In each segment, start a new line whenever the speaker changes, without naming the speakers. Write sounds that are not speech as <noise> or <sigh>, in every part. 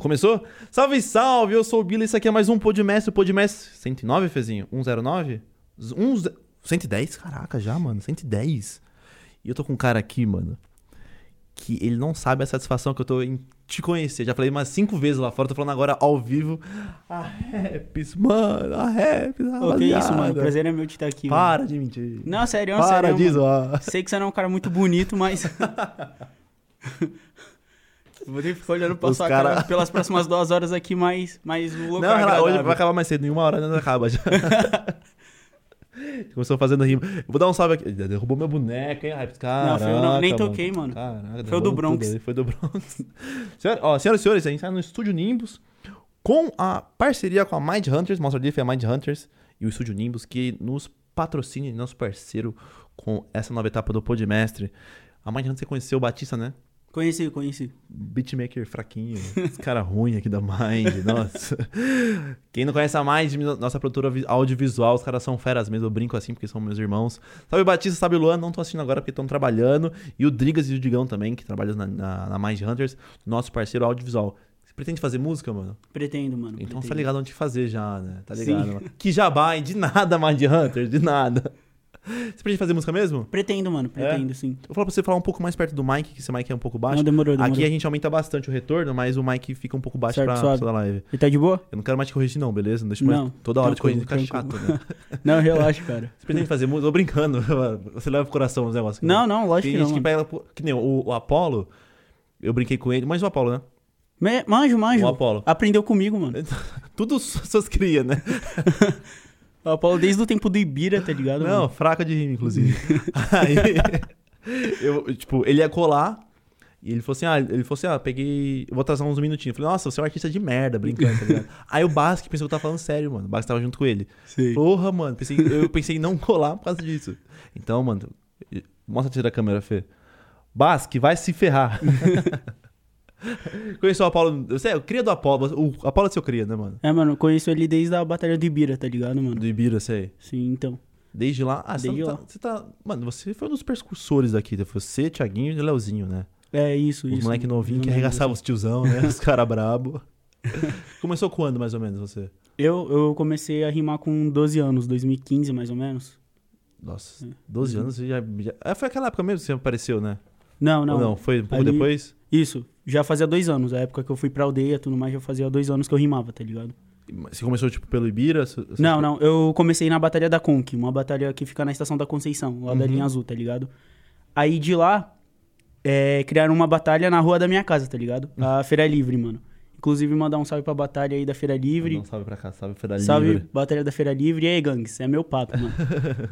Começou? Salve, salve! Eu sou o Bila e isso aqui é mais um Podmestre. O Podmestre 109, Fezinho? 109? Um, ze- 110? Caraca, já, mano. 110. E eu tô com um cara aqui, mano, que ele não sabe a satisfação que eu tô em te conhecer. Já falei umas cinco vezes lá fora, tô falando agora ao vivo. A Raps, mano, a Raps,
Ô, que isso, mano.
rapaziada.
Prazer é meu de estar aqui. mano.
Para de mentir.
Não, sério, é não,
Para
sério.
de
mano.
zoar.
<laughs> Sei que você não é um cara muito bonito, mas. <laughs> Vou ter que ficar olhando pra
Os
sua
cara-
cara pelas próximas duas horas aqui, mas, mas o louco é
Não, relaxa, hoje
agradável.
vai acabar mais cedo, em uma hora ainda acaba já. <laughs> Começou fazendo rima. Eu vou dar um salve aqui. Derrubou meu boneco, hein, Hype? Caraca,
Não, foi eu não- nem
mano.
toquei, mano.
Caraca,
o do
derrubou tudo
Bronx.
aí, Foi do Bronx. <laughs> Senhora- ó, senhoras e senhores, a gente está no Estúdio Nimbus com a parceria com a Mind Hunters, Mostra Leaf e a Mind Hunters e o Estúdio Nimbus que nos patrocina e nosso parceiro com essa nova etapa do Podmestre. A Mind Hunter você conheceu o Batista, né?
Conheci, conheci.
beatmaker fraquinho, esse cara ruim aqui da Mind, <laughs> nossa. Quem não conhece a Mind, mino- nossa produtora vi- audiovisual, os caras são feras mesmo, eu brinco assim porque são meus irmãos. Sabe o Batista, sabe o Luan, não estão assistindo agora porque estão trabalhando. E o Drigas e o Digão também, que trabalham na, na, na Mind Hunters, nosso parceiro audiovisual. Você pretende fazer música, mano?
Pretendo, mano.
Então
pretendo.
tá ligado onde fazer já, né? Tá
Sim.
ligado? mano. Que jabá, hein? De nada, Mind Hunters, de nada. Você pretende fazer música mesmo?
Pretendo,
É?
mano. Pretendo, sim.
Eu falo pra você falar um pouco mais perto do mic, que esse mic é um pouco baixo.
Não, demorou, demorou.
Aqui a gente aumenta bastante o retorno, mas o mic fica um pouco baixo
Certo,
pra
suave.
pessoa da live.
E tá de boa?
Eu não quero mais te corrigir, não, beleza? Não deixa mais
Não,
toda hora te corrigir,
tranquilo,
fica chato,
tranquilo.
né?
Não, relaxa, cara.
Você pretende fazer música? Tô brincando. <laughs> Você leva pro coração os negócios. né?
Não, não, lógico
Tem
que
gente
não.
que
mano.
pega. Que nem o, o Apolo. Eu brinquei com ele, mas o Apolo, né?
Me- Manjo, manjo.
O Apolo. Então.
Aprendeu comigo, mano.
Tudo <laughs> suas cria, né?
O Apolo desde o tempo do Ibira, tá ligado?
Não,
mano?
fraca de rima,
<laughs>
inclusive. Aí, eu, tipo, ele ia colar. E ele falou assim: ah, ele falou assim, ah, peguei. Eu vou atrasar uns minutinhos. Eu falei, nossa, você é um artista de merda, brincando, tá
<laughs>
ligado? Aí o Basque pensou que eu tava falando sério, mano. O Basque tava junto com ele.
Sei.
Porra, mano, pensei, eu pensei em não colar por causa disso. Então, mano, mostra a tira da câmera, Fê. Basque, vai se ferrar. <laughs> Conheceu o Apolo. Você é o cria do Apolo. O Apolo é seu cria, né, mano?
É, mano, conheço ele desde a Batalha do Ibira, tá ligado, mano?
Do Ibira, sei.
Sim, então.
Desde lá. Ah, você,
Desde
tá,
lá.
você tá. Mano, você foi um dos percursores aqui. né? Foi Você, Thiaguinho e Leozinho, né?
É isso, isso.
Os moleque
mano.
novinho que
Eu não lembro
arregaçavam os tiozão, né? Os cara brabo. <laughs> Começou quando, mais ou menos, você?
disso. Eu, eu comecei a rimar com 12 anos, 2015 mais ou menos.
Nossa,
É.
12 anos você já, já- Ah, Foi aquela época mesmo que você apareceu, né?
Não,
Ou
não.
não, foi um pouco
Ali-
depois?
Isso, já fazia dois anos. A época que eu fui pra aldeia e tudo mais, já fazia dois anos que eu rimava, tá ligado?
Você começou, tipo, pelo Ibira? Você- você-
Não, não. Eu comecei na Batalha da Conque, uma batalha que fica na Estação da Conceição, lá da
Uhum.
linha azul, tá ligado? Aí de lá, é, criaram uma batalha na rua da minha casa, tá ligado?
Uhum.
A Feira Livre, mano. Inclusive, mandar um salve pra batalha aí da Feira Livre.
Não, salve pra cá, salve pra da
Salve,
Tá livre.
Batalha da Feira Livre. E aí, Gangs, é meu papo,
<laughs>
mano.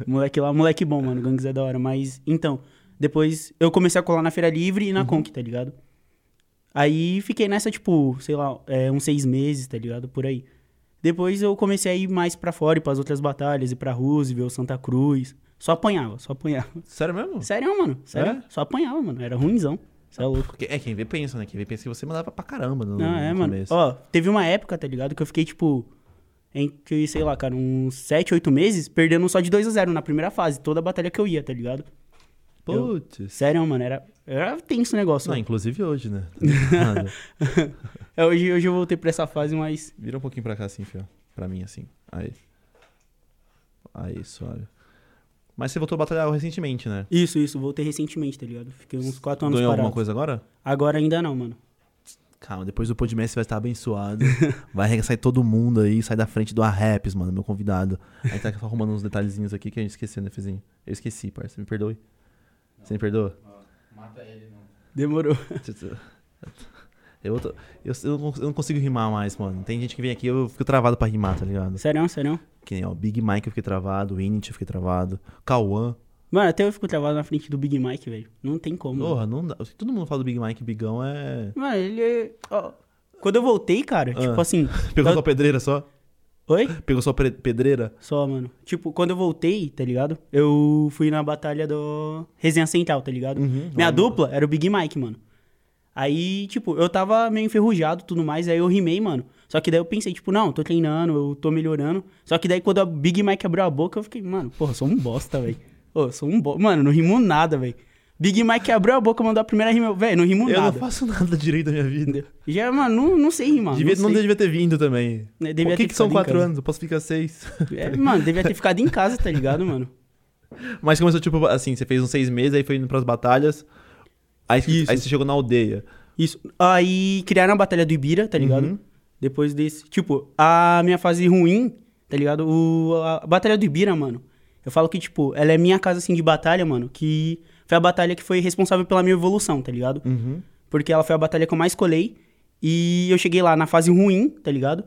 moleque lá, moleque bom, mano. Gangs é da hora. Mas, então, depois eu comecei a colar na Feira Livre e
Uhum.
na Conk, tá ligado? Aí fiquei nessa, tipo, sei lá, é, uns seis meses, tá ligado? Por aí. Depois eu comecei a ir mais pra fora, e pras outras batalhas, ir pra Roosevelt, Santa Cruz. Só apanhava, só apanhava.
Sério mesmo?
Sério, mano. Sério?
É?
Só apanhava, mano. Era ruimzão. Você é louco.
Porque- É, quem vê pensa, né? Quem vê pensa que você mandava pra caramba no,
Não,
no
é, mano.
começo.
Ó, teve uma época, tá ligado? Que eu fiquei, tipo, entre, sei lá, cara, uns 7, 8 meses, perdendo só de 2 a 0 na primeira fase, toda a batalha que eu ia, tá ligado? eu-
Putz.
Sério, mano, era, era tenso o negócio.
Não, inclusive hoje,
<laughs>
né? Tá ligado?
É, hoje, hoje eu voltei pra essa fase, mas.
Vira um pouquinho pra cá assim, fio. Pra mim, assim. Aí. Aí, suave. Mas você voltou a batalhar recentemente, né?
Isso, isso, voltei recentemente, tá ligado? Fiquei uns 4 anos
Ganhou
parado.
alguma coisa agora?
Agora ainda não, mano.
Calma, depois do Podmestre vai estar abençoado. <laughs> vai sair todo mundo aí, sai da frente do Arraps, mano, meu convidado. Aí tá só arrumando uns detalhezinhos aqui que a gente esqueceu, né, Fezinho? Eu esqueci, parça. Me perdoe. Você me perdoa? <laughs>
Demorou.
Eu, tô- eu, eu não- eu não consigo rimar mais, mano. Tem gente que vem aqui, eu fico travado pra rimar, tá ligado?
Sério, sério.
Que nem, ó, Big Mike eu fiquei travado, o Init eu fiquei travado, Cauã.
Mano, até eu fico travado na frente do Big Mike, velho. Não tem como. é? mano.
Porra, não dá. Todo mundo fala do Big Mike, Bigão é.
Mano, ele. é- ó, quando eu voltei, cara,
Ah.
tipo assim.
Pegou
eu-
sua pedreira só?
Oi?
Pegou sua pre- pedreira?
Só, mano. Tipo, quando eu voltei, tá ligado? Eu fui na batalha do Resenha Central, tá ligado?
Uhum,
Minha dupla era o Big Mike, mano. Aí, tipo, eu tava meio enferrujado e tudo mais, aí eu rimei, mano. Só que daí eu pensei, tipo, não, eu tô treinando, eu tô melhorando. Só que daí quando a Big Mike abriu a boca, eu fiquei, mano, porra, eu sou um bosta, velho. Ô, eu sou um bosta. Mano, não rimo nada, velho. Big Mike abriu a boca, mandou a primeira rima. Velho, não rimo
Eu não
nada.
faço <laughs> nada direito da minha vida.
Já, mano, não, Ah, não sei rimar.
Devia- não
sei.
devia ter vindo também.
Né, devia
Por que,
ter
que são
ficado em
quatro
casa.
anos? Eu posso ficar seis. <laughs>
É, mano, devia ter ficado em casa, tá ligado, mano?
Mas começou, tipo, assim, você fez uns seis meses, aí foi indo pras batalhas. Aí,
Isso.
aí você chegou na aldeia.
Isso. Aí criaram a Batalha do Ibira, tá ligado?
Uhum.
Depois desse. Tipo, a minha fase ruim, tá ligado? O, a a Batalha do Ibira, mano. Eu falo que, tipo, ela é minha casa, assim, de batalha, mano. Que foi a batalha que foi responsável pela minha evolução, tá ligado?
Uhum.
Porque ela foi a batalha que eu mais colei. E eu cheguei lá na fase ruim, tá ligado?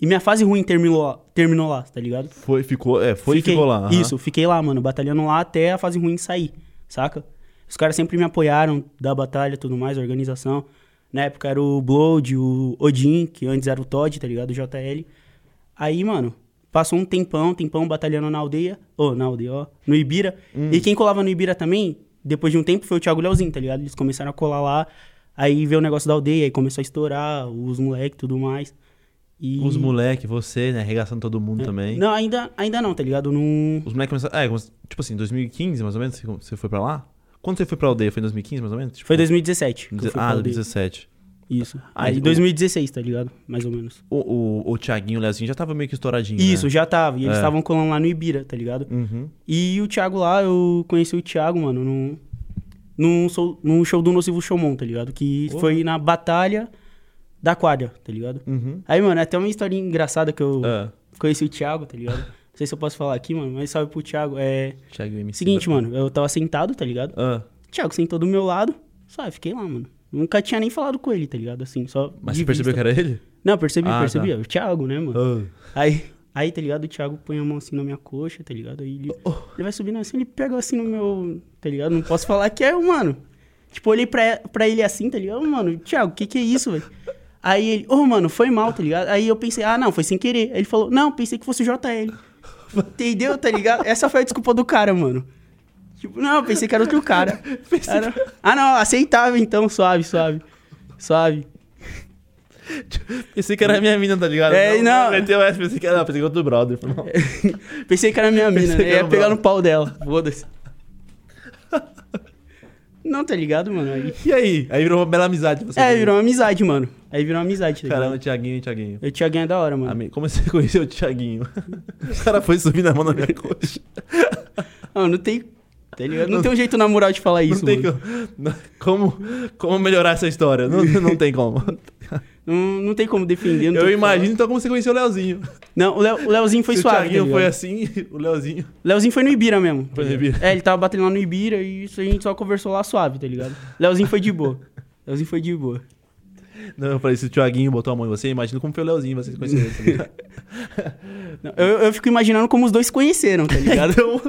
E minha fase ruim terminou, terminou lá, tá ligado?
Foi, ficou, é, foi
Fiquei-
e ficou lá. aham.
Isso, fiquei lá, mano, batalhando lá até a fase ruim sair, saca? Os caras sempre me apoiaram da batalha e tudo mais, organização. Na época era o Blood, o Odin, que antes era o Todd, tá ligado? O JL. Aí, mano, passou um tempão, tempão batalhando na aldeia, ou na aldeia, ó, no Ibira.
Hum.
E quem colava no Ibira também, depois de um tempo, foi o Thiago Leozinho, tá ligado? Eles começaram a colar lá, aí veio o negócio da aldeia, aí começou a estourar, os moleques e tudo mais. E...
Os moleque, você, né? Arregaçando todo mundo também.
É. Não, ainda, ainda não, tá ligado? Não,
Os moleques começaram. É, como- tipo assim, 2015, mais ou menos, você- você foi pra lá? Quando você foi pra aldeia? Foi em 2015, mais ou menos? Tipo,
Foi 2017. que eu
deze-
fui pra
Ah,
aldeia.
2017.
Isso.
Ah,
Aí,
então-
2016, tá ligado? Mais ou menos.
O, o, o Thiaguinho, o Leozinho já tava meio que estouradinho.
Isso, já tava. E eles
É.
estavam colando lá no Ibira, tá ligado?
Né? Uhum.
E o Thiago lá, eu conheci o Thiago, mano, num, num, show, num show do Nocivo Showmon, tá ligado? Que
Porra.
foi na Batalha da Quadra, tá ligado?
Uhum.
Aí, mano, é até uma história engraçada que eu
Ah,
conheci o Thiago, tá ligado? Não sei se eu posso falar aqui, mano, mas salve pro Thiago. É.
Thiago MC.
Seguinte, mano, eu tava sentado, tá ligado?
Ah,
Thiago sentou do meu lado, só eu fiquei lá, mano. Nunca tinha nem falado com ele, tá ligado? Assim, só.
mas
de
você percebeu
vista.
que era ele?
Não, percebi,
Ah,
percebi.
tá.
ó, O Thiago, né, mano?
Ah.
Aí, aí, tá ligado? O Thiago põe a mão assim na minha coxa, tá ligado? Aí ele,
Ah. "Oh,
ele vai subindo assim, ele pega assim no meu. Tá ligado? Não posso falar que é eu, mano. Tipo, eu olhei pra, pra ele assim, tá ligado? Mano, Thiago, o que que é isso, velho? Aí ele, ô, mano, foi mal, tá ligado? Aí eu pensei, ah, não, foi sem querer. Aí ele falou, não, pensei que fosse o JL. Entendeu, tá ligado? Essa foi a desculpa do cara, mano. Tipo, não, pensei que era outro
<laughs>
cara. Era- Ah, não, aceitável então, suave, suave. Suave.
Pensei que era a minha mina, tá ligado?
É, não.
Meteu essa, pensei que era, não, pensei que era outro brother. Foi mal.
Pensei que era minha mina,
<laughs> Pensei que
né?
era
Ia
um
pegar
brother.
no pau dela. Foda-se. Não, tá ligado, mano? Aí...
E aí? Aí virou uma bela amizade. Você tá né?
É, virou uma amizade, mano. Aí virou uma amizade, tá
Caramba,
ligado?
Thiaguinho, Thiaguinho.
Eu tinha ganho da hora, mano.
Ami- Como você <laughs> conheceu o Thiaguinho? o cara foi subir na mão na minha coxa.
Não, não tem. Tá ligado? Não, tem um jeito na moral de falar isso,
não tem
mano.
co- não- como, como melhorar essa história. Não, não tem como.
Não, não tem como defender. não
<laughs>
tem
Eu
o que falar.
imagino então como você conheceu o Leozinho.
Não, o, Léo- o Leozinho foi
Se O
suave. Tá
Thiaguinho
ligado?
foi assim, <laughs> o Leozinho.
O Leozinho foi no Ibira mesmo. tá
Foi no
ligado?
Ibira.
É, ele tava batendo lá no Ibira e isso a gente só conversou lá suave, tá ligado? Leozinho foi de boa. Leozinho foi de boa.
Não, eu falei, se o Thiaguinho botou a mão em você, imagina como foi o Leozinho, vocês conheceram ele. tá <laughs> ligado?
Não, eu, eu fico imaginando como os dois se conheceram, tá
<laughs>
ligado?
Então,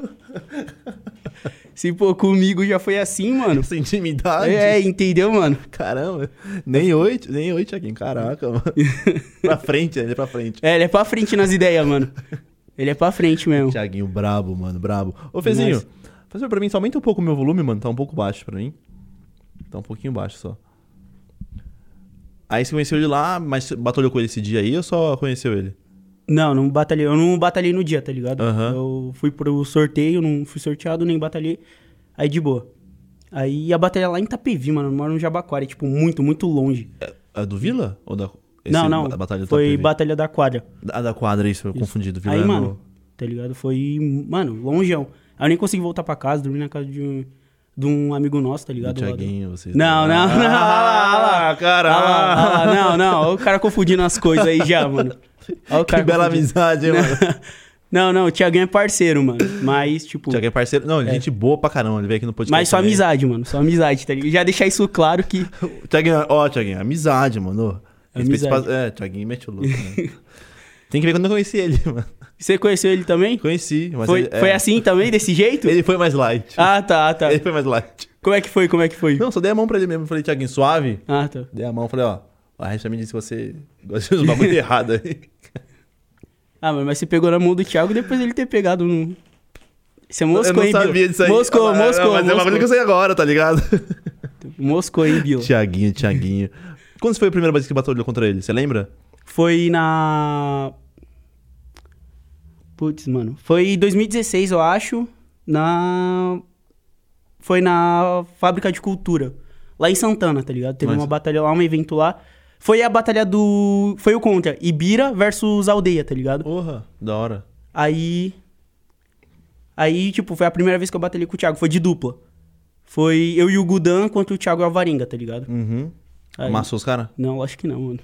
Se, pô, comigo já foi assim, mano.
Essa intimidade.
É, entendeu, mano?
Caramba. Nem oito, nem oito, Thiaguinho. Caraca,
<laughs>
mano. pra frente, ele é pra frente.
É, ele é pra frente nas ideias, mano. Ele é pra frente mesmo.
Thiaguinho, brabo, mano, brabo. Ô, Fezinho,
Mas-
faz favor pra mim, só aumenta um pouco o meu volume, mano. Tá um pouco baixo pra mim. Tá um pouquinho baixo só. Aí você conheceu ele lá, mas você batalhou com ele esse dia aí ou só conheceu ele?
Não, não batalhei. Eu não batalhei no dia, tá ligado?
Aham.
Eu fui pro sorteio, não fui sorteado, nem batalhei. Aí de boa. Aí a batalha lá em Itapevi, mano. Eu moro no Jabaquara, tipo, muito, muito longe.
A É, do Vila? Ou da. esse
não, não.
ba- Batalha do
foi
Itapevi?
Batalha da Quadra.
A da quadra, isso, eu confundi. Do Vila
Aí,
é no-
mano, tá ligado? Foi, mano, longeão. Aí eu nem consegui voltar pra casa, dormi na casa de um, de um amigo nosso, tá
Do
ligado? Lá do-
Thiaguinho, vocês.
Não, não, não, olha lá, olha lá.
Ah, caralho.
Ah lá, ah lá, não, não. Olha o cara confundindo as coisas aí já, mano. Olha o
Que
cara
bela
confundindo. <laughs>
amizade, hein, mano.
Não, não, o Thiaguinho é parceiro, mano. Mas, tipo.
Thiaguinho é parceiro. Não, gente boa pra caramba. Ele veio aqui no podcast.
Mas só
também.
amizade, mano. Só amizade, tá ligado? Já deixar isso claro que.
<laughs> Tiaguinho, ó, Tiaguinho, amizade, mano. Respeito
Amizade.
pra- É, Tiaguinho mete o louco,
<laughs>
né? Tem que ver quando eu conheci ele, <laughs> mano.
Você conheceu ele também?
Conheci, mas
Foi,
ele, é,
foi assim também,
<laughs>
desse jeito?
Ele foi mais light.
Ah, tá, ah, tá.
Ele foi mais light.
Como é que foi? Como é que foi?
Não, só dei a mão pra ele mesmo. Falei, Tiaguinho, suave?
Ah, tá.
Dei a mão, falei, ó, a gente me disse que você gosta de uns
<laughs>
bagulho errado aí.
Ah, mano, mas você pegou na mão do Thiago depois ele ter pegado no. Você
eu
moscou,
não
hein, Bila?
sabia disso aí.
Moscou,
Mas-
moscou,
Mas é um bagulho que eu
moscou.
sei agora, tá
<laughs>
ligado?
Moscou, hein, Bila?
Tiaguinho, Tiaguinho. Quando foi a primeira vez que batalhou contra ele? Você lembra?
Foi na. Putz, mano. Foi em 2016, eu acho. Na. foi na Fábrica de Cultura, lá em Santana, tá ligado? Teve
Mas-
uma batalha lá, um evento lá. Foi a batalha do. Foi o contra, Ibira versus Aldeia, tá ligado?
Porra, da hora.
Aí. Aí, tipo, foi a primeira vez que eu batalhei com o Thiago, foi de dupla. Foi eu e o Gudan contra o Thiago Alvarenga, tá ligado?
Uhum.
Aí-
Amassou os caras?
Não, acho que não, mano.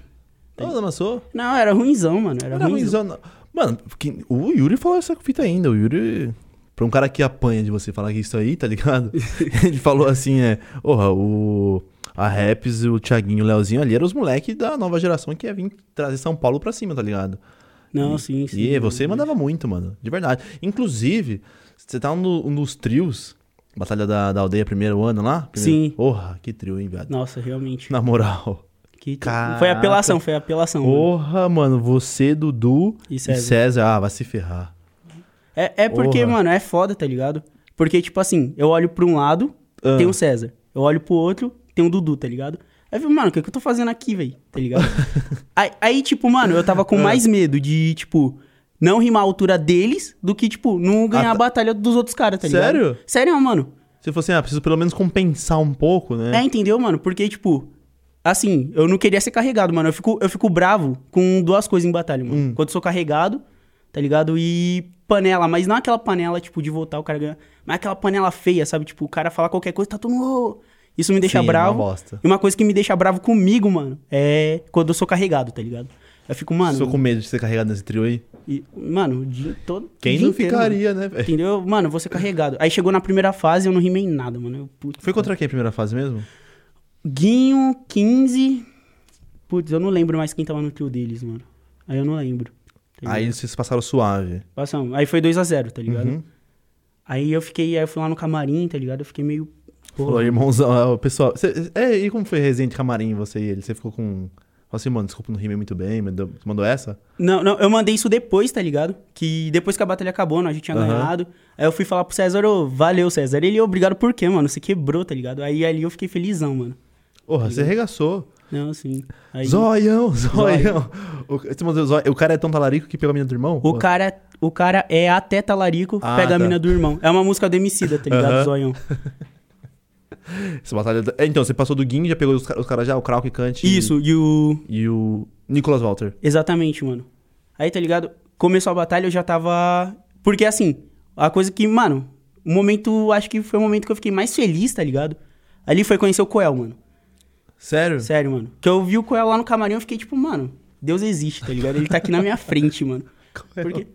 Tá.
Todos amassou?
Não, era ruinzão, mano. Era, né?
Era
ruinzão.
ruimzão. Mano, que- o Yuri falou essa fita ainda. O Yuri. Pra um cara que apanha de você falar que isso aí, tá
<laughs>
ligado? Ele falou assim, é. Porra, o. A Raps, o Thiaguinho, o Leozinho ali eram os moleques da nova geração que ia vir trazer São Paulo pra cima, tá ligado?
Não, sim, sim.
e você mandava muito, mano. De verdade. Inclusive, você tá no, nos trios. Batalha da, da aldeia, primeiro ano lá? primeiro-
Sim.
Porra, que trio, hein, viado?
Nossa, realmente.
Na moral.
Que- tipo,
Caraca.
Foi apelação, foi apelação. mano.
Porra, mano, você, Dudu
E César.
e César. Ah, vai se ferrar.
É, é porque,
Porra.
mano, é foda, tá ligado? Porque, tipo assim, eu olho pra um lado,
Ah.
tem o César. Eu olho pro outro, tem o Dudu, tá ligado? Aí eu fico, mano, o que, que eu tô fazendo aqui, velho? Tá
<laughs>
ligado? aí, aí, tipo, mano, eu tava com
Ah.
mais medo de, tipo, não rimar a altura deles do que, tipo, não ganhar
Ah,
a batalha dos outros caras, tá ligado?
Sério?
Sério, mano.
Se fosse, ah, preciso pelo menos compensar um pouco,
É.
né?
entendeu, mano? Porque, tipo, assim, eu não queria ser carregado, mano. Eu fico, eu fico bravo com duas coisas em batalha, mano.
Hum.
Quando eu sou carregado, tá ligado? E panela, mas não aquela panela, tipo, de voltar o cara ganhar. Mas aquela panela feia, sabe? Tipo, o cara falar qualquer coisa, tá todo mundo. "Oh". Isso me deixa
Sim, é uma
bravo.
bosta.
E uma coisa que me deixa bravo comigo, mano, é quando eu sou carregado, tá ligado? Eu fico, mano.
Estou com medo de ser carregado nesse trio aí.
e- mano, o dia todo.
Quem
dia
não
inteiro, mano.
ficaria, né, velho?
Entendeu? Mano, eu vou ser carregado. Aí chegou na primeira fase, eu não rimei em nada, mano. Eu, putz,
Foi contra quem a primeira fase mesmo?
Guinho, 15. Putz, eu não lembro mais quem tava no trio deles, mano. Aí eu não lembro. Tá
Aí
ligado?
vocês passaram suave.
Passamos. Aí foi 2x0, tá ligado?
Uhum.
Aí eu fiquei, aí eu fui lá no camarim, tá ligado? Eu fiquei meio. pô,
Falou, irmãozão, é, o pessoal. cê- é, e como foi resenha de camarim, você e ele? Você ficou com. Falou assim, mano, desculpa, não rimei muito bem, mandou, mandou essa?
Não, não, eu mandei isso depois, tá ligado? Que depois que a batalha acabou, né, a gente tinha
Aham.
ganhado. Aí eu fui falar pro César, ô, valeu, César. Ele, obrigado por quê, mano? Você quebrou, tá ligado? Aí ali eu fiquei felizão, mano.
Porra, você arregaçou.
Não, assim. Aí,
Zoião, zoião. O, você mandou zóio- o cara é tão talarico que pegou a menina do irmão?
o, cara, o cara é até talarico,
Ah,
pega a
tá.
mina do irmão. É uma música do Emicida, tá ligado?
Aham.
Zoião.
Essa batalha. da- É, então, você passou do Guinho, já pegou os, ca- os caras já, o Krauk Kant. e-
Isso, e o.
E o Nicolas Walter.
Exatamente, mano. Aí, tá ligado? Começou a batalha, eu já tava. Porque assim, a coisa que, mano, o momento, acho que foi o momento que eu fiquei mais feliz, tá ligado? Ali foi conhecer o Coel, mano.
Sério?
Sério, mano. Que eu vi o Coel lá no camarim, eu fiquei tipo, mano, Deus existe, tá ligado? Ele tá aqui na minha frente, mano. Porque.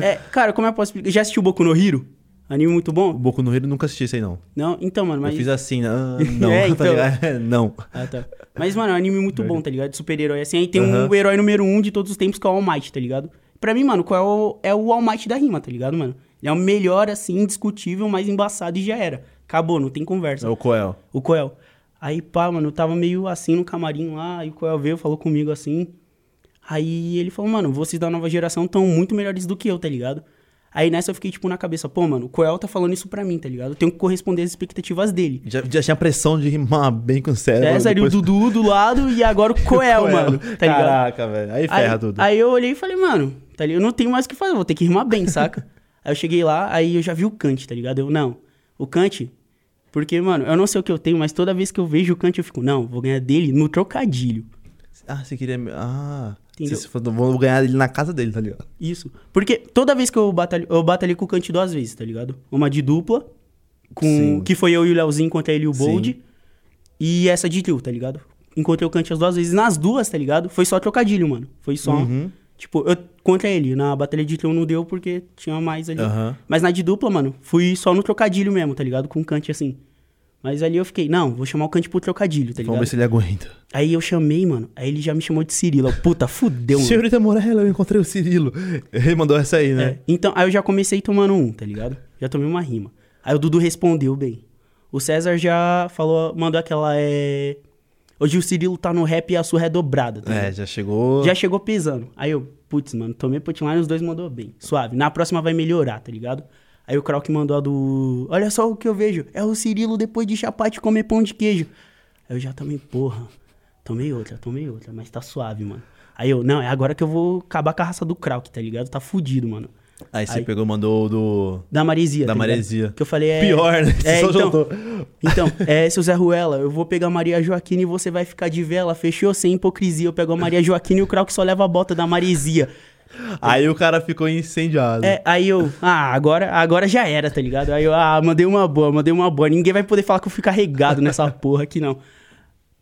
É, cara, como eu posso explicar? Já assistiu o Boku no Hiro? Anime muito
O
bom?
Boku no Hero eu nunca assisti isso aí, não.
Não? Então, mano, mas.
Eu fiz assim, né? Ah, não, <laughs>
<laughs> É,
tá
então.
ligado? É, não.
Ah, tá. Mas, mano, é um anime muito bom, tá ligado? De super-herói, assim. Aí tem
Aham.
um herói número um de todos os tempos, que é o All Might, tá ligado? Pra mim, mano, qual é o, é o All Might da rima, tá ligado, mano? Ele é o melhor, assim, indiscutível, mais embaçado e já era. Acabou, não tem
É
conversa.
o Coel.
O Coel. Aí, pá, mano, eu tava meio assim no camarim lá, aí o Coel veio, falou comigo assim. Aí ele falou, mano, vocês da nova geração estão muito melhores do que eu, tá ligado? Aí nessa eu fiquei, tipo, na cabeça, pô, mano, o Coel tá falando isso pra mim, tá ligado? Eu tenho que corresponder às expectativas dele.
Já, já tinha pressão de rimar bem com o cérebro.
César
É,
e o
depois-
Dudu do lado
<laughs>
e agora o Coel, mano. Tá ligado?
Caraca, velho. Aí ferra
Aí,
tudo.
aí eu olhei e falei, mano, tá ligado? Eu não tenho mais o que fazer, eu vou ter que rimar
<laughs>
bem, saca? aí eu cheguei lá, aí eu já vi o Kant, tá ligado? Eu, não, o Kant, porque, mano, eu não sei o que eu tenho, mas toda vez que eu vejo o Kant eu fico, não, vou ganhar dele no trocadilho.
Ah, você queria. Ah.
Entendeu?
Vocês foram- vão ganhar ele na casa dele, tá ligado?
Isso. Porque toda vez que eu batalho, eu batalhei com o Kant duas vezes, tá ligado? Uma de dupla,
Sim.
com que foi eu e o Leozinho contra ele e o
Sim.
Bold. E essa de trio, tá ligado? Encontrei o Kant as duas vezes. Nas duas, tá ligado? Foi só trocadilho, mano. Foi só.
Uhum.
Tipo, eu contra ele. Na batalha de trio não deu porque tinha mais ali.
Aham.
Mas na de dupla, mano, fui só no trocadilho mesmo, tá ligado? Com o Kant assim. Mas ali eu fiquei, não, vou chamar o Kant pro trocadilho, tá ligado?
Vamos ver se ele aguenta.
Aí eu chamei, mano. Aí ele já me chamou de Cirilo. Eu, Puta,
<laughs>
fudeu, mano.
Senhorita Morella, eu encontrei o Cirilo. <laughs> Ele mandou essa aí,
É,
né?
Então, aí eu já comecei tomando um, tá ligado? Já tomei uma rima. Aí o Dudu respondeu bem. O César já falou, mandou aquela, é... Hoje o Cirilo tá no rap e a surra é dobrada, tá
É,
ligado?
já chegou.
Já chegou pisando. Aí eu, putz, mano, tomei putline e os dois mandou bem. Suave. Na próxima vai melhorar, tá ligado? Aí o Krauk mandou a do... Olha só o que eu vejo. É o Cirilo depois de chapate comer pão de queijo. Aí eu já tomei, porra. Tomei outra, tomei outra. Mas tá suave, mano. Aí eu, não, é agora que eu vou acabar com a raça do Krauk, tá ligado? Tá fudido, mano.
Aí você
Aí-
pegou, mandou o do.
Da maresia.
Da
tá ligado?
maresia.
Que eu falei, é.
Pior, né? <laughs>
É,
Só
então,
juntou.
Então,
<laughs>
é, seu Zé Ruela, eu vou pegar a Maria Joaquina e você vai ficar de vela, fechou? Sem hipocrisia. Eu pego a Maria Joaquina e o Krauk só leva a bota da maresia.
Aí o cara ficou incendiado.
É, aí eu, ah, agora, agora já era, tá ligado? Aí eu, ah, mandei uma boa, mandei uma boa. Ninguém vai poder falar que eu fui
<laughs>
carregado nessa porra aqui, não.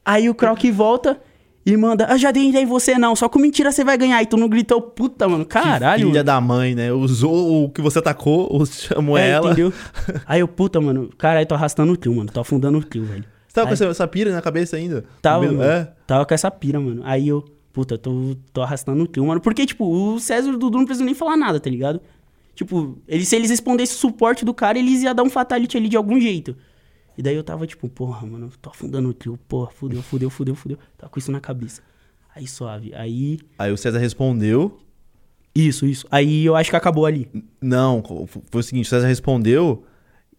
Aí o Krauk volta e manda, ah, já dei ideia em você não, só com mentira você vai ganhar. E tu não gritou, puta, mano, caralho.
Filha
mano.
da mãe, né? Usou o que você atacou, <laughs> ou chamou
É,
ela. <laughs>
Entendeu? Aí eu, puta, mano, caralho, tô arrastando o tio, mano, tô afundando o tio, velho.
Você tava com
Aí-
essa, essa pira na cabeça ainda?
Tava,
Medo-
mano.
É.
Tava com essa pira, mano. Aí eu, puta, eu tô, tô arrastando o teu, mano. Porque, tipo, o César e o Dudu não precisam nem falar nada, tá ligado? Tipo, eles, se eles respondessem o suporte do cara, eles iam dar um fatality ali de algum jeito. E daí eu tava, tipo, porra, mano, eu tô afundando o trio, porra, fudeu, fudeu, fudeu, fudeu. Tava com isso na cabeça. Aí suave. Aí.
Aí o César respondeu.
Isso, isso. Aí eu acho que acabou ali.
Não, f- foi o seguinte, o César respondeu.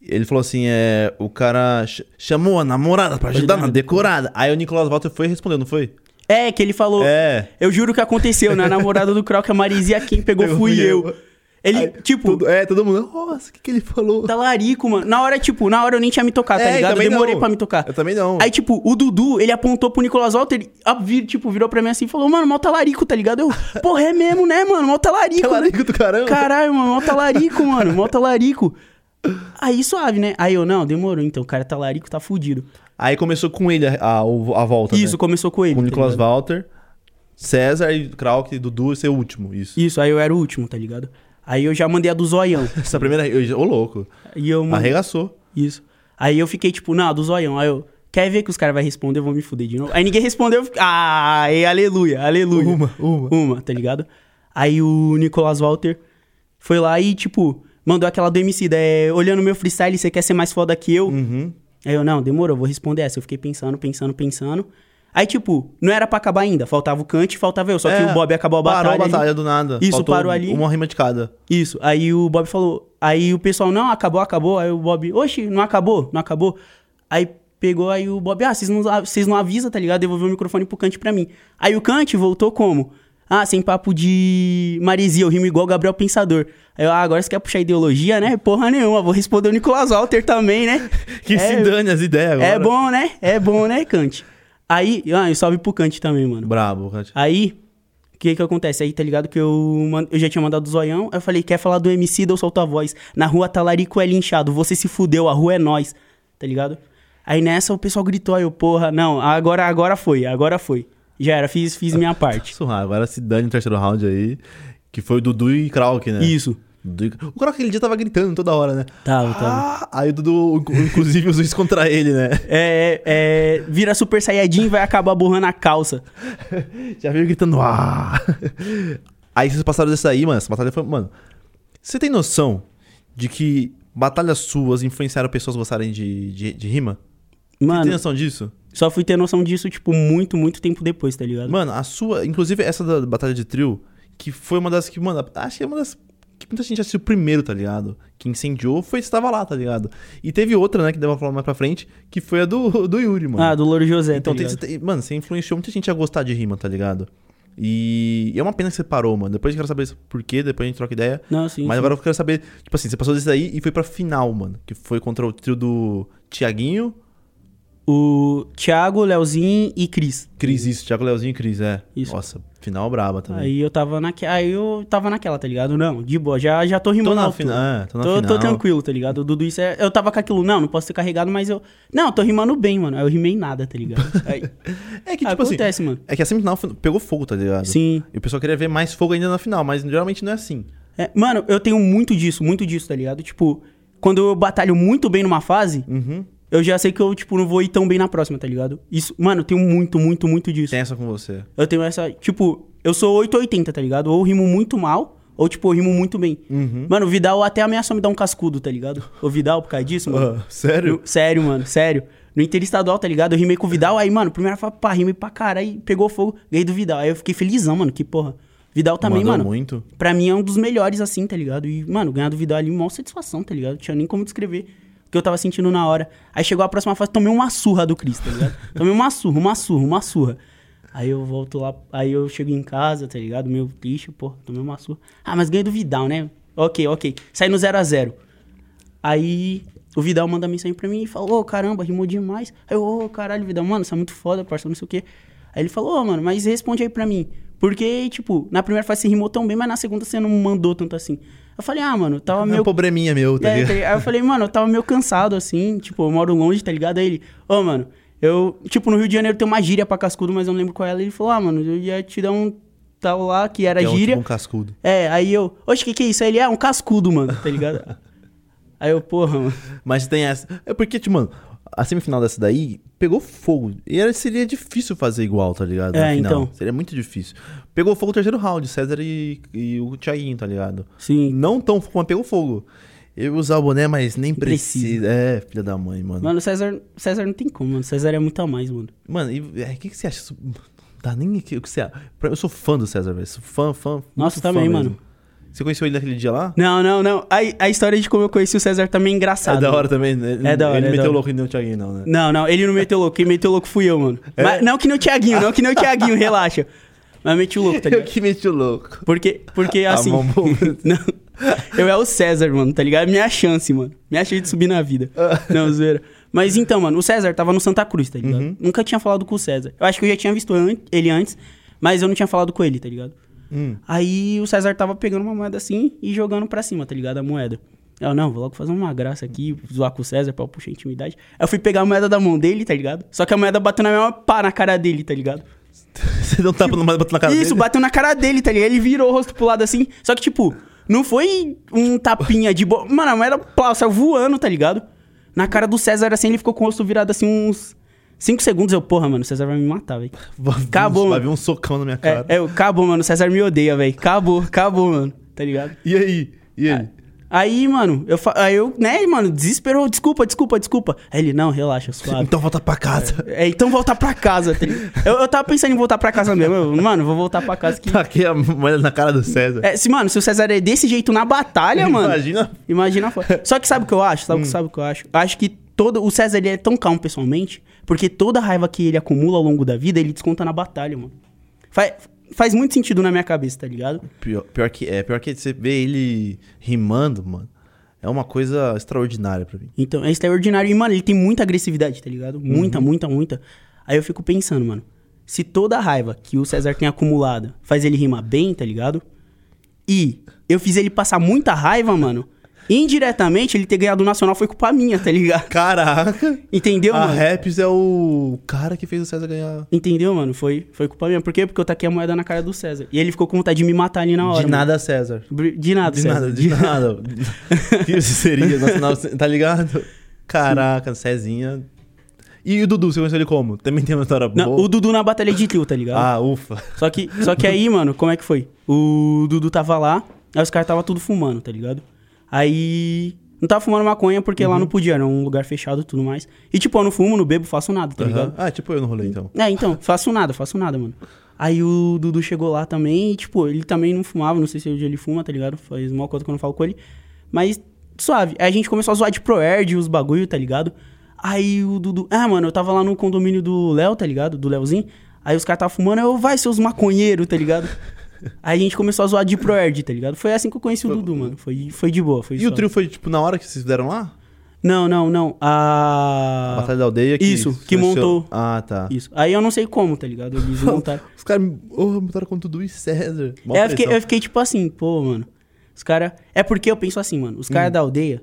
Ele falou assim: é. O cara ch- chamou a namorada pra ajudar na decorada. Aí o Nicolas Walter foi e respondeu, não foi?
É, que ele falou.
É.
Eu juro que aconteceu, né? A namorada do Croc, a Marizia, quem pegou
Pegou,
fui
fui
eu.
eu.
Ele, tipo.
Todo- é, todo mundo. Nossa, o que, que ele falou?
Talarico, mano. Na hora, tipo, na hora eu nem tinha me tocar,
É,
tá
e
ligado?
também
Eu demorei
não. É
pra me tocar.
Eu também não.
Aí, tipo, o Dudu, ele apontou pro Nicolas Walter, ele, ah, vir- tipo, virou pra mim assim e falou, mano, mal talarico, tá ligado? Eu, porra, é mesmo, né, mano? Mal talarico.
Talarico do caramba.
Caralho, mano, mal talarico, mano, mal talarico. Aí suave, né? Aí eu, não, demorou, então, o cara talarico tá fudido.
Aí começou com ele a, a- o- a volta.
Isso,
né?
começou com ele.
com o
tá
Nicolas
ligado?
Walter, César e Krauk, Dudu, esse é o último. Isso.
Isso, aí eu era o último, tá ligado? Aí eu já mandei a do zoião.
Essa primeira. eu já- Ô, louco.
E eu, mano,
Arregaçou.
Isso. Aí eu fiquei tipo, não, do zoião. Aí eu, quer ver que os caras vão responder, eu vou me fuder de novo. Aí ninguém respondeu. eu fiquei, Ah, e aleluia, aleluia.
Uma, uma.
Uma, tá ligado? Aí o Nicolas Walter foi lá e, tipo, mandou aquela do MC, é, olhando meu freestyle, você quer ser mais foda que eu?
Uhum.
Aí eu, não, demorou, vou responder essa. Eu fiquei pensando, pensando, pensando. Aí, tipo, não era pra acabar ainda. Faltava o Kant, faltava eu. Só que
É,
o Bob acabou a
Parou
batalha.
a
ali.
batalha do nada.
Isso,
Faltou
parou ali.
Uma rima de cada.
Isso. Aí o Bob falou. Aí o pessoal, não, acabou, acabou. Aí o Bob, oxe, não acabou, não acabou. Aí pegou, aí o Bob, ah, vocês não, vocês não avisam, tá ligado? Devolveu o microfone pro Kant pra mim. Aí o Kant voltou como? Ah, sem papo de maresia, eu rimo igual Gabriel Pensador. Aí eu, ah, agora você quer puxar ideologia, né? Porra nenhuma, vou responder o Nicolas Walter também, né?
Que se dane as ideias agora.
É bom, né? É bom, né, Kant? Aí, ah, e salve pro Kant também, mano.
Brabo, Kat.
Aí, o que que acontece? Aí, tá ligado que eu, man- eu já tinha mandado o zoião. Aí eu falei, quer falar do MC, deu solta a voz. Na rua Talarico é linchado, você se fudeu, a rua é nós. Tá ligado? Aí nessa o pessoal gritou, aí eu, porra, não, agora, agora foi, agora foi. Já era, fiz, fiz
<laughs>
minha parte.
Surrar. Agora se dane no terceiro round aí. Que foi o Dudu e Krauk, né?
Isso.
Dudu e- O Krauk aquele dia tava gritando toda hora, né?
Tava, tava.
Ah, aí o Dudu, inc- inclusive, <laughs> usou isso contra ele, né? <laughs>
É, é, é, vira Super Saiyajin e vai acabar borrando a calça.
Já veio gritando, ah! Aí vocês passaram dessa aí, mano. Essa batalha foi. Mano, você tem noção de que batalhas suas influenciaram pessoas gostarem de, de, de rima? Você tem
Mano,
noção disso?
só fui ter noção disso, tipo, muito, muito tempo depois, tá ligado?
Mano, a sua. Inclusive essa da batalha de trio, que foi uma das que, mano, acho que é uma das. Que muita gente assistiu primeiro, tá ligado? Que incendiou foi você tava lá, tá ligado? E teve outra, né, que deu pra falar mais pra frente, que foi a do, <laughs> do Yuri, mano.
ah, do Louro José,
Então,
tá
tem,
ligado?
você tem- mano, você influenciou muita gente a gostar de rima, tá ligado? E, e é uma pena que você parou, mano. Depois eu quero saber por quê, depois a gente troca ideia.
Não, sim,
Mas
sim.
agora eu quero saber, tipo assim, você passou desse daí e foi pra final, mano. Que foi contra o trio do Tiaguinho,
O Thiago, Leozinho e Cris.
Cris, isso. Thiago Leozinho e Cris, é.
Isso.
Nossa, final braba também.
Aí eu tava naquela. Aí eu tava naquela, tá ligado? Não, de boa, já, já tô rimando.
tô na
alto.
final. É, tô na
Tô,
final.
tô tranquilo, tá ligado? Dudu, isso é... Eu tava com aquilo, não, não posso ser carregado, mas eu. Não, tô rimando bem, mano. Aí eu rimei nada, tá
<laughs>
ligado? Aí,
É que, tipo assim,
acontece, mano.
é que a semifinal foi- pegou fogo, tá ligado?
Sim.
E o pessoal queria ver mais fogo ainda na final, mas geralmente não é assim.
É, mano, eu tenho muito disso, muito disso, tá ligado? Tipo, quando eu batalho muito bem numa fase,
Uhum.
eu já sei que eu, tipo, não vou ir tão bem na próxima, tá ligado? Isso, mano, eu tenho muito, muito, muito disso.
Tem essa com você.
Eu tenho essa. Tipo, eu sou 880, tá ligado? Ou eu rimo muito mal, ou, tipo, eu rimo muito bem. Mano, o Vidal até ameaçou me dar um cascudo, tá ligado? O Vidal, por causa disso, mano.
Ah, sério?
No- sério, mano, sério. No Interestadual, tá ligado? Eu rimei com o Vidal, aí, mano, primeira fala, pá, rimei pra caralho, aí pegou fogo, ganhei do Vidal. Aí eu fiquei felizão, mano, que porra. Vidal também,
Mandou
mano.
muito.
Pra mim é um dos melhores, assim, tá ligado? E, mano, ganhar do Vidal ali, mó satisfação, tá ligado? Tinha nem como descrever o que eu tava sentindo na hora. Aí chegou a próxima fase, tomei uma surra do Cris, tá ligado? Tomei uma surra, uma surra, uma surra. Aí eu volto lá, aí eu chego em casa, tá ligado? Meio triste, pô, tomei uma surra. Ah, mas ganhei do Vidal, né? ok, ok. Sai no 0 a 0 Aí o Vidal manda mensagem pra mim e fala, ô, caramba, rimou demais. Aí eu, ô, caralho, Vidal, mano, isso é muito foda, parça, não sei o quê. Aí ele falou, ô, mano, mas responde aí pra mim. Porque, tipo, na primeira fase você rimou tão bem, mas na segunda você não mandou tanto assim. Eu falei, ah, mano, tava
É um
meio
probleminha meu, tá
<laughs> é, tá
ligado?
ligado? aí eu falei, mano, eu tava meio cansado, assim, tipo, eu moro longe, tá ligado? Aí ele, ô, mano, eu, tipo, no Rio de Janeiro tem uma gíria pra cascudo, mas eu não lembro qual é ela. Ele falou, ah, mano, eu ia te dar um tal lá, que era
Que é um
gíria.
tipo um cascudo.
É, aí eu, oxe, o que que é isso? Aí ele, é um cascudo, mano,
<laughs>
tá ligado? aí eu, porra, mano.
Mas tem essa. É porque, tipo, mano, a semifinal dessa daí pegou fogo. E era, seria difícil fazer igual, tá ligado?
É,
Na final.
então.
Seria muito difícil. Pegou fogo o terceiro round, César e, e o Thiaguinho, tá ligado?
Sim.
Não tão fogo, mas pegou fogo. Eu ia usar o boné, mas nem
Precisa.
precisa. É, filha da mãe, mano. Mano,
Mano, César, César não tem como, mano. César é muito a mais, mano.
e é, o que, que você acha? Isso- Não Dá nem aqui o que você acha. Pra- Eu sou fã do César, velho. Sou fã, fã. muito
Nossa,
fã
também,
mesmo.
mano.
Você conheceu ele naquele dia lá?
Não, não, não. A, a história de como eu conheci o César também é engraçada.
é da
mano.
hora também, né? Ele,
É da hora,
Ele
é da
meteu
hora.
louco e não o Thiaguinho, não, né?
Não, não, ele não meteu louco. Quem meteu louco fui eu, mano.
É?
Mas não que nem o Thiaguinho, não que nem o Thiaguinho, relaxa. Mas meti o louco,
<laughs>
tá
Eu
ligado?
que meti o louco. <laughs>
Porque, porque
A
assim.
mão boa.
<laughs> não, eu é o César, mano, tá ligado? Minha chance, mano. Minha chance de subir na vida. não, zoeira. Mas então, mano, o César tava no Santa Cruz, tá ligado? Nunca tinha falado com o César. Eu acho que eu já tinha visto an- ele antes, mas eu não tinha falado com ele, tá ligado?
Hum.
Aí o César tava pegando uma moeda assim e jogando pra cima, tá ligado? A moeda. Eu, não, vou logo fazer uma graça aqui, zoar com o César pra eu puxar intimidade. Aí eu fui pegar a moeda da mão dele, tá ligado? Só que a moeda bateu na mesma pá na cara dele, tá ligado?
Você não tapa no bateu na cara
Isso,
dele?
bateu na cara dele, tá ligado? Ele virou o rosto pro lado assim. Só que, tipo, não foi um tapinha de boa. Mano, a moeda plau, saiu voando, tá ligado? Na cara do César assim, ele ficou com o rosto virado assim uns 5 segundos. Eu, porra, mano, o César vai me matar, velho.
Vai-
Acabou,
Vai
mano.
vir um socão na minha
É,
cara.
é, eu, acabou, mano, o César me odeia, velho. Acabou, acabou, mano, tá ligado?
E aí? E
Ah,
ele?
Aí, mano, eu, fa- aí eu, né, mano, desesperou, desculpa, desculpa, desculpa. Aí ele, não, relaxa, suave.
Então volta pra casa.
É, então voltar pra casa. tá ligado? Eu, eu tava pensando em voltar pra casa mesmo. Eu, mano, vou voltar pra
<laughs>
casa que.
Taquei Tá a moeda na cara do César.
É, se, mano, se o César é desse jeito na batalha, mano.
Imagina.
Imagina fora. Só que sabe o que eu acho? Sabe, sabe o que eu acho? Acho que todo. O César ele é tão calmo pessoalmente, porque toda a raiva que ele acumula ao longo da vida, ele desconta na batalha, mano. Fa- faz muito sentido na minha cabeça, tá ligado?
Pior, pior que, é, pior que você vê ele rimando, mano. É uma coisa extraordinária pra mim.
Então, é extraordinário. E, mano, ele tem muita agressividade, tá
Uhum.
ligado? Muita, muita, muita. Aí eu fico pensando, mano. Se toda a raiva que o César tem acumulada faz ele rimar bem, tá ligado? E eu fiz ele passar muita raiva, mano. Indiretamente, ele ter ganhado o Nacional foi culpa minha, tá ligado? <laughs>
Caraca!
Entendeu,
a
mano?
Raps é o cara que fez o César ganhar.
Entendeu, mano? Foi, foi culpa minha. Por quê? Porque eu taquei a moeda na cara do César. E ele ficou com vontade de me matar ali na hora.
de
mano.
nada, César.
Br- De nada,
De
César.
nada, de nada.
<laughs>
que isso seria, nacional, tá ligado? Caraca, Cezinha. E o Dudu, você conheceu ele como? Também tem uma história
Não,
boa?
o Dudu na batalha de trio, tá ligado?
Ah, ufa.
Só que, só que aí, mano, como é que foi? O Dudu tava lá, aí os caras tava tudo fumando, tá ligado? Aí. Não tava fumando maconha porque lá não podia, era um lugar fechado e tudo mais. E tipo, eu não fumo, não bebo, faço nada, tá
Aham.
ligado?
Ah, tipo eu no rolê, então.
É, então, faço nada, faço nada, mano. Aí o Dudu chegou lá também e, tipo, ele também não fumava, não sei se hoje ele fuma, tá ligado? Faz mal conta que eu não falo com ele. Mas, suave. Aí a gente começou a zoar de Proerd, os bagulho, tá ligado? Aí o Dudu... Ah, mano, eu tava lá no condomínio do Léo, tá ligado? Do Léozinho. Aí os caras tava fumando, eu, vai, seus maconheiros, tá ligado?
<laughs>
Aí a gente começou a zoar de Proerd, tá ligado? Foi assim que eu conheci o Dudu, mano. Foi, foi de boa, foi
E o
suave.
trio foi, tipo, na hora que vocês fizeram lá?
Não, não, não.
A
A...
Batalha da Aldeia que...
Ah. Isso, que montou.
Ah, tá.
Isso. Aí eu não sei como, tá
<laughs>
ligado? Eles montaram...
Os caras me oh, montaram com tudo e César. Mó
É, eu, fiquei,
pressão.
eu fiquei tipo assim, pô, mano. Os caras. É porque eu penso assim, mano. Os
Hum.
caras da aldeia,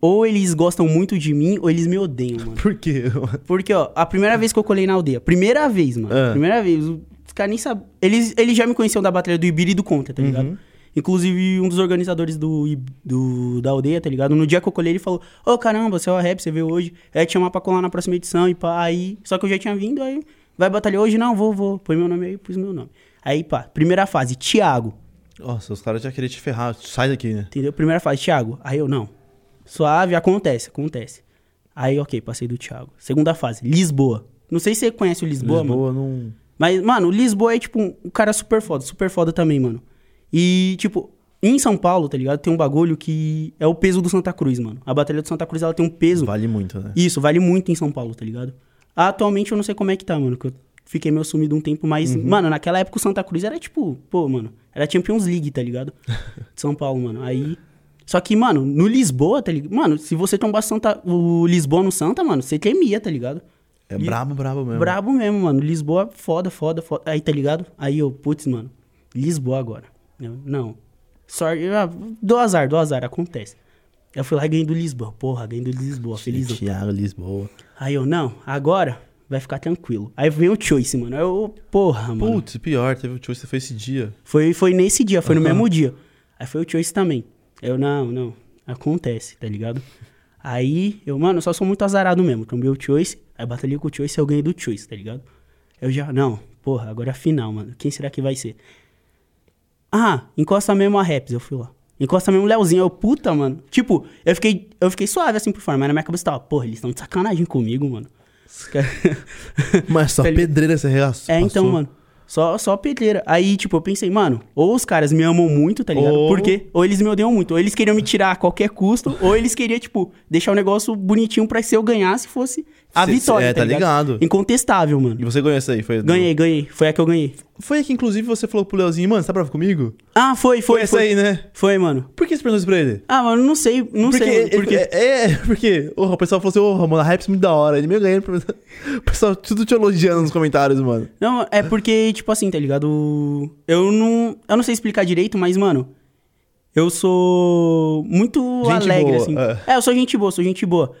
ou eles gostam muito de mim, ou eles me odeiam, mano.
Por quê? <laughs>
Porque, ó, a primeira vez que eu colei na aldeia, primeira vez, mano.
Ah.
Primeira vez. Os caras nem sabem. Eles, eles já me conheciam da batalha do Ibiri e do Contra, tá ligado?
Uhum.
Inclusive, um dos organizadores do, Ib- do- da aldeia, tá ligado? No dia que eu colei, ele falou: Ô caramba, você é o rap, você veio hoje. É te chamar pra colar na próxima edição e pá. Aí. Só que eu já tinha vindo, aí. Vai batalhar hoje? Não, vou, vou. Põe meu nome aí, pus meu nome. Aí, pá. Primeira fase, Thiago.
Nossa, os caras já queriam te ferrar. Sai daqui, né?
Entendeu? Primeira fase, Thiago. Aí eu, não. Suave, acontece, acontece. Aí, ok, passei do Thiago. Segunda fase, Lisboa. Não sei se você conhece o Lisboa, mano.
Lisboa não...
Mas, mano, o Lisboa é, tipo, um cara super foda, super foda também, mano. E, tipo, em São Paulo, tá ligado? Tem um bagulho que é o peso do Santa Cruz, mano. A Batalha do Santa Cruz, ela tem um peso.
Vale muito, né?
Isso, vale muito em São Paulo, tá ligado? Atualmente eu não sei como é que tá, mano. Que eu Fiquei meio sumido um tempo, mas, mano, naquela época o Santa Cruz era tipo, pô, mano, era Champions League, tá ligado? De São Paulo, mano. Aí. Só que, mano, no Lisboa, tá ligado? Mano, se você tombasse Santa, o Lisboa no Santa, mano, você temia, tá ligado?
É
E-
brabo, brabo mesmo.
Brabo mesmo, mano. Lisboa, foda, foda, foda. Aí, tá ligado? Aí eu, putz, mano, Lisboa agora. Eu, não. Sorte. ah, Do azar, do azar, acontece. Eu fui lá e ganhei do Lisboa. Porra, ganhei do Lisboa, felizão.
Thiago, Lisboa.
Aí eu, não, agora vai ficar tranquilo. Aí veio o Choice, mano. Aí eu, porra, mano.
Putz, pior, teve o choice que foi esse dia.
Foi, foi nesse dia, foi no
Aham.
mesmo dia. Aí foi o Choice também. Eu, não, não. Acontece, tá ligado? Aí, eu, mano, eu só sou muito azarado mesmo. Tomei o Choice, aí batalhei com o Choice, eu ganhei do Choice, tá ligado? Eu já, não, porra, agora é a final, mano. Quem será que vai ser? Ah, encosta mesmo a Raps, eu fui lá. Encosta mesmo o Leozinho, eu, puta, mano. Tipo, eu fiquei, eu fiquei suave assim por fora, mas na minha cabeça tava, porra, eles estão de sacanagem comigo, mano. Os caras-
Mas só
<laughs> Tá li-
pedreira essa reação.
É, então, mano. Só, só pedreira. Aí, tipo, eu pensei, mano, ou os caras me amam muito, tá ligado?
Ou-
Por quê? Ou eles me odeiam muito. Ou eles queriam me tirar a qualquer custo, <laughs> ou eles queriam, tipo, deixar o negócio bonitinho pra se eu ganhasse fosse a
Cê- cê-
vitória,
é,
tá
tá
ligado?
ligado.
Incontestável, mano.
E você ganhou essa aí? Foi
Ganhei, ganhei. Foi a que eu ganhei.
Foi aqui, inclusive, você falou pro Leozinho, mano, você tá bravo comigo?
Ah, foi,
Foi,
foi,
essa aí, né?
Foi, mano.
Por que você perguntou isso pra ele?
Ah, mano, não sei, não
porque
sei. mano,
ele-
por quê?
É, é, <laughs> porque oh, o pessoal falou assim, ô, mano, a Hype é muito da hora. Ele meio ganhando. <laughs> O pessoal tudo te elogiando nos comentários, mano.
Não, é porque, tipo assim, tá ligado? Eu não. Eu não sei explicar direito, mas, mano. Eu sou muito
Gente
alegre,
boa,
assim. É. eu sou gente boa, sou gente boa.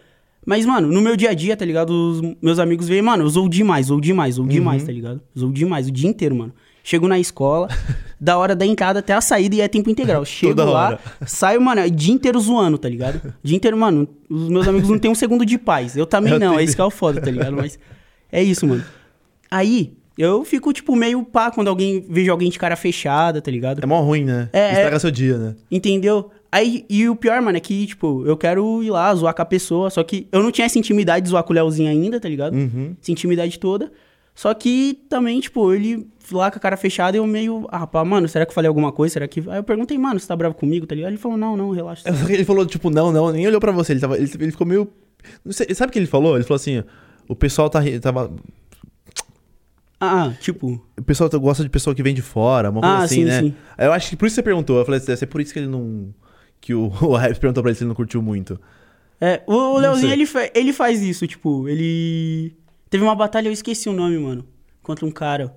Mas, mano, no meu dia a dia, tá ligado? Os meus amigos veem, mano, eu zoo demais, zoo demais, zoo demais,
Uhum.
tá ligado? Zoo demais, o dia inteiro, mano. Chego
<laughs>
na escola, da hora da entrada até a saída e é tempo integral. Chego
Toda
lá,
hora.
saio, mano, é o dia inteiro zoando, tá ligado? O dia inteiro, mano, os meus amigos não têm um segundo de paz. Eu também
Eu
não, é
entendi.
isso que é o foda, tá ligado? Mas é isso, mano. Aí, eu fico, tipo, meio pá quando alguém vejo alguém de cara fechada, tá ligado?
É mó ruim, né?
É,
Estraga seu dia, né?
Entendeu? Aí, e o pior, mano, é que, tipo, eu quero ir lá zoar com a pessoa, só que eu não tinha essa intimidade de zoar com o Leozinho ainda, tá ligado?
Uhum.
Essa intimidade toda. Só que também, tipo, ele lá com a cara fechada, eu meio, ah, pá, mano, será que eu falei alguma coisa? Será que. Aí eu perguntei, mano, você tá bravo comigo, tá ligado? Ele falou, não, não, relaxa.
É, só que Ele falou, tipo, não, não, nem olhou pra você. Ele, tava, ele, ele ficou meio. Não sei, sabe o que ele falou? Ele falou assim: o pessoal tá. ri- Tava,
Ah, ah, tipo,
o pessoal tá- gosta de pessoa que vem de fora, uma coisa
Ah,
assim,
sim,
né?
sim.
Aí Eu acho que por isso você perguntou. Eu falei, deve ser por isso que ele não. Que o, <laughs> o Hype perguntou pra ele se ele não curtiu muito.
É, o, o
sei.
Leozinho, ele, fa- ele faz isso, tipo, ele... Teve uma batalha, eu esqueci o nome, mano, contra um cara.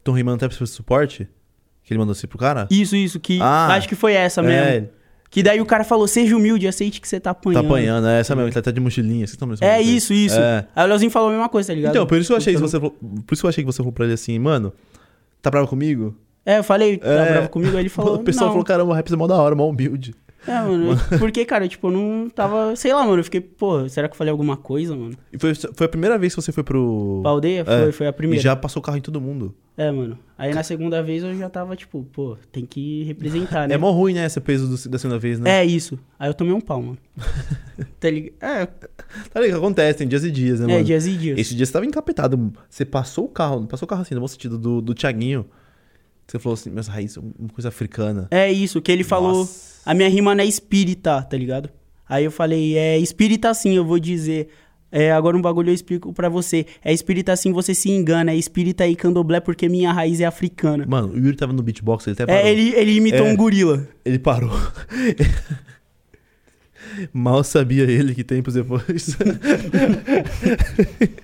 Então rimando até pra esse suporte? Que ele mandou assim pro cara?
Isso, isso, que
Ah.
acho que foi essa
É,
mesmo. Que daí o cara falou, seja humilde, aceite que você tá
Tá
apanhando.
apanhando, é essa mesmo, ele tá até de mochilinha. Vocês estão mesmo
É isso, isso.
É.
Aí o Leozinho falou a mesma coisa, tá ligado?
Então, por isso que eu achei que
Então-
você falou, por isso que eu achei que você falou pra ele assim, mano, tá bravo comigo?
É, eu falei, tá
É.
bravo comigo, aí
<laughs>
ele falou,
o pessoal
não.
falou, caramba, o rap é mó da hora, mó humilde.
É, mano,
<laughs>
eu- porque, cara, tipo, eu não tava... Sei lá, mano, eu fiquei, pô, será que eu falei alguma coisa, mano?
E foi, foi a primeira vez que você foi pro.
Pra aldeia, foi, foi a primeira.
E É. já passou o carro em todo mundo.
É, mano. Aí na segunda vez eu já tava, tipo, pô, tem que representar, né?
É mó ruim, né, esse peso do- da segunda vez, né?
É isso. Aí eu tomei um
<laughs>
pau, mano. tá ligado? É,
Tá ligado, acontece, tem dias e dias, né,
é
mano?
dias e dias.
Esse dia você tava encapetado. Você passou o carro, não passou o carro assim, no bom sentido, do, do Thiaguinho. Você falou assim, meus raízes, uma coisa africana.
É isso, que ele falou.
Nossa.
A minha rima não é espírita, tá ligado? Aí eu falei, é espírita sim, eu vou dizer. É, agora um bagulho eu explico pra você. É espírita sim, você se engana. É espírita e candomblé porque minha raiz é africana.
Mano, o Yuri tava no beatbox, ele até parou.
É, ele, ele imitou
É.
um gorila.
Ele parou. <laughs> Mal sabia ele que tempos depois. <laughs>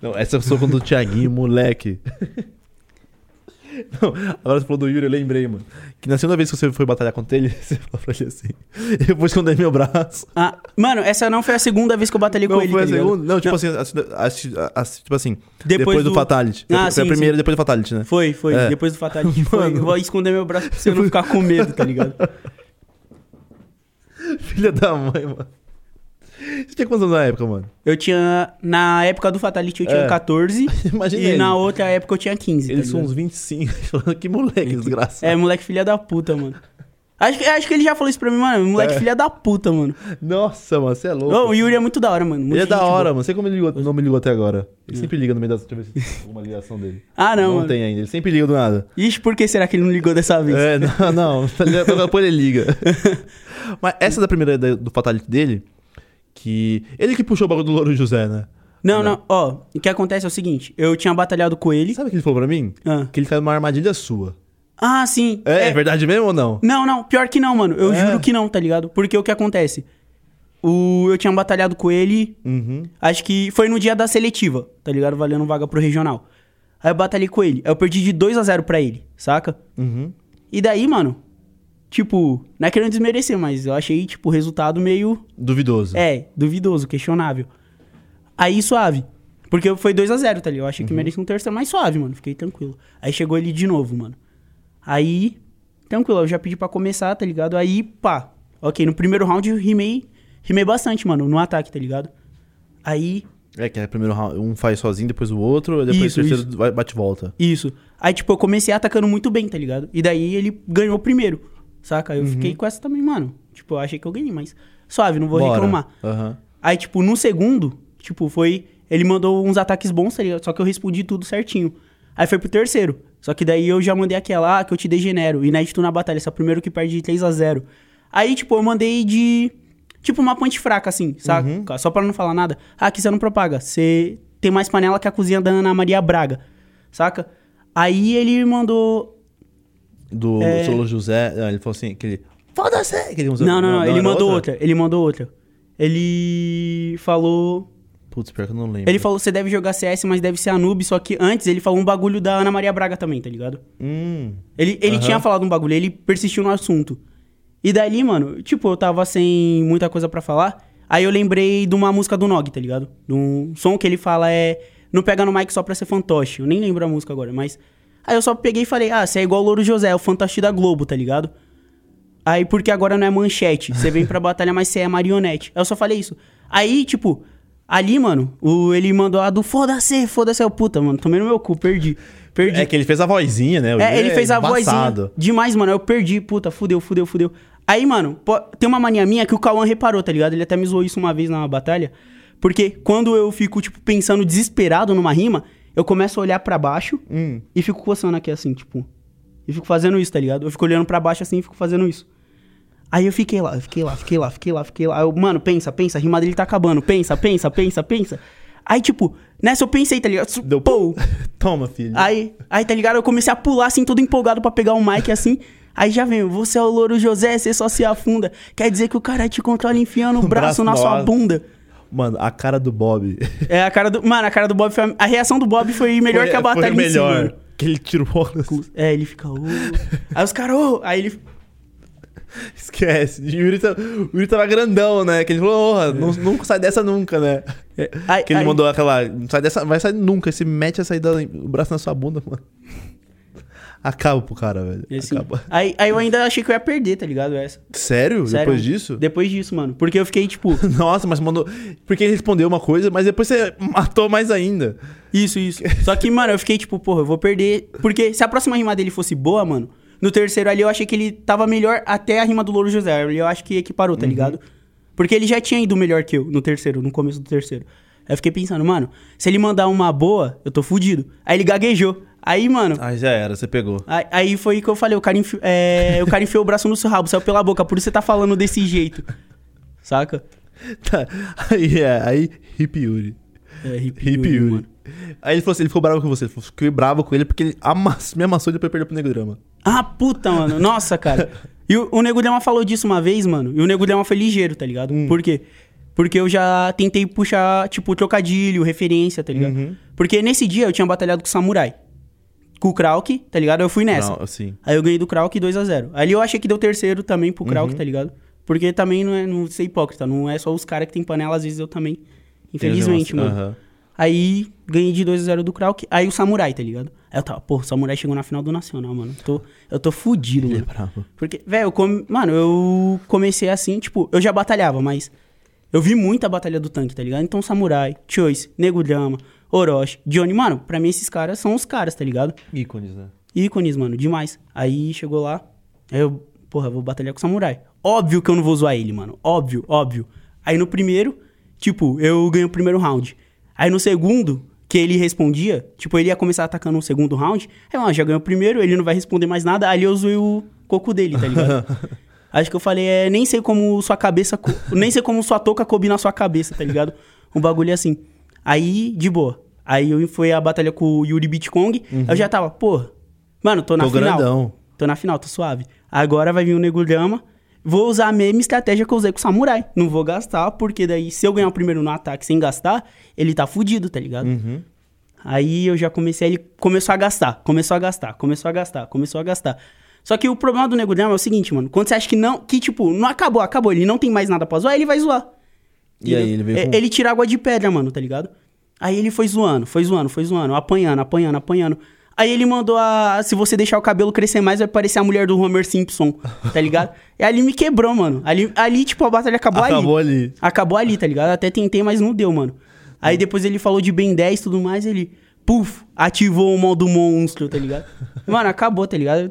Não, essa soco do Thiaguinho, moleque. Não, agora você falou do Yuri, eu lembrei, mano. Que na segunda vez que você foi batalhar contra ele, <laughs> você falou pra ele assim: Eu vou esconder meu braço.
Ah, mano, essa não foi a segunda vez que eu batalhei
Não,
com ele,
foi
tá
a
ligado?
segunda? Não, tipo assim, a- a- a- a- tipo assim, depois, do... Fatality.
Ah,
foi a
sim,
primeira, depois do Fatality, né?
Foi, foi.
É.
Depois do Fatality. Foi. Eu vou esconder meu braço pra você não ficar com medo, tá ligado?
<laughs> Filha da mãe, mano. Você tinha quantos anos na época, mano?
Eu tinha. Na época do Fatality eu tinha
É.
14.
<laughs> Imagina
e
ele.
na outra época eu tinha 15. tá
Eles são
ligado?
uns 25, <laughs> falando que moleque, desgraçado.
É, moleque filha da puta, mano. Acho que, acho que ele já falou isso pra mim, mano. Moleque
É.
filha da puta, mano.
Nossa, mano, você é louco.
Ô, o Yuri é muito da hora, mano. Muito
ele é da
gente
hora,
boa.
mano. Não sei como ele ligou- não me ligou até agora. Ele sempre liga no meio da. Deixa eu ver se tem alguma ligação dele.
Ah, não,
Não
mano.
tem ainda. Ele sempre liga do nada.
Ixi, por que será que ele não ligou dessa vez?
É, não, <laughs> não. Tá ligado?
<laughs>
Depois ele liga. Mas essa da primeira da- do Fatality dele, que. Ele que puxou o bagulho do Louro José, né?
Não, não, ó, o que acontece é o seguinte, eu tinha batalhado com ele.
Sabe o que ele falou pra mim?
Ah.
Que ele caiu numa armadilha sua.
Ah, sim.
É,
é.
é verdade mesmo ou não?
Não, não, pior que não, mano. Eu
É.
juro que não, tá ligado? Porque o que acontece? O, eu tinha batalhado com ele,
Uhum.
acho que foi no dia da seletiva, tá ligado? Valendo vaga pro regional. Aí eu batalhei com ele. Aí eu perdi de 2 a 0 pra ele, saca?
Uhum.
E daí, mano, tipo, não é querendo desmerecer, mas eu achei, tipo, o resultado meio
Duvidoso.
É, duvidoso, questionável. Aí suave. Porque foi 2 a 0 tá ligado? Eu achei que merecia um terceiro mais suave, mano. Fiquei tranquilo. Aí chegou ele de novo, mano. Aí, tranquilo, eu já pedi pra começar, tá ligado? Aí, pá. Ok, no primeiro round eu rimei, rimei bastante, mano, no ataque, tá ligado? Aí,
É, que é primeiro round, um faz sozinho, depois o outro, e depois
Isso,
o terceiro vai- bate e volta.
isso. Aí, tipo, eu comecei atacando muito bem, tá ligado? E daí ele ganhou o primeiro, saca? Eu fiquei com essa também, mano. Tipo, eu achei que eu ganhei, mas suave, não vou
Bora.
reclamar.
Aham.
Aí, tipo, no segundo, tipo, foi. Ele mandou uns ataques bons, tá ligado? Só que eu respondi tudo certinho. Aí foi pro terceiro. Só que daí eu já mandei aquela ah, que eu te degenero. Inédito na batalha. Esse é o primeiro que perde de 3 a 0 Aí, tipo, eu mandei de. Tipo, uma ponte fraca, assim, saca? Só pra não falar nada. Ah, que você não propaga. Você tem mais panela que a cozinha da Ana Maria Braga. Saca? Aí ele mandou.
Do Solo José, ah, ele falou assim, aquele... Foda-se! Aquele uns-
É. Não, não, não. Ele
era
mandou outra? Ele mandou outra. Ele falou.
Putz, pior que eu não lembro.
Ele falou, você deve jogar CS, mas deve ser a noob, só que antes ele falou um bagulho da Ana Maria Braga também, tá ligado?
Hum,
Ele, ele
Aham.
tinha falado um bagulho, ele persistiu no assunto. E dali, mano, tipo, eu tava sem muita coisa pra falar, aí eu lembrei de uma música do Nog, tá ligado? De um som que ele fala é, não pega no mic só pra ser fantoche, eu nem lembro a música agora, mas... Aí eu só peguei e falei, ah, você é igual o Louro José, é o fantoche da Globo, tá ligado? Aí, porque agora não é manchete. Você vem pra batalha, mas você é marionete. Eu só falei isso. Aí, tipo, ali, mano, o, ele mandou a do foda-se, foda-se, eu puta, mano. Tomei no meu cu, perdi. Perdi.
É que ele fez a vozinha, né? O
É,
dia
ele fez a vozinha
embaçado.
demais, mano. Eu perdi, puta, fudeu, fudeu, fudeu. Aí, mano, pô, tem uma mania minha que o Cauã reparou, tá ligado? Ele até me zoou isso uma vez na batalha. Porque quando eu fico, tipo, pensando desesperado numa rima, eu começo a olhar pra baixo
Hum.
e fico coçando aqui assim, tipo. E fico fazendo isso, tá ligado? Eu fico olhando pra baixo assim e fico fazendo isso. Aí eu fiquei lá, eu fiquei lá, fiquei lá, fiquei lá, fiquei lá. Aí eu, mano, pensa, pensa, a rima dele tá acabando. Pensa, pensa, pensa, pensa. Aí, tipo, nessa eu pensei, tá ligado?
Deu-
Pô,
<laughs> Toma, filho.
Aí, aí, tá ligado? Eu comecei a pular, assim, todo empolgado pra pegar o mic, assim. Aí já vem, você é o louro José, você só se afunda. Quer dizer que o cara te
<laughs>
controla enfiando o braço,
braço
na
no
sua
ar.
bunda.
Mano, a cara do Bob.
É, a cara do... Mano, a cara do Bob foi... A, a reação do Bob foi
<laughs>
melhor
Foi-
que a batalha
foi
em si,
melhor.
mano.
que ele tirou...
É, ele fica... "Ô". Aí os caras... "Ô". Aí ele...
<laughs> Esquece. E o Yuri, tá- o Yuri tava grandão, né? Que ele falou,
É.
porra, não, nunca sai dessa nunca, né?
Aí,
Que ele
aí-
mandou aquela. "Não Sai dessa, vai sair nunca. Esse mete a saída o braço na sua bunda, mano. <laughs> Acaba pro cara, velho.
É, sim.
Acaba.
Aí, aí eu ainda achei que eu ia perder, tá ligado? Essa.
Sério?
Sério.
Depois disso?
Depois disso, mano. Porque eu fiquei, tipo...
<laughs> Nossa, mas mandou. Porque ele respondeu uma coisa, mas depois você matou mais ainda.
Isso, isso. Só que, mano, eu fiquei tipo, porra, eu vou perder. Porque se a próxima rima dele fosse boa, mano, no terceiro ali eu achei que ele tava melhor até a rima do Louro José. Ali eu acho que equiparou, tá ligado? Porque ele já tinha ido melhor que eu no terceiro, no começo do terceiro. Aí eu fiquei pensando, mano, se ele mandar uma boa, eu tô fudido. Aí ele gaguejou. Aí, mano.
Ah, já era, você
<laughs>
pegou.
Aí, aí foi que eu falei, o cara, enfi- é, o cara enfiou o braço no seu rabo, saiu pela boca, por isso você tá falando desse jeito. Saca?
Tá. Aí, é, aí, Hip Yuri.
É, hip,
Hip
Yuri,
Yuri.
mano.
Aí ele falou assim, ele ficou bravo com você. Ele falou, fiquei bravo com ele porque ele amassou, me amassou e depois perdeu pro Negrama.
Ah, puta, mano. Nossa, cara. E o, o Nego Lhama falou disso uma vez, mano. E o Nego Lhama foi ligeiro, tá ligado? Por quê? Porque eu já tentei puxar, tipo, trocadilho, referência, tá ligado? Porque nesse dia eu tinha batalhado com o Samurai. Com o Krauk, tá ligado? Eu fui nessa.
Não, assim.
Aí eu ganhei do Krauk 2x0. Ali eu achei que deu terceiro também pro Krauk, tá ligado? Porque também não é não ser hipócrita, não é só os caras que tem panela, às vezes eu também. Infelizmente,
Tem as
mano.
remas- Aham.
Aí ganhei de 2x0 do Krauk. Aí o Samurai, tá ligado? Aí eu tava, pô, o Samurai chegou na final do Nacional, mano. Eu tô, eu tô fudido,
Ele é
mano.
bravo.
Porque, velho, eu come- mano, eu comecei assim, tipo, eu já batalhava, mas eu vi muita batalha do tanque, tá ligado? Então Samurai, Choice, Nego Drama, Orochi, Johnny, mano, pra mim esses caras são os caras, tá ligado?
Ícones, né?
Ícones, mano, demais. Aí chegou lá, aí eu, porra, vou batalhar com o samurai. Óbvio que eu não vou zoar ele, mano. Óbvio, óbvio. Aí no primeiro, tipo, eu ganho o primeiro round. Aí no segundo, que ele respondia, tipo, ele ia começar atacando o segundo round. Aí, ó, já ganhou o primeiro, ele não vai responder mais nada. Ali eu zoei o coco dele, tá ligado? Acho que eu falei, é, nem sei como sua cabeça. co- nem sei como sua touca coube na sua cabeça, tá ligado? Um bagulho assim. Aí, de boa. Aí eu foi a batalha com o Yuri Bitcoin. Eu já tava, pô, mano, tô na
Tô
final.
grandão.
Tô na final, tô suave. Agora vai vir o Nego Lhama. Vou usar a mesma estratégia que eu usei com o Samurai. Não vou gastar, porque daí se eu ganhar o primeiro no ataque sem gastar, ele tá fudido, tá ligado?
Uhum.
Aí eu já comecei, ele começou a gastar, começou a gastar, começou a gastar, começou a gastar. Só que o problema do Nego Drama é o seguinte, mano. Quando você acha que não, que tipo, não acabou, acabou, ele não tem mais nada pra zoar, ele vai zoar.
E aí, ele veio
É,
com-
Ele tira água de pedra, mano, tá ligado? Aí ele foi zoando, foi zoando, foi zoando, apanhando, apanhando, apanhando. Aí ele mandou a. Se você deixar o cabelo crescer mais, vai parecer a mulher do Homer Simpson, tá ligado? e ali me quebrou, mano. Ali, ali tipo, a batalha acabou, ali.
Acabou ali.
Acabou ali, tá ligado? Até tentei, mas não deu, mano. Aí depois ele falou de Ben 10 e tudo mais, ele. Puf, ativou o modo monstro, tá ligado? Mano, acabou, tá ligado?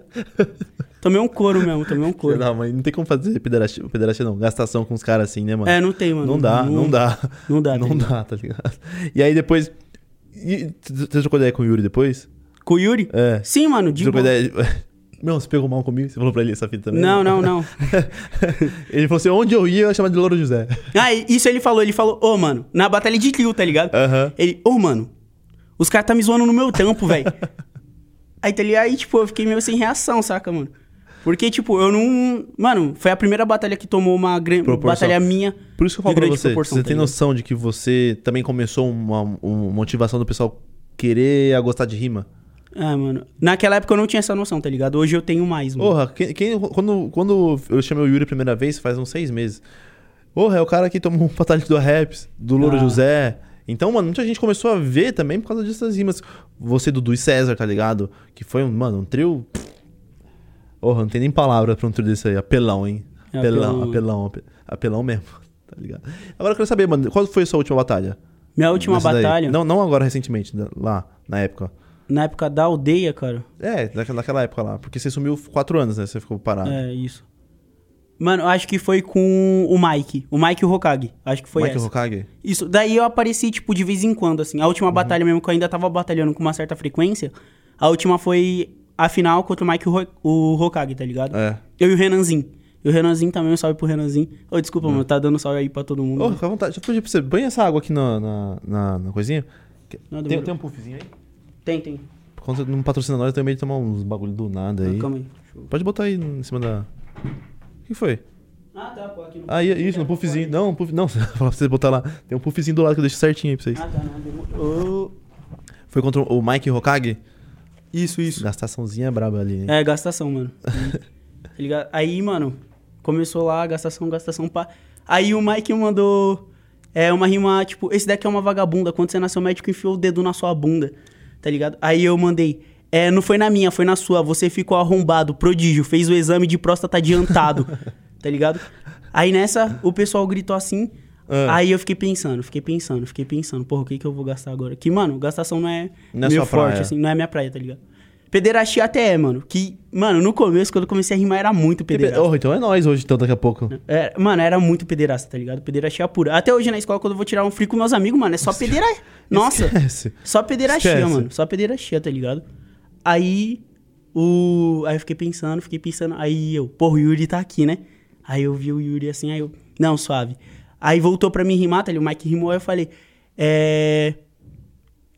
Tomei um couro mesmo, tomei um couro.
Não, mas não tem como fazer pederastia, pederastia não, gastação com os caras assim, né, mano?
É, não tem, mano.
Não dá, não dá.
não dá, tá
Não dá, tá ligado? E aí depois. e- Você trocou ideia com o Yuri depois?
Com o Yuri?
É.
Sim, mano, de
trocou
boa.
ideia. <laughs> Não, você pegou mal comigo? Você falou pra ele essa fita também?
Não, não, não.
<laughs> Ele falou assim: onde eu ia, eu ia chamar de Louro José.
<laughs> Ah, e- isso ele falou, ele falou, ô, mano, na batalha de trio, tá ligado?
Aham.
Ele, ô, mano, os caras tá me zoando no meu
<laughs>
tampo, velho. aí, tá ligado? Aí, tipo, eu fiquei meio sem reação, saca, mano? Porque, tipo, eu não. Mano, foi a primeira batalha que tomou uma grande.
Proporção.
Batalha minha.
Por isso que eu falo
de
pra
grande
você,
proporção,
você
tá
tem
ligado?
noção de que você também começou uma, uma motivação do pessoal querer a gostar de rima?
Ah, mano. Naquela época eu não tinha essa noção, tá ligado? Hoje eu tenho mais, mano.
Porra, quem, quem- quando, quando eu chamei o Yuri a primeira vez, faz uns seis meses. Porra, é o cara que tomou um fatality do Raps, do Louro
Ah.
José. Então, mano, muita gente começou a ver também por causa dessas rimas. Você, Dudu e César, tá ligado? Que foi um, mano, um trio. Porra, não tem nem palavra pra um trio desse aí. Apelão, hein?
É,
Apelão,
apelão.
apelão, ape- apelão mesmo, <laughs> tá ligado? Agora eu quero saber, mano, qual foi a sua última batalha?
Minha última
Nessa daí?
batalha,
Não, não agora recentemente, da- lá, na época.
na época da aldeia, cara.
É, naquela- naquela época lá. Porque você sumiu quatro anos, né? Você ficou parado.
É, isso. Mano, eu acho que foi com o Mike. O Mike e o Hokage. Acho que foi
Michael
essa.
Hokage?
Isso, daí eu apareci, tipo, de vez em quando, assim. A
Uhum.
última batalha mesmo, que eu ainda tava batalhando com uma certa frequência, a última foi a final contra o Mike e o Ho- o Hokage, tá ligado?
É.
Eu e o Renanzinho. E o Renanzinho também, um salve pro Renanzinho. Ô, desculpa, mano, tá dando salve aí pra todo mundo.
Uhum. Ô, fica à vontade. Deixa eu pedir pra você. Banha essa água aqui na, na, na- na coisinha. Que-
Não,
tem,
demorou.
tem um puffzinho aí?
Tem, tem.
Por conta de não patrocina nós, eu tenho medo de tomar uns bagulho do nada aí.
Ah, calma aí. Deixa eu-
Pode botar aí em cima da. O que foi?
Ah, tá, pô, aqui não.
Ah, e- isso, no
tá
puffzinho. Não, um puff. Não, <laughs> falar pra vocês botar lá. Tem um puffzinho do lado que eu deixo certinho aí pra vocês.
Ah, tá, não, demorou. Ô,
Foi contra o Mike Hokage?
Isso, isso.
Gastaçãozinha braba ali, hein?
É,
<laughs>
gastação, mano. Tá ligado? Aí, mano, começou lá, gastação, gastação, pá. Aí o Mike mandou é, uma rima, tipo, esse daqui é uma vagabunda. Quando você nasceu, o médico enfiou o dedo na sua bunda, tá ligado? Aí eu mandei, é, não foi na minha, foi na sua. Você ficou arrombado, prodígio, fez o exame de
<laughs>
próstata adiantado, tá ligado? Aí nessa, o pessoal gritou assim.
Ah.
Aí eu fiquei pensando, fiquei pensando, fiquei pensando, porra, o que que eu vou gastar agora? Que, mano, gastação não é,
Não é
meio
sua
forte,
praia.
assim não é minha praia, tá ligado? Pederastia até é, mano. Que, mano, no começo, quando eu comecei a rimar, era muito
Que pe-
pederasta.
Ô, então é nós hoje, então, daqui a pouco.
É, mano, era muito pederasta, tá ligado? Pederastia pura. Até hoje na escola, quando eu vou tirar um frio com meus amigos, mano, é só pederastia.
<laughs>
Nossa,
Esquece.
só pederastia,
Esquece.
mano. Só pederastia, tá ligado? Aí, o... Aí eu fiquei pensando, fiquei pensando. Aí eu, porra, o Yuri tá aqui, né? Aí eu vi o Yuri assim, aí eu, não, suave. Aí voltou pra mim rimar, tá ligado? O Mike rimou, aí eu falei, é...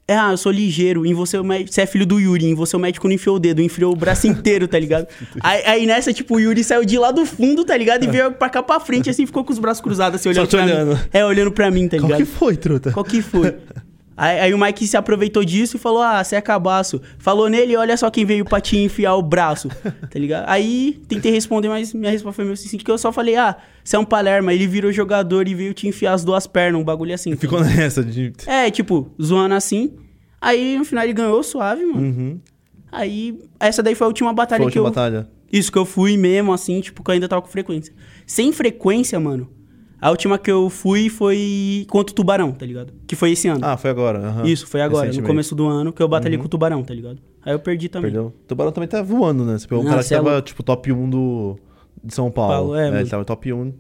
É, ah, eu sou ligeiro, em você, o mé- você é filho do Yuri, em você o médico não enfiou o dedo, enfiou o braço inteiro,
<laughs>
tá ligado? aí, aí nessa, tipo, o Yuri saiu de lá do fundo, tá ligado? E veio pra cá pra frente, assim, ficou com os braços cruzados, assim,
Só
olhando
te
pra mim.
olhando.
É, olhando pra mim, tá
Qual
ligado?
que foi, truta?
Qual que foi? Aí, aí o Mike se aproveitou disso e falou: Ah, você é cabaço. Falou nele, olha só quem veio pra te enfiar o braço. Tá ligado? Aí tentei responder, mas minha resposta foi meio assim, que eu só falei: Ah, você é um palerma. Ele virou jogador e veio te enfiar as duas pernas, um bagulho assim.
Ficou nessa de.
É, tipo, zoando assim. Aí no final ele ganhou suave, mano.
Uhum.
Aí essa daí foi a última batalha
Foi a
que
última
eu.
batalha.
Isso que eu fui mesmo, assim, tipo, que eu ainda tava com frequência. Sem frequência, mano. A última que eu fui foi contra o Tubarão, tá ligado? Que foi esse ano.
Ah, foi agora. aham.
Isso, foi agora, no
Recentemente. Uhum.
começo do ano, que eu batalhei com o Tubarão, tá ligado? Aí eu perdi também.
Perdeu. O Tubarão também tá voando, né? Você pegou um
Ah,
cara que
cê é
tava,
louco.
tipo, top 1 do... de São Paulo.
Paulo, é,
ele
mano.
tava top 1.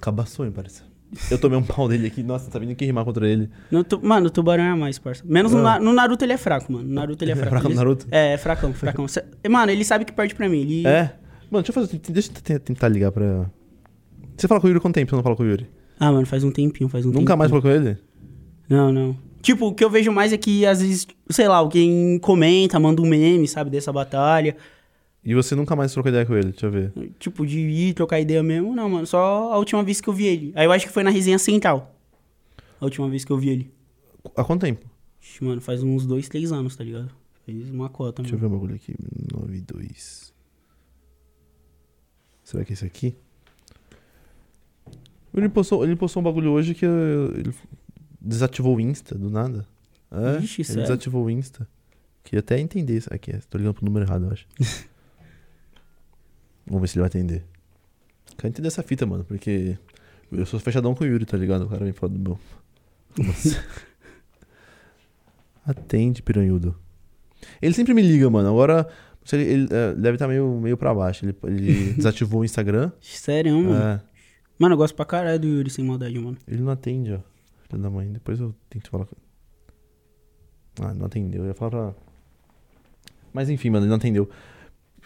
Cabaçou, hein, parece. Eu tomei um pau dele aqui. Nossa, não sabia nem quem rimar contra ele.
No tu- Mano, o Tubarão é a mais, parça. Menos no,
Ah.
Na- no Naruto ele é fraco, mano. No
<laughs>
Naruto ele é fraco.
fraco no
Ele-
Naruto?
É, é fracão, fracão. Cê- Mano, ele sabe que perde pra mim. Ele...
É? Mano, deixa eu fazer... Deixa eu te- tentar ligar pra...
Hum.
Você fala com o Yuri quanto tempo você não fala com o Yuri?
Ah, mano, faz um tempinho, faz um
Nunca
tempinho.
mais falou com ele?
Não, não. Tipo, o que eu vejo mais é que, às vezes, sei lá, alguém comenta, manda um meme, sabe, dessa batalha.
E você nunca mais trocou ideia com ele, deixa eu ver.
Tipo, de ir trocar ideia mesmo, não, mano. Só a última vez que eu vi ele. Aí eu acho que foi na resenha central. A última vez que eu vi ele.
Há quanto tempo?
Ixi, mano, faz uns dois, três anos, tá ligado? Fez uma cota,
Deixa eu
mano.
ver o bagulho aqui. 92. Será que é esse aqui? Ele postou, ele postou um bagulho hoje que eh, ele desativou o Insta do nada. É,
Ixi,
ele
sério?
desativou o Insta. Queria até entender isso aqui. é, Tô ligando pro número errado, eu
<laughs>
acho. Vamos ver se ele vai atender. Quero entender essa fita, mano, porque eu sou fechadão com o Yuri, tá ligado? O cara me fala do meu.
<laughs>
Nossa. Atende, piranhudo. Ele sempre me liga, mano. Agora, não sei, ele, eh, deve estar meio, meio pra baixo. Ele,
<laughs>
ele desativou o Instagram.
Sério, mano.
É,
Mano, eu gosto pra caralho do Yuri sem maldade, mano.
ele não atende, ó. Filho da mãe. Depois eu tento falar com Ah, não atendeu. Eu ia falar pra. Mas enfim, mano, ele não atendeu.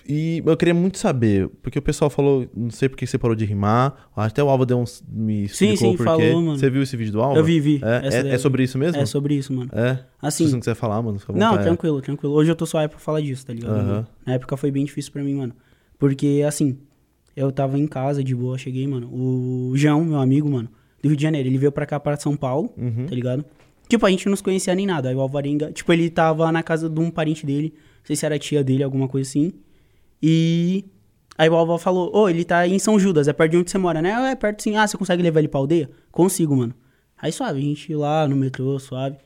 E eu queria muito saber, porque o pessoal falou, não sei por que você parou de rimar. Até o Alva deu uns, me
Sim,
explicou
sim,
por
falou,
quê.
mano.
Você viu esse vídeo do Alva?
Eu vi, vi.
É,
Essa
é-
daí-
é sobre isso mesmo?
É sobre isso, mano.
É? Se
Assim,
você não quiser falar, mano, fica à
Não,
vontade. né?
tranquilo, tranquilo. Hoje eu tô só aí pra falar disso, tá ligado?
Aham.
Na época foi bem difícil pra mim, mano. Porque, assim, eu tava em casa de boa, cheguei, mano. O João, meu amigo, mano, do Rio de Janeiro, ele veio pra cá, pra São Paulo,
Uhum.
tá ligado? Tipo, a gente não se conhecia nem nada. Aí o Alvarenga, tipo, ele tava na casa de um parente dele, não sei se era tia dele, alguma coisa assim. E aí o Alva falou, ô, ele tá em São Judas, é perto de onde você mora, né? "Ah, É perto sim. Ah, você consegue levar ele pra aldeia? Consigo, mano. Aí suave, a gente ia lá no metrô, suave.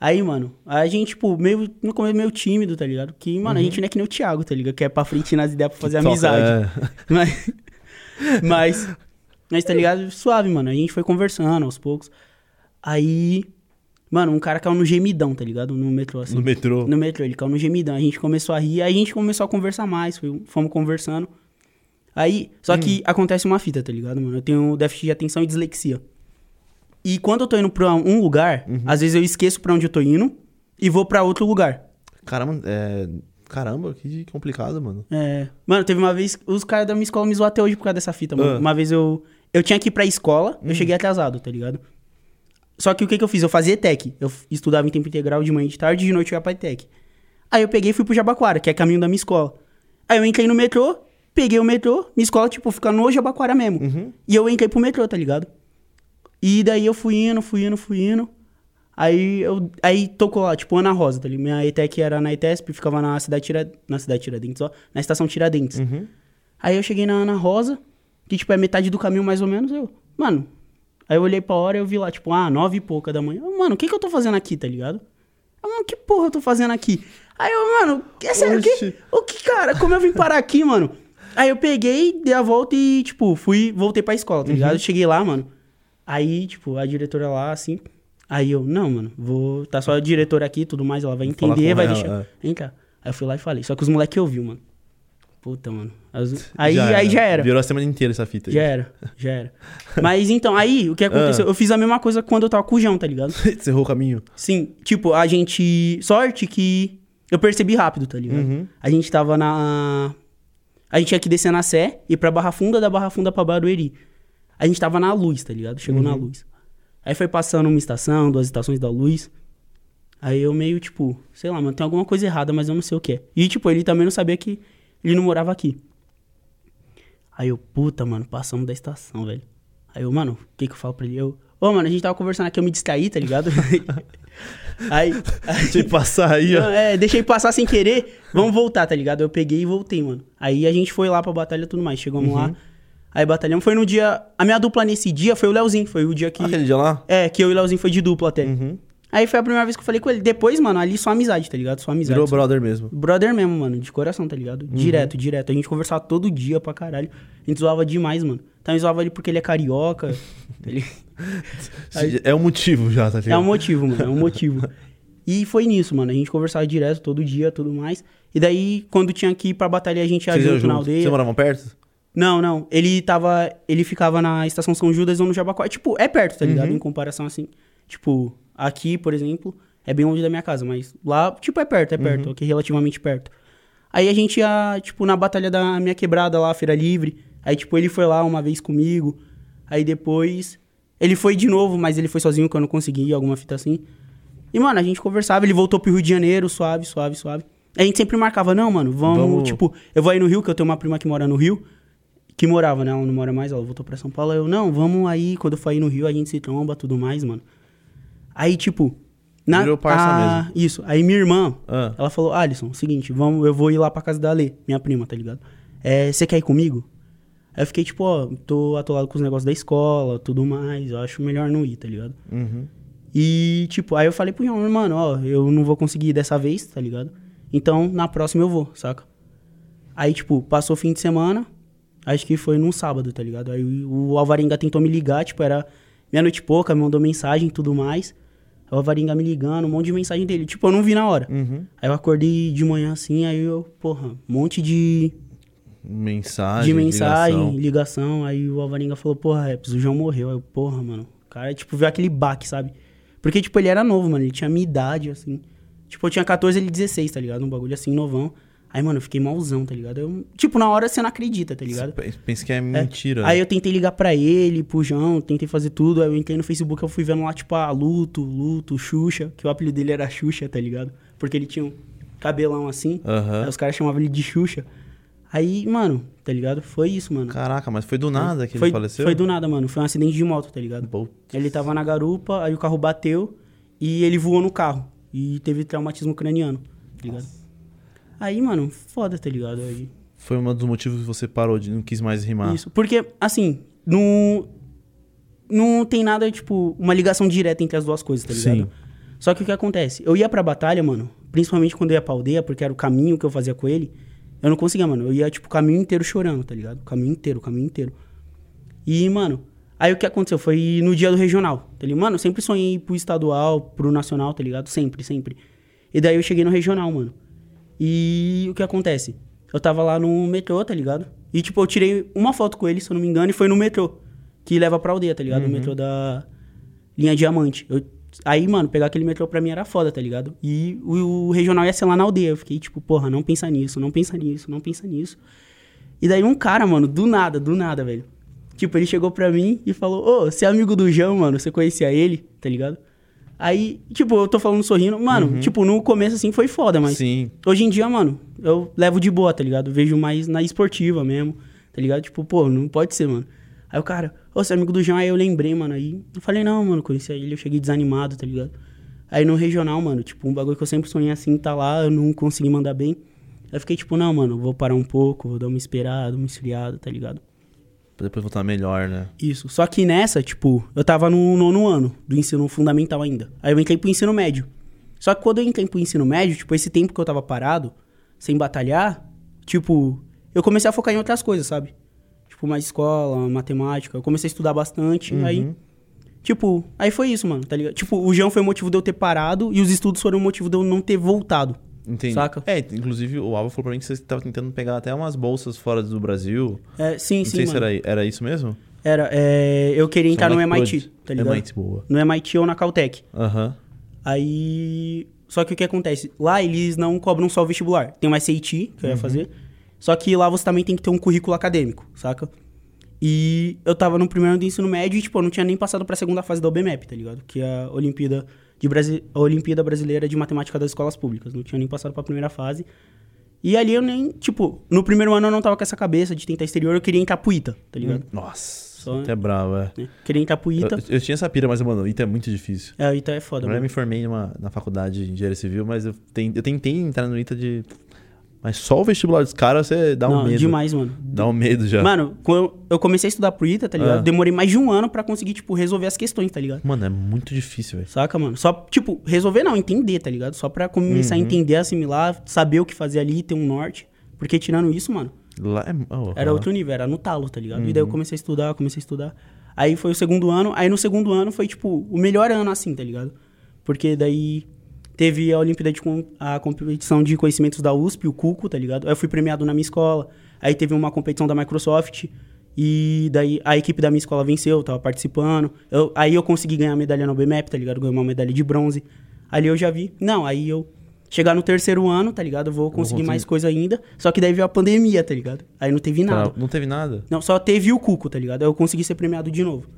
Aí, mano, a gente, tipo, meio, no começo meio tímido, tá ligado? Que, mano, a gente não é que nem o Thiago, tá ligado? Que é pra frente nas ideias pra fazer
Só-
amizade.
Uhum. é.
<laughs> Mas, mas, mas, tá ligado? Suave, mano. A gente foi conversando aos poucos. Aí, mano, um cara caiu no gemidão, tá ligado? No metrô, assim.
É, <laughs> no metrô.
No metrô, ele caiu no gemidão. A gente começou a rir, aí a gente começou a conversar mais, foi- fomos conversando. Aí, só que acontece uma fita, tá ligado, mano? Eu tenho déficit de atenção e dislexia. E quando eu tô indo pra um lugar, às vezes eu esqueço pra onde eu tô indo e vou pra outro lugar.
Caramba, é... Caramba, que complicado, mano.
É. Mano, teve uma vez. Os caras da minha escola me zoam até hoje por causa dessa fita, mano.
Ah.
Uma vez eu. Eu tinha que ir pra escola, eu cheguei atrasado, tá ligado? Só que o que, que eu fiz? Eu fazia ETEC. Eu f- estudava em tempo integral de manhã e de tarde, de noite eu ia pra ETEC. Aí eu peguei e fui pro Jabaquara, que é caminho da minha escola. Aí eu entrei no metrô, peguei o metrô, minha escola, tipo, fica no Jabaquara mesmo. E eu entrei pro metrô, tá ligado? E daí eu fui indo, fui indo, fui indo. Aí eu aí tocou lá, tipo, Ana Rosa, tá ligado? Minha ETEC era na ETESP, ficava na cidade Tira, na cidade Tiradentes, ó, na estação Tiradentes. Aí eu cheguei na Ana Rosa, que tipo é metade do caminho mais ou menos, eu, mano. Aí eu olhei pra hora e eu vi lá, tipo, ah, nove e pouca da manhã. Eu, Mano, o que que eu tô fazendo aqui, tá ligado? Eu, Mano, que porra eu tô fazendo aqui? Aí eu, mano, é sério, o
Oxi.
que, o que, cara? Como eu vim parar aqui, mano? Aí eu peguei, dei a volta e, tipo, fui, voltei pra escola, tá
Uhum.
ligado? Cheguei lá, mano. Aí, tipo, a diretora lá, assim. Aí eu, não, mano, vou. Tá só a diretora aqui e tudo mais, ela vai
falar
entender,
com
vai
ela,
deixar.
é.
Vem cá. Aí eu fui lá e falei. Só que os moleques ouviu, mano. Puta, mano.
<laughs>
As- Aí,
era.
aí já era.
Virou a semana inteira essa fita. aí. <laughs>
Já era, já era. Mas então, aí
Ah.
o que aconteceu? Eu fiz a mesma coisa quando eu tava com o João, tá ligado?
Você errou o caminho.
Sim, tipo, a gente. Sorte que eu percebi rápido, tá ligado? A gente tava na. A gente tinha que descer na Sé e pra Barra Funda, da Barra Funda pra Barueri. A gente tava na luz, tá ligado? Chegou na luz. Aí foi passando uma estação, duas estações da luz. Aí eu meio, tipo, sei lá, mano, tem alguma coisa errada, mas eu não sei o que é. E, tipo, ele também não sabia que ele não morava aqui. Aí eu, puta, mano, passamos da estação, velho. Aí eu, mano, o que que eu falo pra ele? Eu, ô, mano, a gente tava conversando aqui, eu me distraí, tá ligado? <laughs> aí, aí-
Deixa ele passar aí, ó.
não, é, deixei passar sem querer. Vamos voltar, tá ligado? Eu peguei e voltei, mano. Aí a gente foi lá pra batalha e tudo mais. Chegamos lá. Aí batalhamos. Foi no dia. A minha dupla nesse dia foi o Leozinho. Foi o dia que.
Aquele dia lá?
É, que eu e o Leozinho foi de dupla até.
Uhum.
Aí foi a primeira vez que eu falei com ele. Depois, mano, ali só amizade, tá ligado? Só amizade.
Virou Uhum.
só-
brother mesmo.
Brother mesmo, mano, de coração, tá ligado? Direto, direto. A gente conversava todo dia pra caralho. A gente zoava demais, mano. Então eu zoava ele porque ele
<laughs>
é carioca. tá ligado? Aí-
É um motivo já, tá ligado?
É um motivo, mano. É um motivo. E foi nisso, mano. A gente conversava direto todo dia, tudo mais. E daí, quando tinha que ir pra batalha, a gente ia
Vocês iam
junto na
junto? Vocês
aldeia.
moravam perto?
Não, não. Ele tava. Ele ficava na estação São Judas ou no Jabaquara. Tipo, é perto, tá ligado? Em comparação assim. Tipo, aqui, por exemplo, é bem longe da minha casa, mas lá, tipo, é perto, é perto. Aqui relativamente perto. Aí a gente ia, tipo, na batalha da minha quebrada lá, Feira Livre. Aí, tipo, ele foi lá uma vez comigo. Aí depois. Ele foi de novo, mas ele foi sozinho que eu não consegui, alguma fita assim. E, mano, a gente conversava, ele voltou pro Rio de Janeiro, suave, suave, suave. A gente sempre marcava, não, mano, vamos,
Vamos.
tipo, eu vou aí no Rio, que eu tenho uma prima que mora no Rio, que morava, né? Ela não mora mais, ela voltou pra São Paulo. Eu, não, vamos aí, quando eu for aí no Rio, a gente se tromba, tudo mais, mano. Aí, tipo. Na,
Virou parça
a- Isso. Aí minha irmã,
Ah.
ela falou, Alisson, seguinte, vamos, eu vou ir lá pra casa da Lê, minha prima, tá ligado? É, Você quer ir comigo? Aí eu fiquei, tipo, ó, tô atolado com os negócios da escola, tudo mais, eu acho melhor não ir, tá ligado?
Uhum.
E, tipo, aí eu falei pro Ion, mano, ó, eu não vou conseguir ir dessa vez, tá ligado? Então, na próxima eu vou, saca? Aí, tipo, passou o fim de semana, acho que foi num sábado, tá ligado? Aí o Alvarenga tentou me ligar, tipo, era meia-noite e pouca, me mandou mensagem e tudo mais. O Alvarenga me ligando, um monte de mensagem dele. Tipo, eu não vi na hora.
Uhum.
Aí eu acordei de manhã assim, aí eu, porra, um monte de,
Mensagem.
de mensagem,
ligação.
ligação. Aí o Alvarenga falou, porra, Reps, o João morreu. Aí eu, porra, mano. O cara, tipo, viu aquele baque, sabe? Porque, tipo, ele era novo, mano. Ele tinha a minha idade, assim. Tipo, eu tinha 14, ele 16, tá ligado? Um bagulho assim, novão. Aí, mano, eu fiquei malzão, tá ligado? Eu, tipo, na hora você não acredita, tá ligado?
Você Pensa que é mentira. né?
Aí eu tentei ligar pra ele, pro João, tentei fazer tudo. Aí eu entrei no Facebook, eu fui vendo lá, tipo, a Luto, Luto, Xuxa, que o apelido dele era Xuxa, tá ligado? Porque ele tinha um cabelão assim.
Aham.
Aí os caras chamavam ele de Xuxa. Aí, mano, tá ligado? Foi isso, mano.
Caraca, mas foi do nada que
Hum. foi,
ele faleceu?
Foi do nada, mano. Foi um acidente de moto, tá ligado?
Putz.
Ele tava na garupa, aí o carro bateu e ele voou no carro. E teve traumatismo craniano, tá ligado? Aí, mano, foda, tá ligado? Aí,
Foi um dos motivos que você parou de não quis mais rimar.
Isso. Porque, assim, não. Não tem nada, tipo, uma ligação direta entre as duas coisas, tá ligado?
Sim.
Só que o que acontece? Eu ia pra batalha, mano, principalmente quando eu ia pra aldeia, porque era o caminho que eu fazia com ele. Eu não conseguia, mano. Eu ia, tipo, o caminho inteiro chorando, tá ligado? O caminho inteiro, o caminho inteiro. E, mano, aí o que aconteceu? Foi no dia do regional, tá ligado? Mano, eu sempre sonhei em ir pro estadual, pro nacional, tá ligado? Sempre, sempre. E daí eu cheguei no regional, mano. E o que acontece? Eu tava lá no metrô, tá ligado? E, tipo, eu tirei uma foto com ele, se eu não me engano, e foi no metrô. Que leva pra aldeia, tá ligado? O metrô da linha Diamante. Eu- Aí, mano, pegar aquele metrô pra mim era foda, tá ligado? E o, o regional ia ser lá na aldeia. Eu fiquei, tipo, porra, não pensa nisso, não pensa nisso, não pensa nisso. E daí um cara, mano, do nada, do nada, velho. Tipo, ele chegou pra mim e falou, ô, você é amigo do João, mano, você conhecia ele, tá ligado? Aí, tipo, eu tô falando sorrindo. Mano, tipo, no começo, assim, foi foda, mas...
Sim.
Hoje em dia, mano, eu levo de boa, tá ligado? Vejo mais na esportiva mesmo, tá ligado? Tipo, pô, não pode ser, mano. Aí o cara, ô, você é amigo do João, aí eu lembrei, mano. Aí eu falei, não, mano, conheci ele, eu cheguei desanimado, tá ligado? Aí no regional, mano, tipo, um bagulho que eu sempre sonhei assim, tá lá, eu não consegui mandar bem. Aí eu fiquei tipo, não, mano, vou parar um pouco, vou dar uma esperada, uma esfriada, tá ligado?
Pra depois voltar melhor, né?
Isso. Só que nessa, tipo, eu tava no nono ano do ensino fundamental ainda. Aí eu entrei pro ensino médio. Só que quando eu entrei pro ensino médio, tipo, esse tempo que eu tava parado, sem batalhar, tipo, eu comecei a focar em outras coisas, sabe? Tipo, mais escola, matemática. Eu comecei a estudar bastante,
Uhum.
aí. Tipo, aí foi isso, mano, tá ligado? Tipo, o João foi o motivo de eu ter parado e os estudos foram o motivo de eu não ter voltado.
Entendi.
Saca?
É, inclusive o Alva falou pra mim que você tava tentando pegar até umas bolsas fora do Brasil.
É, sim,
não
sim,
sei
mano.
se era, era isso mesmo?
Era, é, eu queria entrar no
Só moleque
MIT,
pode.
tá ligado?
MIT, boa.
No MIT ou na Caltech.
Aham.
Aí. Só que o que acontece? Lá eles não cobram só o vestibular. Tem o SAT, que eu
Uhum.
ia fazer. Só que lá você também tem que ter um currículo acadêmico, saca? E eu tava no primeiro ano do ensino médio e, tipo, eu não tinha nem passado pra segunda fase da OBMEP, tá ligado? Que é a Olimpíada, de Brasi... a Olimpíada Brasileira de Matemática das Escolas Públicas. Não tinha nem passado pra primeira fase. E ali eu nem, tipo, no primeiro ano eu não tava com essa cabeça de tentar exterior, eu queria entrar pro ITA, tá ligado?
Nossa,
Só-
até bravo, é.
Né? Queria entrar pro
Eu,
ITA.
eu tinha essa pira, mas, mano, Ita é muito difícil.
É, o ITA é foda,
Eu
mano.
me formei numa- na faculdade de engenharia civil, mas eu, ten- eu tentei entrar no ITA de. Mas só o vestibular dos caras você dá um
Não,
medo.
demais, mano.
Dá um medo já.
Mano, quando eu- eu comecei a estudar pro ITA, tá ligado?
Ah.
Demorei mais de um ano pra conseguir, tipo, resolver as questões, tá ligado?
Mano, é muito difícil, velho.
Saca, mano? Só, tipo, resolver não, entender, tá ligado? Só pra começar a entender, assimilar, saber o que fazer ali, ter um norte. Porque tirando isso, mano,
Lá é. oh,
era
ah.
outro nível, era no talo, tá ligado? E daí eu comecei a estudar, comecei a estudar. Aí foi o segundo ano, aí no segundo ano foi, tipo, o melhor ano, assim, tá ligado? Porque daí teve a Olimpíada de com- a competição de conhecimentos da USP, o Cuco, tá ligado? Aí eu fui premiado na minha escola. Aí teve uma competição da Microsoft. E daí a equipe da minha escola venceu, eu tava participando. Eu- aí eu consegui ganhar a medalha no BMAP, tá ligado? Ganhei uma medalha de bronze. Ali eu já vi. Não, aí eu chegar no terceiro ano, tá ligado? Eu vou conseguir mais coisa ainda. Só que daí veio a pandemia, tá ligado? Aí não teve nada.
Cara, não teve nada.
Não, só teve o Cuco, tá ligado? Aí eu consegui ser premiado de novo.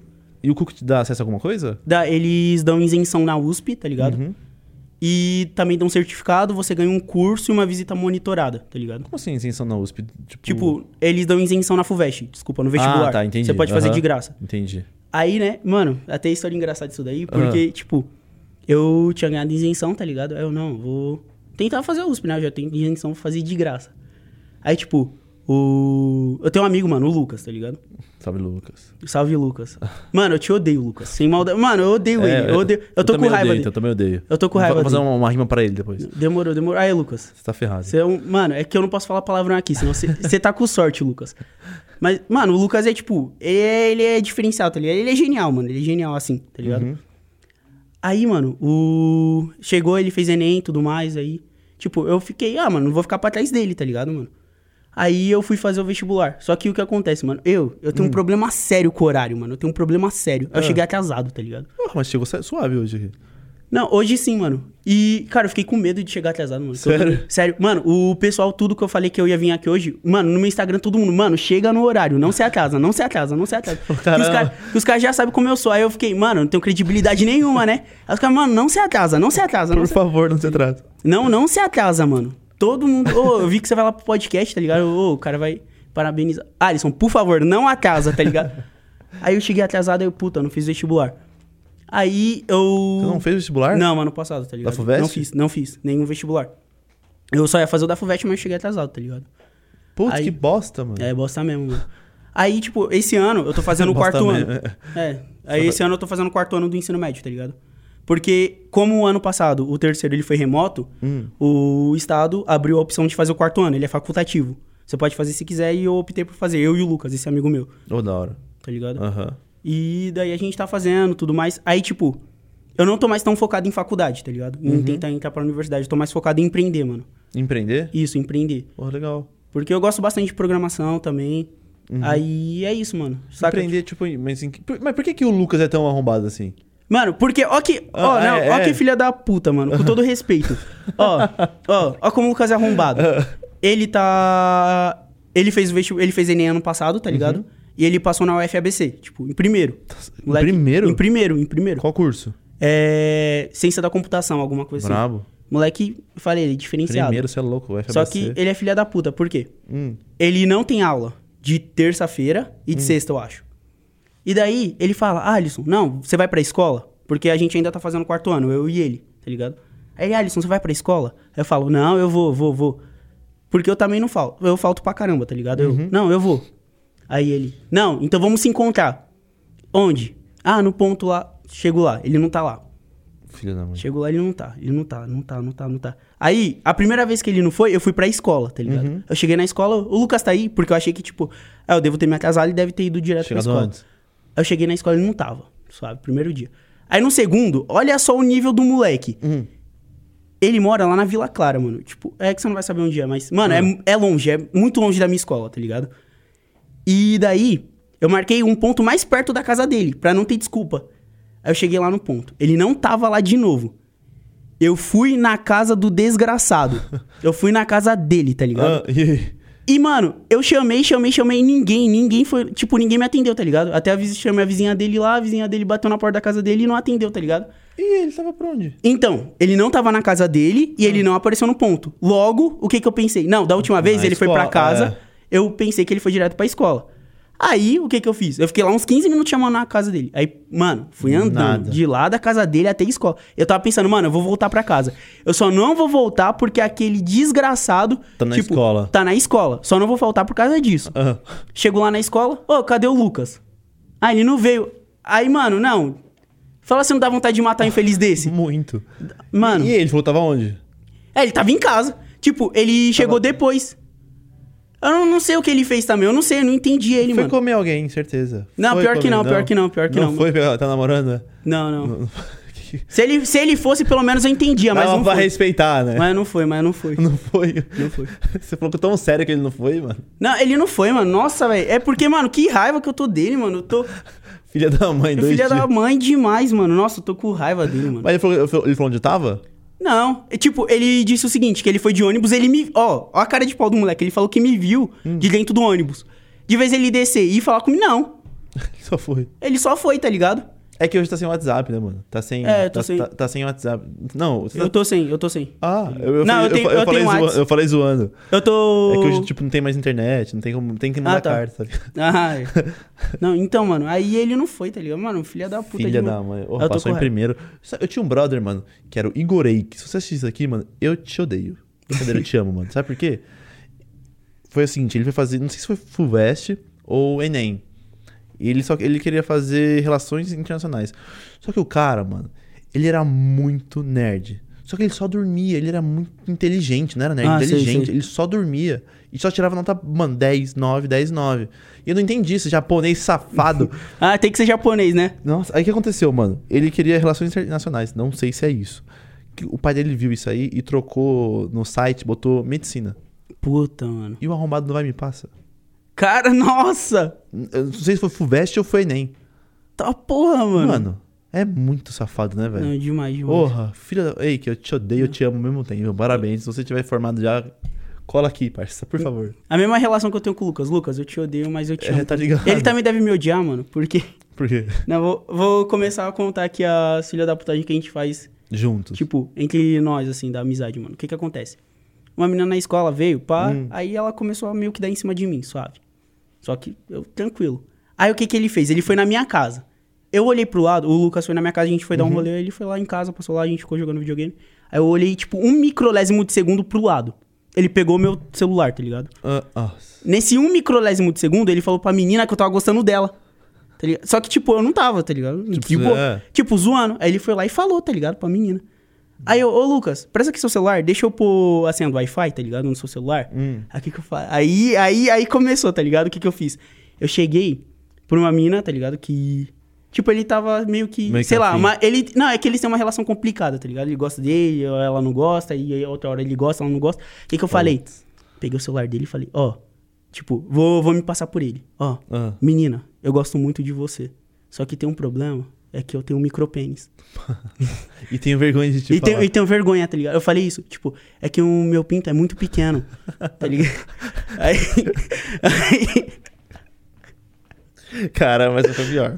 E o Cuco te dá acesso a alguma coisa? Uhum.
Da, eles dão isenção na USP, tá ligado? E também dá um certificado, você ganha um curso e uma visita monitorada, tá ligado?
Como assim, isenção na USP? Tipo,
Tipo, eles dão isenção na FUVEST, desculpa, no vestibular.
Ah, tá, entendi.
Você pode fazer
Aham.
de graça.
Entendi.
Aí, né, mano, até história engraçada disso daí, porque,
Ah.
tipo, eu tinha ganhado isenção, tá ligado? Aí eu, não, vou tentar fazer a USP, né? Eu já tenho isenção, vou fazer de graça. Aí, tipo, o... Eu tenho um amigo, mano, o Lucas, tá ligado?
Sabe, Lucas.
Salve, Lucas. Mano, eu te odeio, Lucas. Sem maldade. Mano, eu odeio
É,
ele. Eu, odeio... eu, tô com
também
raiva
odeio,
dele.
então, Eu também odeio.
Eu tô com
Vou
raiva
fazer
dele.
uma, uma rima pra ele depois.
Demorou, demorou. Aí, Lucas.
Você tá ferrado.
Você é um- Mano, é que eu não posso falar palavrão aqui, senão você- você tá com sorte, Lucas. Mas, mano, o Lucas é tipo, ele é, ele é diferencial, tá ligado? Ele é genial, mano. Ele é genial assim, tá ligado? Aí, mano, o. Chegou, ele fez Enem e tudo mais, aí. Tipo, eu fiquei, ah, mano, não vou ficar pra trás dele, tá ligado, mano? Aí eu fui fazer o vestibular. Só que o que acontece, mano? Eu, eu tenho um problema sério com o horário, mano. Eu tenho um problema sério. Eu cheguei atrasado, tá ligado?
Ah, mas chegou su- suave hoje aqui.
Então Não, hoje sim, mano. E, cara, eu fiquei com medo de chegar atrasado, mano.
Sério?
Sério. Mano, o pessoal, tudo que eu falei que eu ia vir aqui hoje, mano, no meu Instagram, todo mundo, mano, chega no horário, não se atrasa, não se atrasa, não
<laughs>
se atrasa. Que os
Caramba.
caras cara já sabem como eu sou. Aí eu fiquei, mano, não tenho credibilidade nenhuma, né? Aí os caras, mano, não se atrasa, não se atrasa. Não,
Por
se...
favor, não se atrasa.
não, não se atrasa, mano. Todo mundo. Ô, eu vi que você vai lá pro podcast, tá ligado? Ô, o cara vai parabenizar. Alisson, por favor, não atrasa, tá ligado? aí eu cheguei atrasado, aí eu, puta, não fiz vestibular. Aí eu.
Você não fez vestibular?
Não, mano, passado, tá ligado?
FUVEST?
Não fiz, não fiz. Nenhum vestibular. Eu só ia fazer o da FUVEST, mas eu cheguei atrasado, tá ligado?
Putz,
Aí-
que bosta, mano.
É, bosta mesmo, mano. Aí, tipo, esse ano eu
<laughs>
tô fazendo o
Bosta
quarto
mesmo,
ano. É. Aí esse ano eu tô fazendo o quarto ano do ensino médio, tá ligado? Porque, como o ano passado o terceiro ele foi remoto,
Hum.
o Estado abriu a opção de fazer o quarto ano. Ele é facultativo. Você pode fazer se quiser e eu optei por fazer. Eu e o Lucas, esse amigo meu,
Ô, da hora.
tá ligado?
Aham.
E daí a gente tá fazendo tudo mais. Aí, tipo, eu não tô mais tão focado em faculdade, tá ligado?
Uhum.
Em tentar entrar pra universidade. Eu tô mais focado em empreender, mano.
Empreender?
Isso, empreender.
Pô, legal.
Porque eu gosto bastante de programação também. Aí é isso, mano. Saca?
Uhum. Empreender, tipo, mas, em que- por- mas por que, que o Lucas é tão arrombado assim?
Mano, porque, ó que. Ó,
Ah,
não,
é,
ó
é.
que filha da puta, mano. Com
<laughs>
todo respeito. ó, ó, ó como o Lucas é arrombado.
Ah.
Ele tá. Ele fez o vestibular. Ele fez Enem ano passado, tá ligado? E ele passou na UFABC, tipo, em primeiro.
Uhum. Em primeiro?
Em primeiro, em primeiro.
Qual curso?
É, ciência da computação, alguma coisa assim.
Brabo.
Moleque, eu falei, ele é diferenciado.
Primeiro, você é louco, o FABC.
Só que ele é filha da puta, por quê?
Hum.
Ele não tem aula de terça-feira e de sexta, eu acho. E daí ele fala, "Ah, Alisson, não, você vai pra escola? Porque a gente ainda tá fazendo quarto ano, eu e ele, tá ligado? Aí, ele, Alisson, você vai pra escola? Aí eu falo, não, eu vou, vou, vou. Porque eu também não falto. Eu falto pra caramba, tá ligado? Eu, não, eu vou. Aí ele, não, então vamos se encontrar. Onde? Ah, no ponto lá. Chego lá, ele não tá lá.
Filho da mãe.
Chegou lá, ele não tá. Ele não tá, não tá, não tá, não tá. Aí, a primeira vez que ele não foi, eu fui pra escola, tá ligado?
Uhum.
Eu cheguei na escola, o Lucas tá aí, porque eu achei que, tipo, ah, eu devo ter me atrasado, ele deve ter ido direto
Chegado
pra escola.
antes.
Aí eu cheguei na escola, ele não tava, sabe? Primeiro dia. Aí no segundo, olha só o nível do moleque.
Hum.
Ele mora lá na Vila Clara, mano. Tipo, é que você não vai saber onde é, mas. Mano, é, é longe, é muito longe da minha escola, tá ligado? E daí, eu marquei um ponto mais perto da casa dele, pra não ter desculpa. Aí eu cheguei lá no ponto. Ele não tava lá de novo. Eu fui na casa do desgraçado. eu fui na casa dele, tá
Ah,
ligado?
e aí?
E, mano, eu chamei, chamei, chamei ninguém, ninguém foi. Tipo, ninguém me atendeu, tá ligado? Até a viz- chamei a vizinha dele lá, a vizinha dele bateu na porta da casa dele e não atendeu, tá ligado?
Ih, ele tava pra onde?
Então, ele não tava na casa dele e ele não apareceu no ponto. Logo, o que que eu pensei? Não, da última vez
Hum. Na
ele foi
escola, é.
pra casa, eu pensei que ele foi direto pra escola. Aí, o que que eu fiz? Eu fiquei lá uns 15 minutos chamando na casa dele. Aí, mano, fui andando
Nada.
de lá da casa dele até a escola. Eu tava pensando, mano, eu vou voltar pra casa. Eu só não vou voltar porque aquele desgraçado...
Tá na escola.
Tá na escola. Só não vou faltar por causa disso.
Ah,
Chego lá na escola, ô, cadê o Lucas? Ah, ele não veio. Aí, mano, não. Fala se não dá vontade de matar um infeliz desse.
muito.
Mano,
E ele falou, tava onde?
é, ele tava em casa. Tipo, ele chegou depois. Eu não, não sei o que ele fez também. Eu não sei, eu não entendi ele,
foi
mano.
comer alguém, certeza.
Não,
Foi
pior que
comer,
não, pior que não, pior que não.
foi, <laughs> pegar- tá namorando? né?
Não, não.
<laughs>
Se, ele, se ele fosse, pelo menos eu entendia, mas
Mas
não,
vai
foi.
respeitar, né?
Mas não foi, mas não foi.
<laughs> Não foi.
Não foi.
<laughs> Você falou que é tão sério que ele não foi, mano.
Não, ele não foi, mano. Nossa, velho. É porque, mano, que raiva que eu tô dele, mano. Eu tô.
Filha da mãe, dois
Filha da
dias.
mãe demais, mano. Nossa, eu tô com raiva dele, mano.
Mas ele falou, ele falou onde eu tava? <laughs>
Não, é tipo, ele disse o seguinte, que ele foi de ônibus, ele me... Ó, ó a cara de pau do moleque, ele falou que me viu
Hum.
de dentro do ônibus. De vez ele descer e falar comigo, não.
Ele só foi.
Ele só foi, tá ligado?
É que hoje tá sem WhatsApp, né, mano? Tá sem.
É, eu tô
tá,
sem.
Tá, tá sem WhatsApp. Não, você
Eu
tá...
tô sem, eu tô sem.
Ah, eu, eu,
Não,
falei,
eu
eu,
tenho-
fa- eu
eu
falei
tenho
zoa-
WhatsApp.
eu falei zoando.
Eu tô.
É que hoje, tipo, não tem mais internet, não tem como. Tem que mandar
tá.
carta, sabe?
Ah,
<laughs>
é. não, então, mano, aí ele não foi, tá ligado? Mano, filha da puta.
Filha
de
da
novo.
mãe.
Eu
Oh,
tô
passou em
correto.
primeiro. Sabe, Eu tinha um brother, mano, que era o Igorei. Que se você assistir isso aqui, mano, eu te odeio. Brincadeira, eu te amo, mano. Sabe por quê? Foi o seguinte, ele foi fazer, não sei se foi FUVEST ou Enem. E ele só ele queria fazer relações internacionais. Só que o cara, mano, ele era muito nerd. Só que ele só dormia, ele era muito inteligente, não era nerd,
Ah, sei,
inteligente.
sei.
Ele só dormia e só tirava nota, mano, 10, 9, 10, 9. E eu não entendi esse japonês safado.
Ah, tem que ser japonês, né?
Nossa, aí o que aconteceu, mano? Ele queria relações internacionais, não sei se é isso. Que O pai dele viu isso aí e trocou no site, botou medicina.
Puta, mano.
E o arrombado não vai me passa.
Cara, <laughs> nossa!
Eu não sei se foi Fuvest ou foi Enem.
Tá porra, mano.
Mano, é muito safado, né, velho?
Não, demais, demais.
Porra, filha da... Ei, que eu te odeio, eu te amo ao mesmo tempo. Parabéns. Se você tiver formado já, cola aqui, parça, por favor.
A mesma relação que eu tenho com o Lucas. Lucas, eu te odeio, mas eu te amo.
É, tá ligado?
Ele também deve me odiar, mano, porque... <laughs>
Por quê?
Não, vou, vou começar a contar aqui a filha da putagem que a gente faz,
Juntos.
tipo, entre nós, assim, da amizade, mano. O que que acontece? Uma menina na escola veio, pá, aí ela começou a meio que dar em cima de mim, suave. Só que eu, tranquilo. Aí o que que ele fez? Ele foi na minha casa. Eu olhei pro lado, o Lucas foi na minha casa, a gente foi dar um rolê, ele foi lá em casa, passou lá, a gente ficou jogando videogame. Aí eu olhei, tipo, um microlésimo de segundo pro lado. Ele pegou meu celular, tá ligado?
Ah, nossa.
Nesse um microlésimo de segundo, ele falou pra menina que eu tava gostando dela. Tá ligado? Só que, tipo, eu não tava, tá ligado? Tipo, tipo,
é.
zoando. Aí ele foi lá e falou, tá ligado? Pra menina. Aí eu, ô Lucas, presta aqui seu celular, deixa eu pôr, assim, o Wi-Fi, tá ligado? No seu celular.
Hum.
Aí, o que que eu fa... aí, aí, aí começou, tá ligado? O que que eu fiz? Eu cheguei por uma mina, tá ligado? Que. Tipo, ele tava meio que.
Meio que
sei lá,
afim.
uma, ele. Não, é que eles têm uma relação complicada, tá ligado? Ele gosta dele, ela não gosta, e aí outra hora ele gosta, ela não gosta. O que que eu falei? Peguei o celular dele e falei, ó, tipo, vou, vou me passar por ele. Ó,
Ah.
menina, eu gosto muito de você. Só que tem um problema, é que eu tenho um micropênis.
E tenho vergonha de te
E tenho,
falar.
e tenho vergonha, tá ligado? Eu falei isso, tipo, é que o meu pinto é muito pequeno, tá ligado? <laughs> aí, aí,
Cara, mas foi
<laughs>
pior.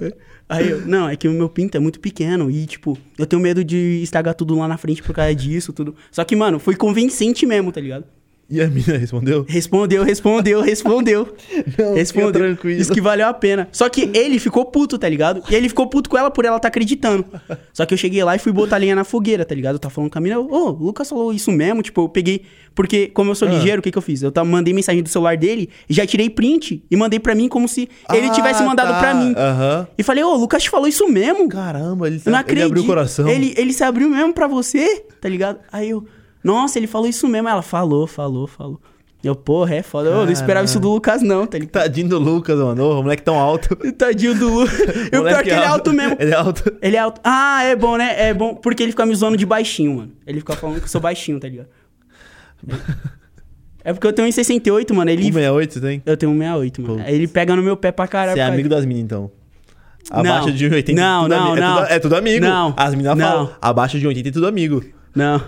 aí eu, não, é que o meu pinto é muito pequeno e, tipo, eu tenho medo de estragar tudo lá na frente por causa disso, tudo. Só que, mano, foi convincente mesmo, tá ligado?
E a mina respondeu?
Respondeu, respondeu, respondeu.
<laughs> Não,
Respondeu.
fica tranquilo.
Isso que valeu a pena. Só que ele ficou puto, tá ligado? E ele ficou puto com ela por ela tá acreditando. Só que eu cheguei lá e fui botar lenha na fogueira, tá ligado? Eu tava falando com a mina, ô, o Lucas falou isso mesmo, tipo, eu peguei... Porque, como eu sou
Ah.
ligeiro, o que que eu fiz? Eu tá, mandei mensagem do celular dele, já tirei print e mandei pra mim como se ele
Ah,
tivesse mandado
tá.
pra mim.
Aham.
E falei, ô, o Lucas te falou isso mesmo?
Caramba, ele,
Eu não
ele
acredito.
abriu o coração.
Ele, ele se abriu mesmo pra você, tá ligado? Aí eu, nossa, ele falou isso mesmo. Ela falou, falou, falou. Eu, porra, é foda. Eu não esperava isso do Lucas, não, tá ligado? <laughs>
Tadinho do Lucas, mano. Ô, o moleque tão alto.
Tadinho
<laughs>
do Lucas. <laughs> E o
Moleque
pior que ele
<laughs>
é alto mesmo.
Ele é alto.
Ele é alto. Ah, é bom, né? É bom. Porque ele fica me zoando de baixinho, mano. Ele fica falando que eu sou baixinho, tá ligado? É porque eu tenho 1,68, mano. Ele.
168, você tem?
Eu tenho 1,68, mano.
Putz.
Aí ele pega no meu pé pra caralho.
Você é
por causa
amigo das minas, então. Abaixo de 1,80
Não,
tudo ami-
não,
é
não.
Tudo, é tudo amigo.
Não.
As minas
Não.
falam. Abaixo de 1,80 é tudo amigo.
Não,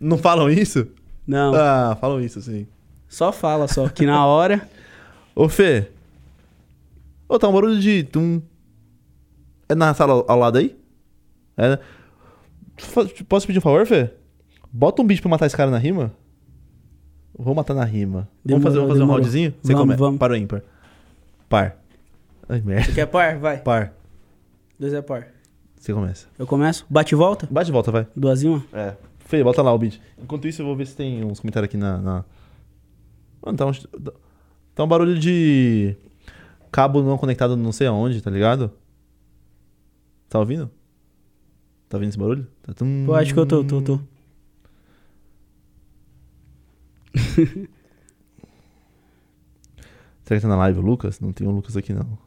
Não falam isso?
não.
Ah, falam isso, sim.
Só fala, só. Que na hora.
Ô, Fê. Ô, tá um barulho de tum. É na sala ao- ao lado aí? É, né? Fa- Posso pedir um favor, Fê? Bota um bicho pra matar esse cara na rima? Vou matar na rima.
Demorou,
vamos fazer, vamos fazer um
demorou.
roundzinho? Você
Vamos,
começa.
vamos.
Para o ímpar. Par. Ai, merda.
Quer par? Vai.
Par.
Dois é par.
Você começa.
Eu começo? Bate e volta?
Bate e volta, vai.
Duas e uma?
É. Fê, bota lá o beat. Enquanto isso, eu vou ver se tem uns comentários aqui na. na- Mano, tá um... tá um barulho de. Cabo não conectado não sei aonde, tá ligado? Tá ouvindo? Tá ouvindo esse barulho? Tá tum...
Pô, acho que eu tô, tô, tô.
Será que tá na live o Lucas? Não tem o Lucas aqui, não.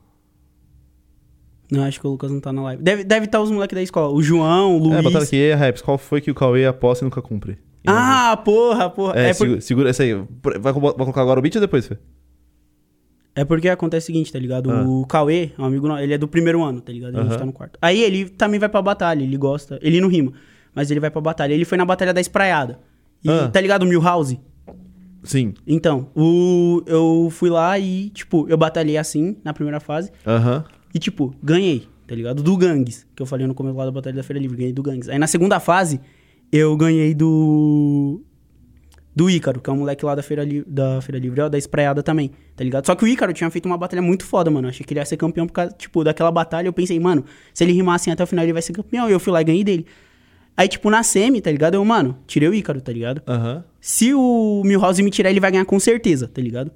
Não, acho que o Lucas não tá na live. Deve estar deve tá os moleques da escola. O João, o
É,
Luiz.
botaram aqui, "E aí, Raps, qual foi que o Cauê aposta e nunca cumpre?
ah, porra, porra.
É,
É, por-
segura, segura essa aí. Vai, vai colocar agora o beat ou depois, Fê?
é porque acontece o seguinte, tá ligado? O Cauê, é um amigo nosso, ele é do primeiro ano, tá ligado? A gente
Ah. Aham.
tá no quarto. Aí ele também vai pra batalha, ele gosta. Ele não rima, mas ele vai pra batalha. Ele foi na batalha da espraiada. E,
Ah.
Tá ligado? O Milhouse?
Sim.
Então, o... eu fui lá e, tipo, eu batalhei assim na primeira fase.
Aham.
E, tipo, ganhei. tá ligado? Do Gangs, que eu falei no começo lá da Batalha da Feira Livre, ganhei do Gangs. Aí na segunda fase, eu ganhei do. Do Ícaro, que é um moleque lá da Feira, Li- da Feira Livre, ó, da Espraiada também, tá ligado? Só que o Ícaro tinha feito uma batalha muito foda, mano. Eu Achei que ele ia ser campeão por causa, tipo, daquela batalha. Eu pensei, mano, se ele rimar assim até o final, ele vai ser campeão. E eu fui lá e ganhei dele. Aí, tipo, na semi, tá ligado? Eu, mano, tirei o Ícaro, tá ligado?
Aham.
Se o Milhouse me tirar, ele vai ganhar com certeza, tá ligado?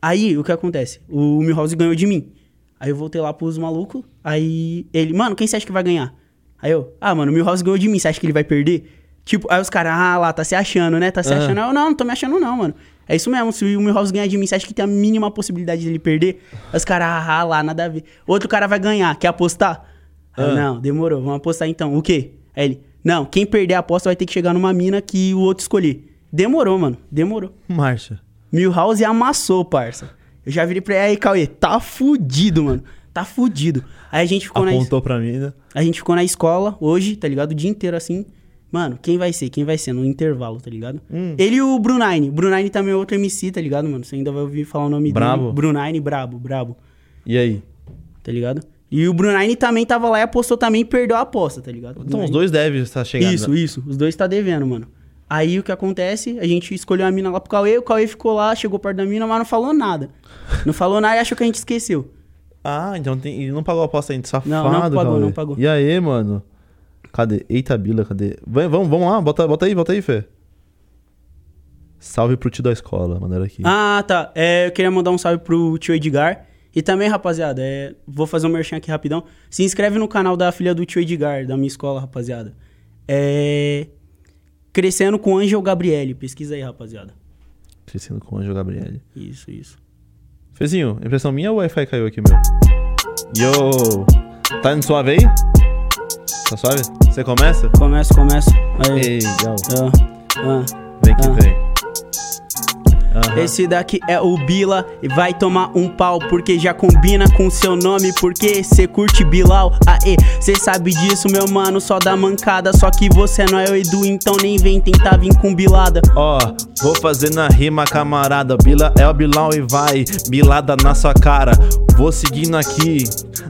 Aí, o que acontece? O Milhouse ganhou de mim. Aí eu voltei lá pros malucos, aí ele... Mano, quem você acha que vai ganhar? Aí eu... Ah, mano, o Milhouse ganhou de mim, você acha que ele vai perder? Tipo, aí os caras... Ah, lá, tá se achando, né? Tá se
Ah.
achando. Eu, não, não tô me achando não, mano. É isso mesmo, se o Milhouse ganhar de mim, você acha que tem a mínima possibilidade dele perder? Aí os caras... Ah, lá, nada a ver. Outro cara vai ganhar, quer apostar? Aí eu,
Ah.
não, demorou, vamos apostar então. O quê? Aí ele... Não, quem perder a aposta vai ter que chegar numa mina que o outro escolher. Demorou, mano, demorou.
Marcha.
Milhouse amassou, parça. Eu já virei pra ele, aí, Cauê, tá fudido, mano. Tá fudido. Aí a gente ficou na, es-
Apontou pra mim, né?
a gente ficou na escola hoje, tá ligado? O dia inteiro assim. Mano, quem vai ser? Quem vai ser? No intervalo, tá ligado?
Hum.
Ele e o Brunine. Brunine também é outro MC, tá ligado, mano? Você ainda vai ouvir falar o nome
Brabo.
dele. Brunine, brabo, brabo,
E aí?
tá ligado? E o Brunine também tava lá e apostou também e perdeu a aposta, tá ligado?
Então os
Brunine-
dois devem estar né? chegando.
isso, isso. Os dois tá devendo, mano. Aí o que acontece? A gente escolheu a mina lá pro Cauê, o Cauê ficou lá, chegou perto da mina, mas não falou nada. Não falou nada e achou que a gente esqueceu.
Ah, então tem... e não pagou a aposta ainda, safado.
não pagou,
Cauê.
não pagou.
E aí, mano? Cadê? Eita, Bila, cadê? Vai- Vamos, vamos lá, bota, bota aí, bota aí, Fê. Salve pro tio da escola, mandaram aqui.
Ah, tá. É, eu queria mandar um salve pro tio Edgar. E também, rapaziada, é, vou fazer um merchan aqui rapidão. Se inscreve no canal da filha do tio Edgar, da minha escola, rapaziada. É. Crescendo com Angel Gabriele. Pesquisa aí, rapaziada.
Crescendo com o Anjo Gabriel.
Isso, isso.
Fezinho, impressão minha ou o Wi-Fi caiu aqui, meu? Yo! Tá indo suave aí? Tá suave? Você começa?
Começa, começa. Aí.
Ei, legal.
Ah, ah.
Vem Ah. que
Ah.
vem. Aham.
Esse daqui é o Bila e vai tomar um pau porque já combina com seu nome porque cê curte Bilal. Aê, cê sabe disso, meu mano, só dá mancada, só que você não é o Edu, então nem vem tentar vir com bilada.
Ó, vou fazer na rima, camarada. Bila é o Bilal e vai, bilada na sua cara. Vou seguindo aqui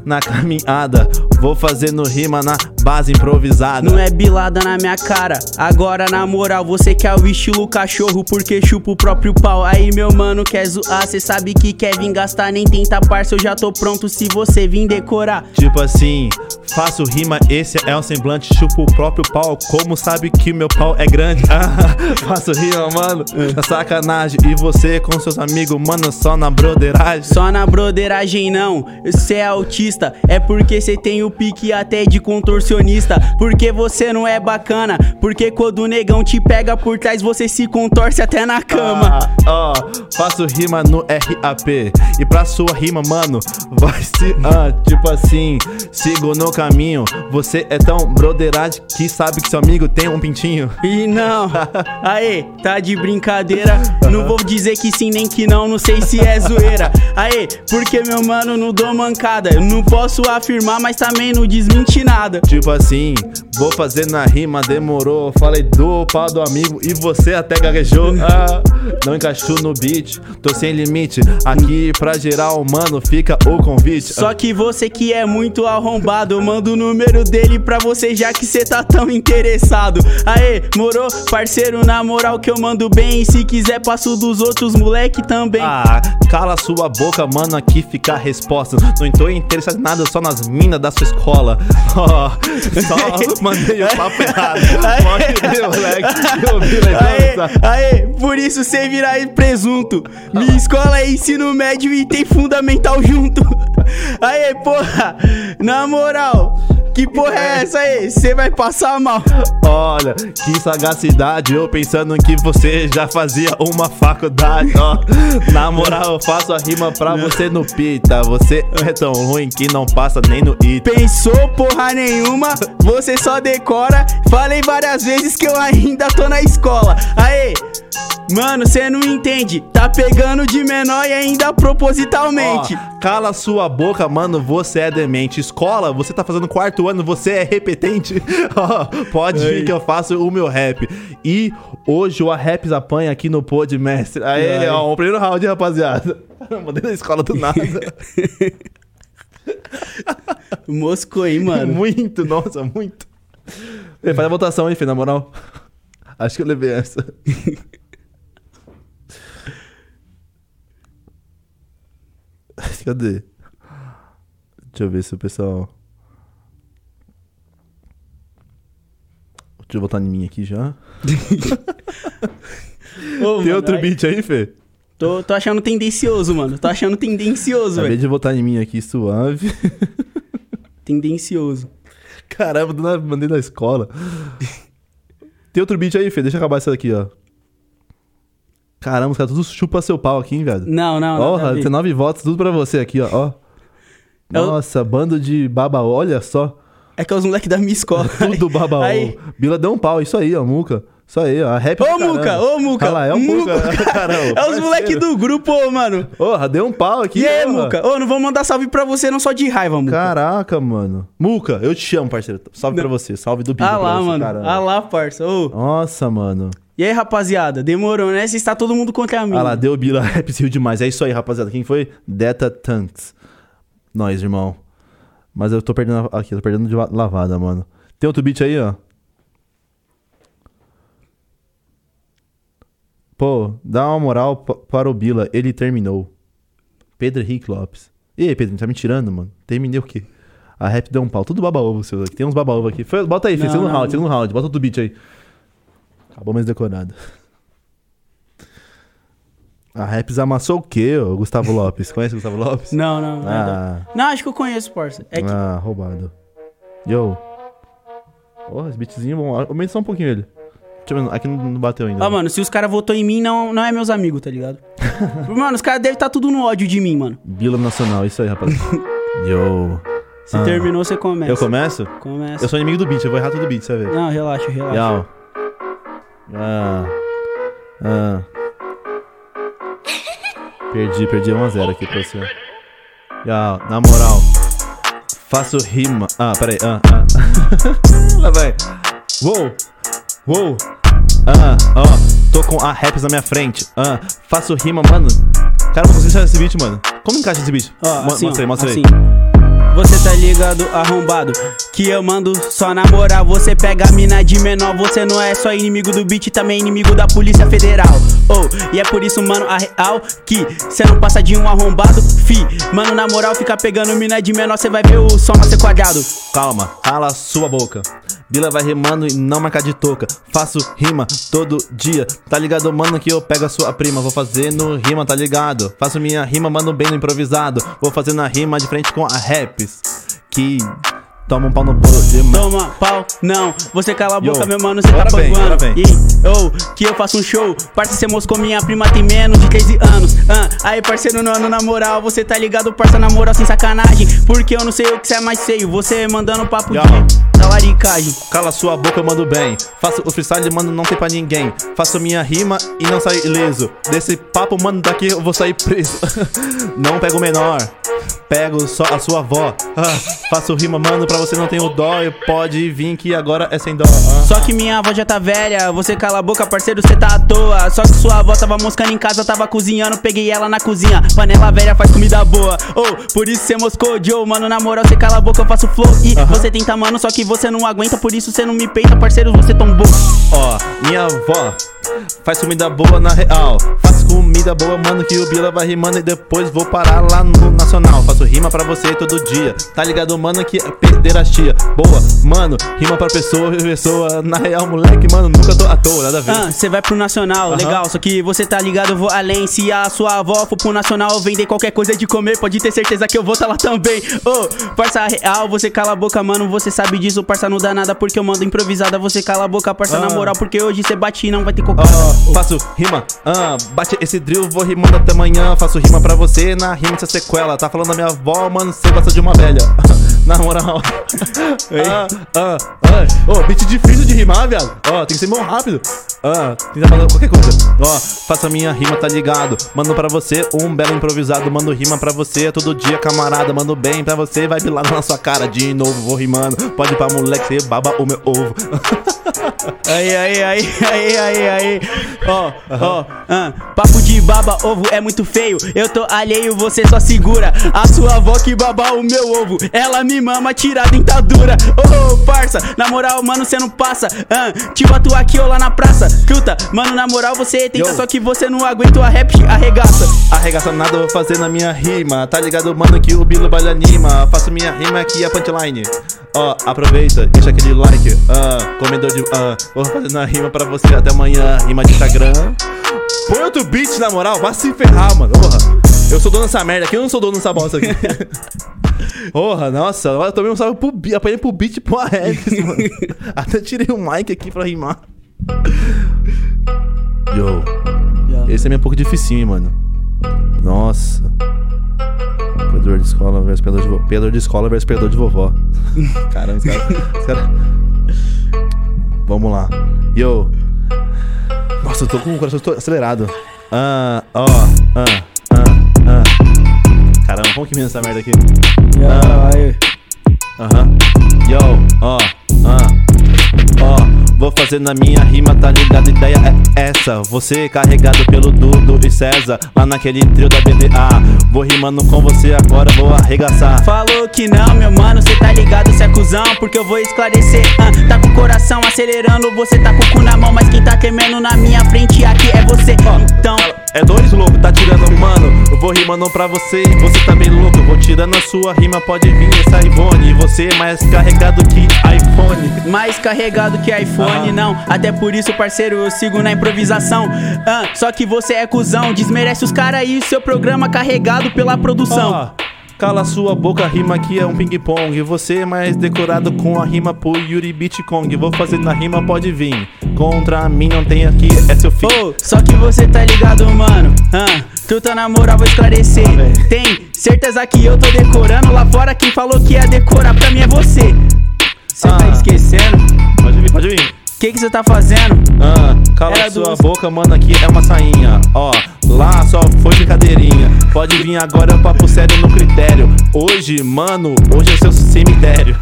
na caminhada. Vou fazendo rima na base improvisada.
Não é bilada na minha cara. Agora, na moral, você quer o estilo cachorro porque chupa o próprio pau. Aí, meu mano, quer zoar, cê sabe que quer vir gastar, nem tenta parça, eu já tô pronto se você vir decorar.
Tipo assim, faço rima, esse é um semblante. Chupo o próprio pau, como sabe que meu pau é grande? <laughs> Ah, faço rima, mano,
É.
na sacanagem. E você com seus amigos, mano, só na broderagem.
Só na broderagem não, cê é autista. É porque cê tem o pique até de contorcionista. Porque você não é bacana. Porque quando o negão te pega por trás, você se contorce até na cama.
Ah, Ó, faço rima no RAP. E pra sua rima, mano, vai se. Ah, tipo assim, sigo no caminho. Você é tão broderagem que sabe que seu amigo tem um pintinho.
E não, aê, tá de brincadeira. Não vou dizer que sim nem que não, não sei se é zoeira. Aê, porque meu mano não dou mancada. Eu não posso afirmar, mas também não desmenti nada.
Tipo assim, vou fazer na rima, demorou. Falei do pau do amigo e você até gaguejou. Ah, não encaixou no beat, tô sem limite. Aqui pra geral, mano, fica o convite.
Só que você que é muito arrombado, eu mando o número dele pra você já que cê tá tão interessado. Aê, moro, parceiro, na moral que eu mando bem. Se quiser, passo dos outros moleque também.
Ah, cala sua boca, mano, aqui fica a resposta. Não tô interessado em nada, só nas minas da sua escola. <laughs> Ó, só mandei o papo errado. Pode ver, moleque. Eu vi, mas
Aê, aê, por isso cê virar presunto. Minha escola é ensino médio e tem fundamental junto. <laughs> Aê, porra, na moral, que porra é essa aí? Cê vai passar mal.
Olha, que sagacidade. Eu pensando que você já fazia uma faculdade. Ó, na moral, eu faço a rima pra você no pita. Você é tão ruim que não passa nem no ita.
Pensou porra nenhuma, você só decora. Falei várias vezes que eu ainda tô na escola. Aê! Mano, cê não entende. Tá pegando de menor e ainda propositalmente.
Ó, cala sua boca, mano, você é demente. Escola, você tá fazendo quarto ano, você é repetente. <laughs> Ó, pode vir
Ei.
que eu faço o meu rap. E hoje o A Raps apanha aqui no Pod Mestre. Aê,
Ai.
ó, o primeiro <laughs> round, hein, rapaziada. Mandei na escola do nada.
Moscou, hein, mano.
<laughs> Muito, nossa, muito. Ele faz a votação aí, Fê, na moral. Acho que eu levei essa. <laughs> Cadê? Deixa eu ver se o pessoal. Deixa eu votar em mim aqui já. Tem
Ô, mano,
outro
ai,
beat aí, Fê?
Tô, tô achando tendencioso, mano. Tô achando tendencioso,
Acabei
velho.
de votar em mim aqui, suave.
Tendencioso.
Caramba, do nada mandei na escola. Tem outro beat aí, Fê. Deixa eu acabar essa daqui, ó. Caramba, os caras todos chupa seu pau aqui, hein, viado.
Não, não. nada a
Porra,
ver.
19 votos, tudo pra você aqui, ó. ó.
Eu-
Nossa, bando de baba, olha só.
É que é os moleques da minha escola.
<laughs> Tudo baba.
Aí.
Bila deu um pau, isso aí, ó, Muca. Isso aí, ó. Rap
Ô, Muca, ô, Muca.
Olha lá, é o Muca. <laughs> Caramba,
É os moleques do grupo, ô, mano.
Porra, deu um pau aqui,
e aí,
porra.
Muca? Ô, não vou mandar salve pra você, não só de raiva, Muca.
Caraca, mano. Muca, eu te chamo, parceiro. Salve pra você. Salve do Bila
ah
pra
lá,
você,
mano.
caramba.
Ah lá, parça. Ô,
Nossa, mano.
E aí, rapaziada? Demorou, né? Você está todo mundo contra mim.
Ah lá, deu Bila <laughs> Raps riu demais. É isso aí, rapaziada. Quem foi? Deta Tanks. Nós, irmão. Mas eu tô perdendo. a- Aqui, eu tô perdendo de la- lavada, mano. Tem outro beat aí, ó. Pô, dá uma moral pa- para o Bila. Ele terminou. Pedro Henrique Lopes. E aí, Pedro, tá me tirando, mano? Terminei o quê? A rap deu um pau. Tudo baba-ovo, seu. Tem uns baba-ovo aqui. Foi- bota aí, filho.
Não,
Segundo
não,
round,
não.
segundo round. Bota outro beat aí. Acabou mais decorado. A Raps amassou o quê, ô, Gustavo Lopes? Conhece o Gustavo Lopes?
Não, não. nada.
Ah,
Não, acho que eu conheço, parça. É que...
ah, roubado. Yo. Porra, esse beatzinho bom. Aumenta só um pouquinho ele. Deixa eu ver, aqui não, não bateu ainda.
Ah, mano, se os caras votou em mim, não, não é meus amigos,
<laughs>
tá ligado? mano, os caras devem estar tudo no ódio de mim, mano.
Bila Nacional, isso aí, rapaz.
<laughs>
Yo.
Se
Ah.
terminou, você começa.
Eu começo?
Começa.
Eu sou inimigo do beat, eu vou errar todo o beat, você vai ver.
Não, relaxa, relaxa.
Yo. Ah. Ah. Perdi, perdi 1x0 aqui pra você. Yo, na moral. Faço rima. Ah, peraí. Ah, ah. <laughs> Lá vai. Uou. Uou. Ah, ó. Tô com a raps na minha frente. Ah, faço rima, mano. Cara, eu não consigo encaixar esse beat, mano. Como encaixa esse beat?
Ó,
Mo-
assim,
mostra aí,
ó,
mostra aí.
assim. Você tá ligado, arrombado? Que eu mando só namorar. Você pega a mina de menor. Você não é só inimigo do beat, também é inimigo da Polícia Federal. Oh, e é por isso, mano, a real que cê não passa de um arrombado. Fi, mano, na moral, fica pegando mina de menor. Cê vai ver o som a ser quadrado.
Calma, cala sua boca. Bila vai rimando e não marcar de touca. Faço rima todo dia. Tá ligado, mano, que eu pego a sua prima. Vou fazendo rima, tá ligado? Faço minha rima, mano, bem no improvisado. Vou fazendo a rima de frente com a raps. Que toma um pau no bolo de mão.
Toma pau, não. Você cala a boca,
Yo,
meu mano, você tá
ora bem, ora
panguando.
bem.
E, ou, que eu faço um show. Parça, você moscou minha prima, tem menos de 13 anos. Ah, aí, parceiro, não, não, na moral, você tá ligado, parça, na moral, sem sacanagem. Porque eu não sei o que você é mais feio. Você mandando papo
Yo.
de talaricagem.
Cala sua boca, eu mando bem. Faço o freestyle, mano, não tem pra ninguém. Faço minha rima e não saio ileso. Desse papo, mano, daqui eu vou sair preso. <laughs> não pego o menor, pego só a sua avó. Ah, faço rima, mano, pra você não ter o dó. E pode vir que agora é sem dó. Ah.
Só que minha avó já tá velha, você cala a boca, parceiro, cê tá à toa. Só que sua avó tava moscando em casa, tava cozinhando, peguei ela na cozinha. Panela velha faz comida boa. Ou, por isso cê moscou, Joe, mano, na moral, cê cala a boca, eu faço flow. E você tenta, mano, só que você não aguenta, por isso cê não me peita, parceiro, você tombou.
Ó, minha avó faz comida boa na real. Faço comida boa, mano, que o Bila vai rimando e depois vou parar lá no Nacional. Faço rima pra você todo dia. Tá ligado, mano, que é pederastia. Boa, mano, rima pra pessoa, pessoa. Na real, moleque, mano, nunca tô à toa, nada a ver.
Ah, cê vai pro nacional, legal, só que você tá ligado, eu vou além. Se a sua avó for pro nacional vender qualquer coisa de comer, pode ter certeza que eu vou tá lá também. Ô, parça real, você cala a boca, mano, você sabe disso, parça não dá nada porque eu mando improvisada. Você cala a boca, parça na
Ah.
moral, porque hoje cê bate e não vai ter cocada.
Ó, faço rima, ah, bate esse drill, vou rimando até amanhã. Faço rima pra você na rima dessa sequela. Tá falando da minha avó, mano, você gosta de uma velha. <laughs> na moral. ah, ah, ah. Ô, beat difícil de rimar, viado. Ó, tem que ser bom rápido. Ah, tem que falar qualquer coisa. Ó, faço a minha rima, tá ligado? Mando pra você um belo improvisado. Mando rima pra você todo dia, camarada. Mando bem pra você, vai pilado na sua cara de novo. Vou rimando, pode ir pra moleque, você baba o meu ovo.
Aí, aí, aí, aí, aí, aí. Ó, ó, ah, papo de baba, ovo é muito feio. Eu tô alheio, você só segura. A sua avó que baba o meu ovo. Ela me mama, tira a dentadura. Ô, ô, parça, na moral, mano, cê não passa. Ah, te bato aqui ou lá na praça. Truta, mano, na moral, você tenta,
Yo.
só que você não aguenta o rap, arregaça.
Arregaça nada, vou fazer na minha rima. Tá ligado, mano, que o Bilo baile anima. Faço minha rima aqui, a punchline. Ó, aproveita, deixa aquele like. Ah, comedor de. Ah, vou fazendo a rima pra você até amanhã. Rima de Instagram. Põe outro beat, na moral, vai se ferrar, mano. Porra. Eu sou dono dessa merda aqui, eu não sou dono dessa bosta aqui. <laughs> Porra, nossa, agora eu tomei um salve pro beat, apanhei pro beat e pro Alex, <laughs> mano. Até tirei o mic aqui pra rimar. Yo. Esse é meio um pouco dificinho, hein, mano. Nossa. Pedador de escola versus pedador de vovó. Pedador de escola versus pedador de vovó. Caramba, os caras. os caras- <laughs> Vamos lá. Yo. Nossa, eu tô com o coração todo acelerado. Ah, ó. Ah, ah, ah. Caramba, como que vem essa merda aqui? Aham. Yo, ó, ah, ó. Vou fazer na minha rima, tá ligado? Ideia é essa. Você carregado pelo Dudu e César, lá naquele trio da BDA. Vou rimando com você agora, vou arregaçar.
Falou que não, meu mano, cê tá ligado, cê é cuzão, porque eu vou esclarecer. ah, tá com o coração acelerando, você tá com o cu na mão, mas quem tá tremendo na minha frente aqui é você. Então,
É dois louco, tá tirando mano. Eu vou rimando pra você, você tá bem louco. Eu Vou tirando a sua rima, pode vir essa Ivone. Você é mais carregado que iPhone.
mais carregado que iPhone,
Ah.
não. Até por isso, parceiro, eu sigo na improvisação. Ah, só que você é cuzão, desmerece os cara e seu programa carregado pela produção.
Ó, Cala sua boca, a rima aqui é um ping-pong. Você é mais decorado com a rima por Yuri Beat Kong. Vou fazer na rima, pode vir. Contra mim não tem aqui, é seu fim.
Ô, só que você tá ligado, mano. Ah, tu tá na moral, vou esclarecer.
velho.
Tem certeza que eu tô decorando lá fora. Quem falou que ia decorar pra mim é você. Você tá
Ah.
esquecendo?
Pode vir, pode vir.
O que que você tá fazendo?
Ah, cala
Era
sua
duas.
boca, mano, aqui é uma sainha. Ó, lá só foi brincadeirinha. Pode vir agora, é um papo sério no critério. Hoje, mano, hoje é seu cemitério.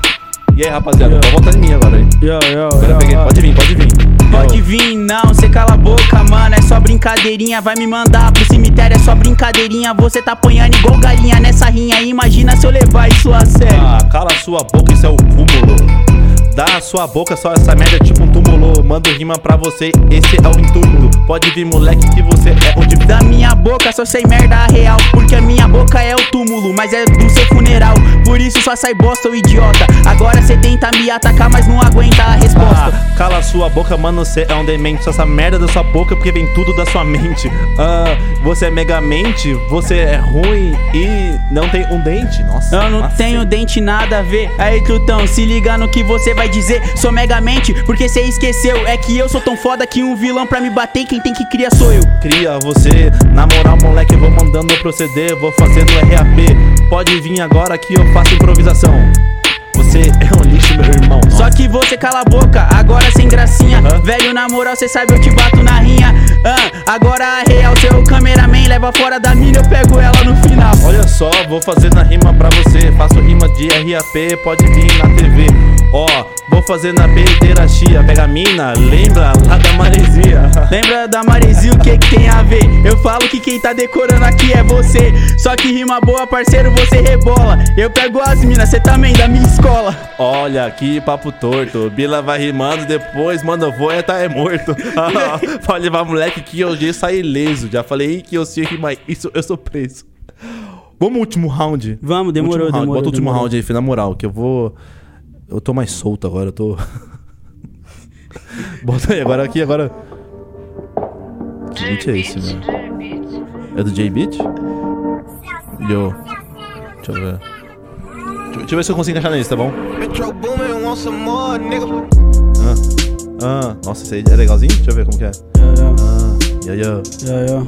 E aí, rapaziada, pode voltar em mim agora, hein?
Yo, yo,
Agora eu peguei. Pode vir, pode vir.
Pode
Ó.
vir, não, cê cala a boca, mano. É só brincadeirinha, vai me mandar pro cemitério. É só brincadeirinha, você tá apanhando igual galinha nessa rinha. Imagina se eu levar isso a sério.
Ah, cala sua boca, isso é o cúmulo. Da sua boca só essa merda é tipo um túmulo. Mando rima pra você, esse é o intuito. Pode vir, moleque, que você é o de.
Da minha boca só sai merda real. Porque a minha boca é o túmulo, mas é do seu funeral. Por isso só sai bosta, ô idiota. Agora cê tenta me atacar, mas não aguenta a
Ah,
resposta.
cala sua boca, mano, cê é um demente. Só essa merda da sua boca, porque vem tudo da sua mente. Ah, você é megamente, você é ruim e não tem um dente. Nossa,
Eu não
macete.
tenho dente nada a ver. Aí, Tutão, se liga no que você vai dizer. Sou megamente, porque cê esqueceu. É que eu sou tão foda que um vilão pra me bater, quem tem que criar sou eu.
Cria você, na moral, moleque, vou mandando proceder, vou fazendo RAP. Pode vir agora que eu faço improvisação. Você é um lixo, meu irmão.
Só que você cala a boca, agora sem gracinha.
Aham.
Velho, na moral, cê sabe, eu te bato na rinha. Ah, agora a real, seu cameraman leva fora da mina, eu pego ela no final.
Olha só, vou fazer na rima pra você. Faço rima de RAP, pode vir na TV. Ó, vou fazer na peiteira chia. Pega a mina, lembra lá da maresia. <laughs>
Lembra da Maresia, o que, que tem a ver? Eu falo que quem tá decorando aqui é você. Só que rima boa, parceiro, você rebola. Eu pego as minas, cê também da minha escola.
Olha que papo torto. Bila vai rimando, depois, mano, eu vou e tá é morto. <laughs> Ah, pode levar moleque que hoje sai ileso. Já falei que eu sei rimar isso, eu sou preso. Vamos ao último round.
Vamos, demorou,
último round. Bota
demorou.
o último
demorou.
round aí, filho, na moral, que eu vou. Eu tô mais solto agora, eu tô. <laughs> Bota aí, agora aqui, agora. Que beat é esse, mano? É do J-Beat? Yo. Deixa eu ver. Deixa, deixa eu ver se eu consigo encaixar nesse, tá bom?
Metro boomin' want some more, nigga.
Ah, nossa, esse aí é legalzinho? Deixa eu ver como que é. Ah, yo, yo.
Yo, yo.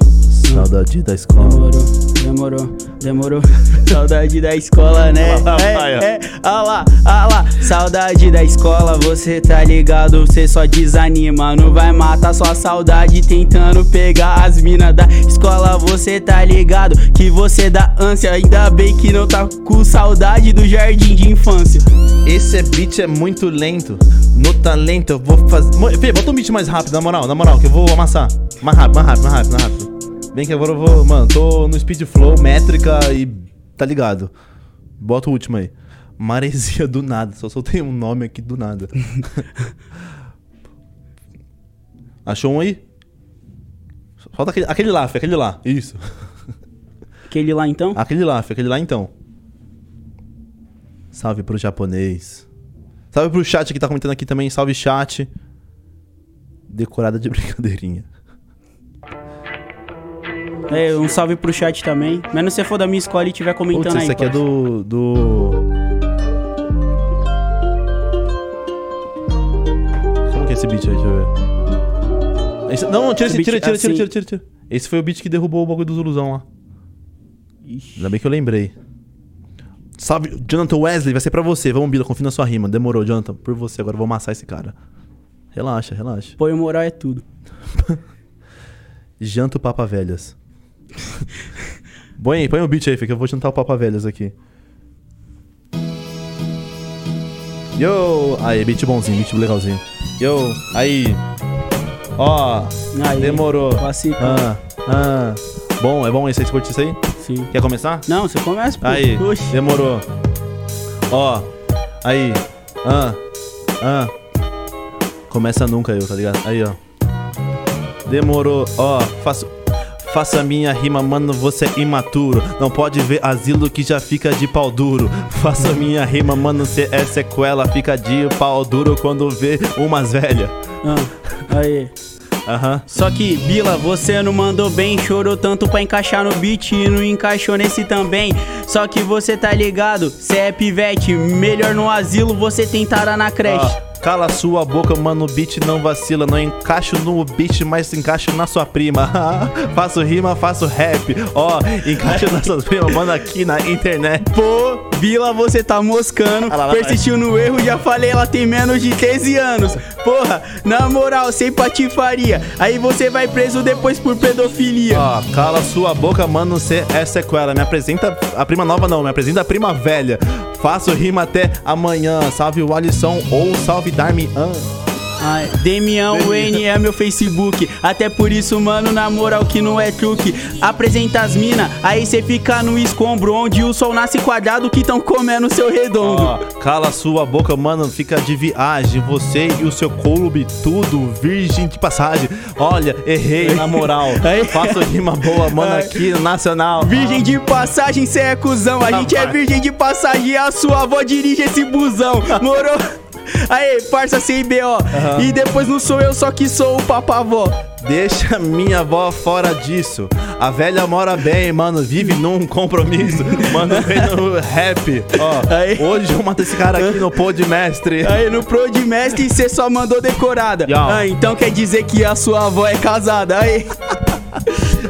Saudade da escola.
Demorou, demorou, demorou. <laughs> Saudade da escola, né?
Olha lá, vai, ó.
É, é, ah lá, ah lá. Saudade da escola, você tá ligado, você só desanima. Não vai matar sua saudade tentando pegar as minas da escola. Você tá ligado que você dá ânsia. Ainda bem que não tá com saudade do jardim de infância.
Esse é beat é muito lento. No talento eu vou fazer. Mo- Fê, bota um beat mais rápido, na moral, na moral, que eu vou amassar. Mais rápido, mais rápido, mais rápido, mais rápido. Vem que agora eu vou. Mano, tô no speed flow, métrica e. Tá ligado? Bota o último aí. Maresia do nada, só soltei um nome aqui do <laughs> nada. Achou um aí? Solta aquele, aquele lá, Fê, aquele lá. Isso.
Aquele lá então?
Aquele lá, Fê, aquele lá então. Salve pro japonês. Salve pro chat que tá comentando aqui também. Salve chat. Decorada de <laughs> brincadeirinha.
É, um salve pro chat também. Menos se for da minha escola e tiver comentando
Putz,
Então aí.
esse aqui é
parça.
do. do. Como que é esse beat aí? Deixa eu ver. Esse- Não, não, tira
Esse
esse, tira,
beat
tira, tira,
assim.
tira, tira, tira. Esse foi o beat que derrubou o bagulho do Zuluzão lá.
Ixi.
Ainda bem que eu lembrei. Salve, Jonathan Wesley, vai ser pra você. Vamos, Bila, confia na sua rima. Demorou, Jonathan. Por você, agora eu vou amassar esse cara. Relaxa, relaxa.
Apoio moral é tudo.
Janta o Papa Velhas. <laughs> põe, aí, põe o beat aí, Fê, que eu vou jantar o Papa Velhas aqui. Yo! Aí, beat bonzinho, beat legalzinho. Yo! Aí! Ó!
Aí,
demorou.
classica.
Ah, ah. Bom, é bom esse aí, você curte isso aí?
Sim.
Quer começar?
Não, você começa, pô.
Aí,
Oxi.
demorou. Ó, aí. Ah, ah. Começa nunca eu, tá ligado? Aí, ó. Demorou, ó, faço. Faça minha rima, mano, você é imaturo. Não pode ver asilo que já fica de pau duro. Faça minha rima, mano, cê é sequela. Fica de pau duro quando vê umas velhas.
Ah, aí.
Aham.
Só que, Bila, você não mandou bem. Chorou tanto pra encaixar no beat e não encaixou nesse também. Só que você tá ligado, cê é pivete. Melhor no asilo, você tentará na creche.
Ó, Cala sua boca, mano, o beat não vacila. Não encaixo no beat, mas encaixo na sua prima. <laughs> faço rima, faço rap. Ó, encaixo nas suas primas, mano, aqui na internet.
Pô, Vila, você tá moscando.
Ah lá, lá,
Persistiu no erro, já falei, ela tem menos de 13 anos. Porra, na moral, sem patifaria. Aí você vai preso depois por pedofilia.
Ó, cala sua boca, mano, cê é sequela. Me apresenta a prima nova, não, me apresenta a prima velha. Faço rima até amanhã. Salve o Alisson ou salve Darmian.
Ai, Demião Wayne é meu Facebook. Até por isso, mano, na moral que não é truque. Apresenta as mina, aí cê fica no escombro. Onde o sol nasce quadrado que tão comendo seu redondo.
Ó, cala sua boca, mano, fica de viagem. Você e o seu clube, tudo virgem de passagem. Olha, errei na moral.
Aí.
Faço rima boa, mano,
Ai.
aqui no Nacional.
Virgem de passagem, cê é cuzão. A gente é
vai.
virgem de passagem e a sua avó dirige esse busão. Morou? Aê, parça sem B.O. E depois não sou eu só que sou o papavó.
Deixa minha avó fora disso. A velha mora bem, mano, vive num compromisso. Mano, vem no rap. Ó,
Aí.
hoje eu mato esse cara aqui no pô de mestre.
Aí no Pro de Mestre cê só mandou decorada.
Yo.
Ah, então quer dizer que a sua avó é casada. Aí. <laughs>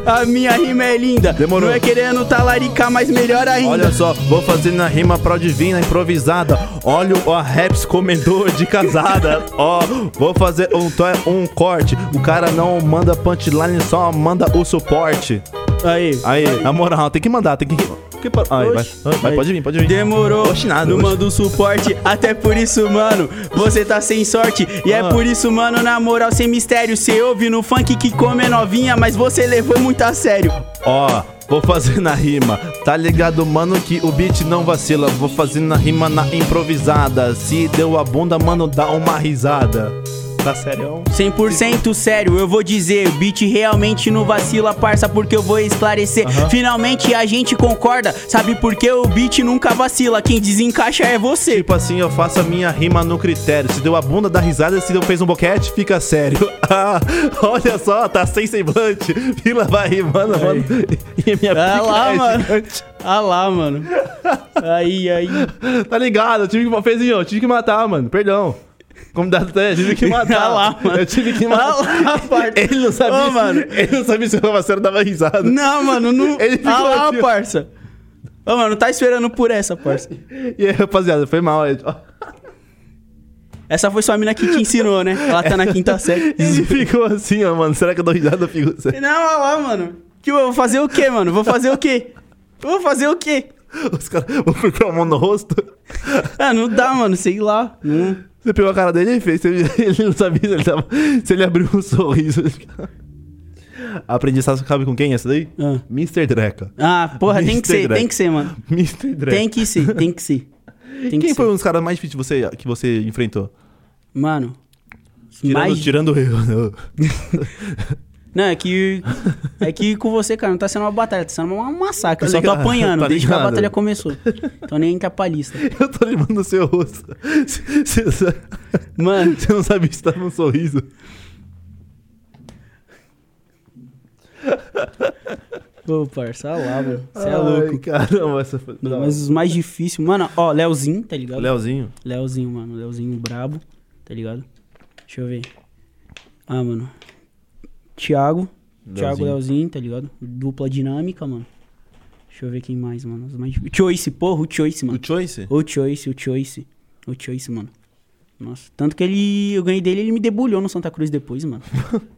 A minha rima é linda.
Demorou.
Não é querendo talaricar, mas melhor ainda.
Olha só, vou fazendo a rima pro divina improvisada. Olha o a raps comedor de casada. Ó, vou fazer um, to- um corte. O cara não manda punchline, só manda o suporte.
Aí.
Aí, na moral, tem que mandar, tem que. que par- Aí, vai,
Oxi.
vai,
Aí.
pode vir, pode vir.
Demorou,
Oxe, nada,
não
oxe.
manda o suporte, até por isso, mano, você tá sem sorte. E é
Ah.
por isso, mano, na moral, sem mistério. Cê ouve no funk que come é novinha, mas você levou muito a sério.
Ó, vou fazer na rima. Tá ligado, mano, que o beat não vacila. Vou fazer na rima na improvisada. Se deu a bunda, mano, dá uma risada. Tá sério?
100% sério, eu vou dizer, o beat realmente não vacila, parça, porque eu vou esclarecer. Finalmente a gente concorda, sabe por que o beat nunca vacila, quem desencaixa é você.
Tipo assim, eu faço a minha rima no critério. Se deu a bunda, dá risada. Se deu fez um boquete, fica sério. <laughs> Ah, olha só, tá sem semblante. Vila vai rimando, mano. <laughs> E minha
Ah
pica
lá,
é
mano.
gigante.
Ah lá, mano. Aí, aí.
Tá ligado? Eu tive que. Fezinho, eu tive que matar, mano. Perdão. Como dá até, eu tive
<laughs>
que matar.
Ah lá, mano.
Eu tive que matar.
Ah lá, parça.
<laughs> Ele não sabia.
Ô, mano.
<laughs> Ele não sabia se o Lavacero dava risada.
Não, mano, não.
Ele ficou
ah lá,
assim, ó.
parça. Ô, mano, tá esperando por essa, parça.
E aí, rapaziada, foi mal. aí, ó.
Essa foi sua mina que te ensinou, né? Ela tá na quinta série.
<laughs> Ele ficou assim, ó, mano. Será que eu dou risada? Eu fico
<laughs>
assim.
Não, olha lá, mano. Tipo, eu vou fazer o quê, mano? Vou fazer o quê? Eu Vou fazer o quê?
Os caras vão ficar a um mão no rosto.
Ah, não dá, mano, sei lá. Não.
Você pegou a cara dele e fez. Ele, <laughs> ele não sabia se ele, tava, se ele abriu um <laughs> sorriso. Aprendi, sabe com quem é essa daí?
Ah.
Mr. Dreca.
Ah, porra, tem
Mr.
que ser,
Drag.
tem que ser, mano.
Mr. Dreca.
Tem que ser, tem que ser. Tem que
Quem
ser.
foi um dos caras mais difíceis que você, que você enfrentou?
Mano.
Tirando,
mais...
tirando eu. né? <laughs>
Não, é que. É que com você, cara, não tá sendo uma batalha, tá sendo um massacre.
Tá
eu só tô
ligado,
apanhando
tá
desde que a
ligado.
batalha começou. Tô nem com a palista.
Eu tô limando o seu rosto. Você <laughs> você
Mano,
não sabe se tá num sorriso.
ô, parça, olha lá, mano. Você é
Ai,
louco.
Caramba, essa foi.
Não, mas os mais difíceis. Mano, ó, Leozinho, tá ligado?
Leozinho.
Leozinho, mano. Leozinho brabo, tá ligado? Deixa eu ver. Ah, mano. Thiago. Thiago
Leozinho.
Leozinho, tá ligado? Dupla dinâmica, mano. Deixa eu ver quem mais, mano. Os mais... dif- Choice, porra, o Choice, mano.
O Choice?
O Choice, o Choice. O Choice, mano. Nossa, tanto que ele. Eu ganhei dele, ele me debulhou no Santa Cruz depois,
<laughs>
mano.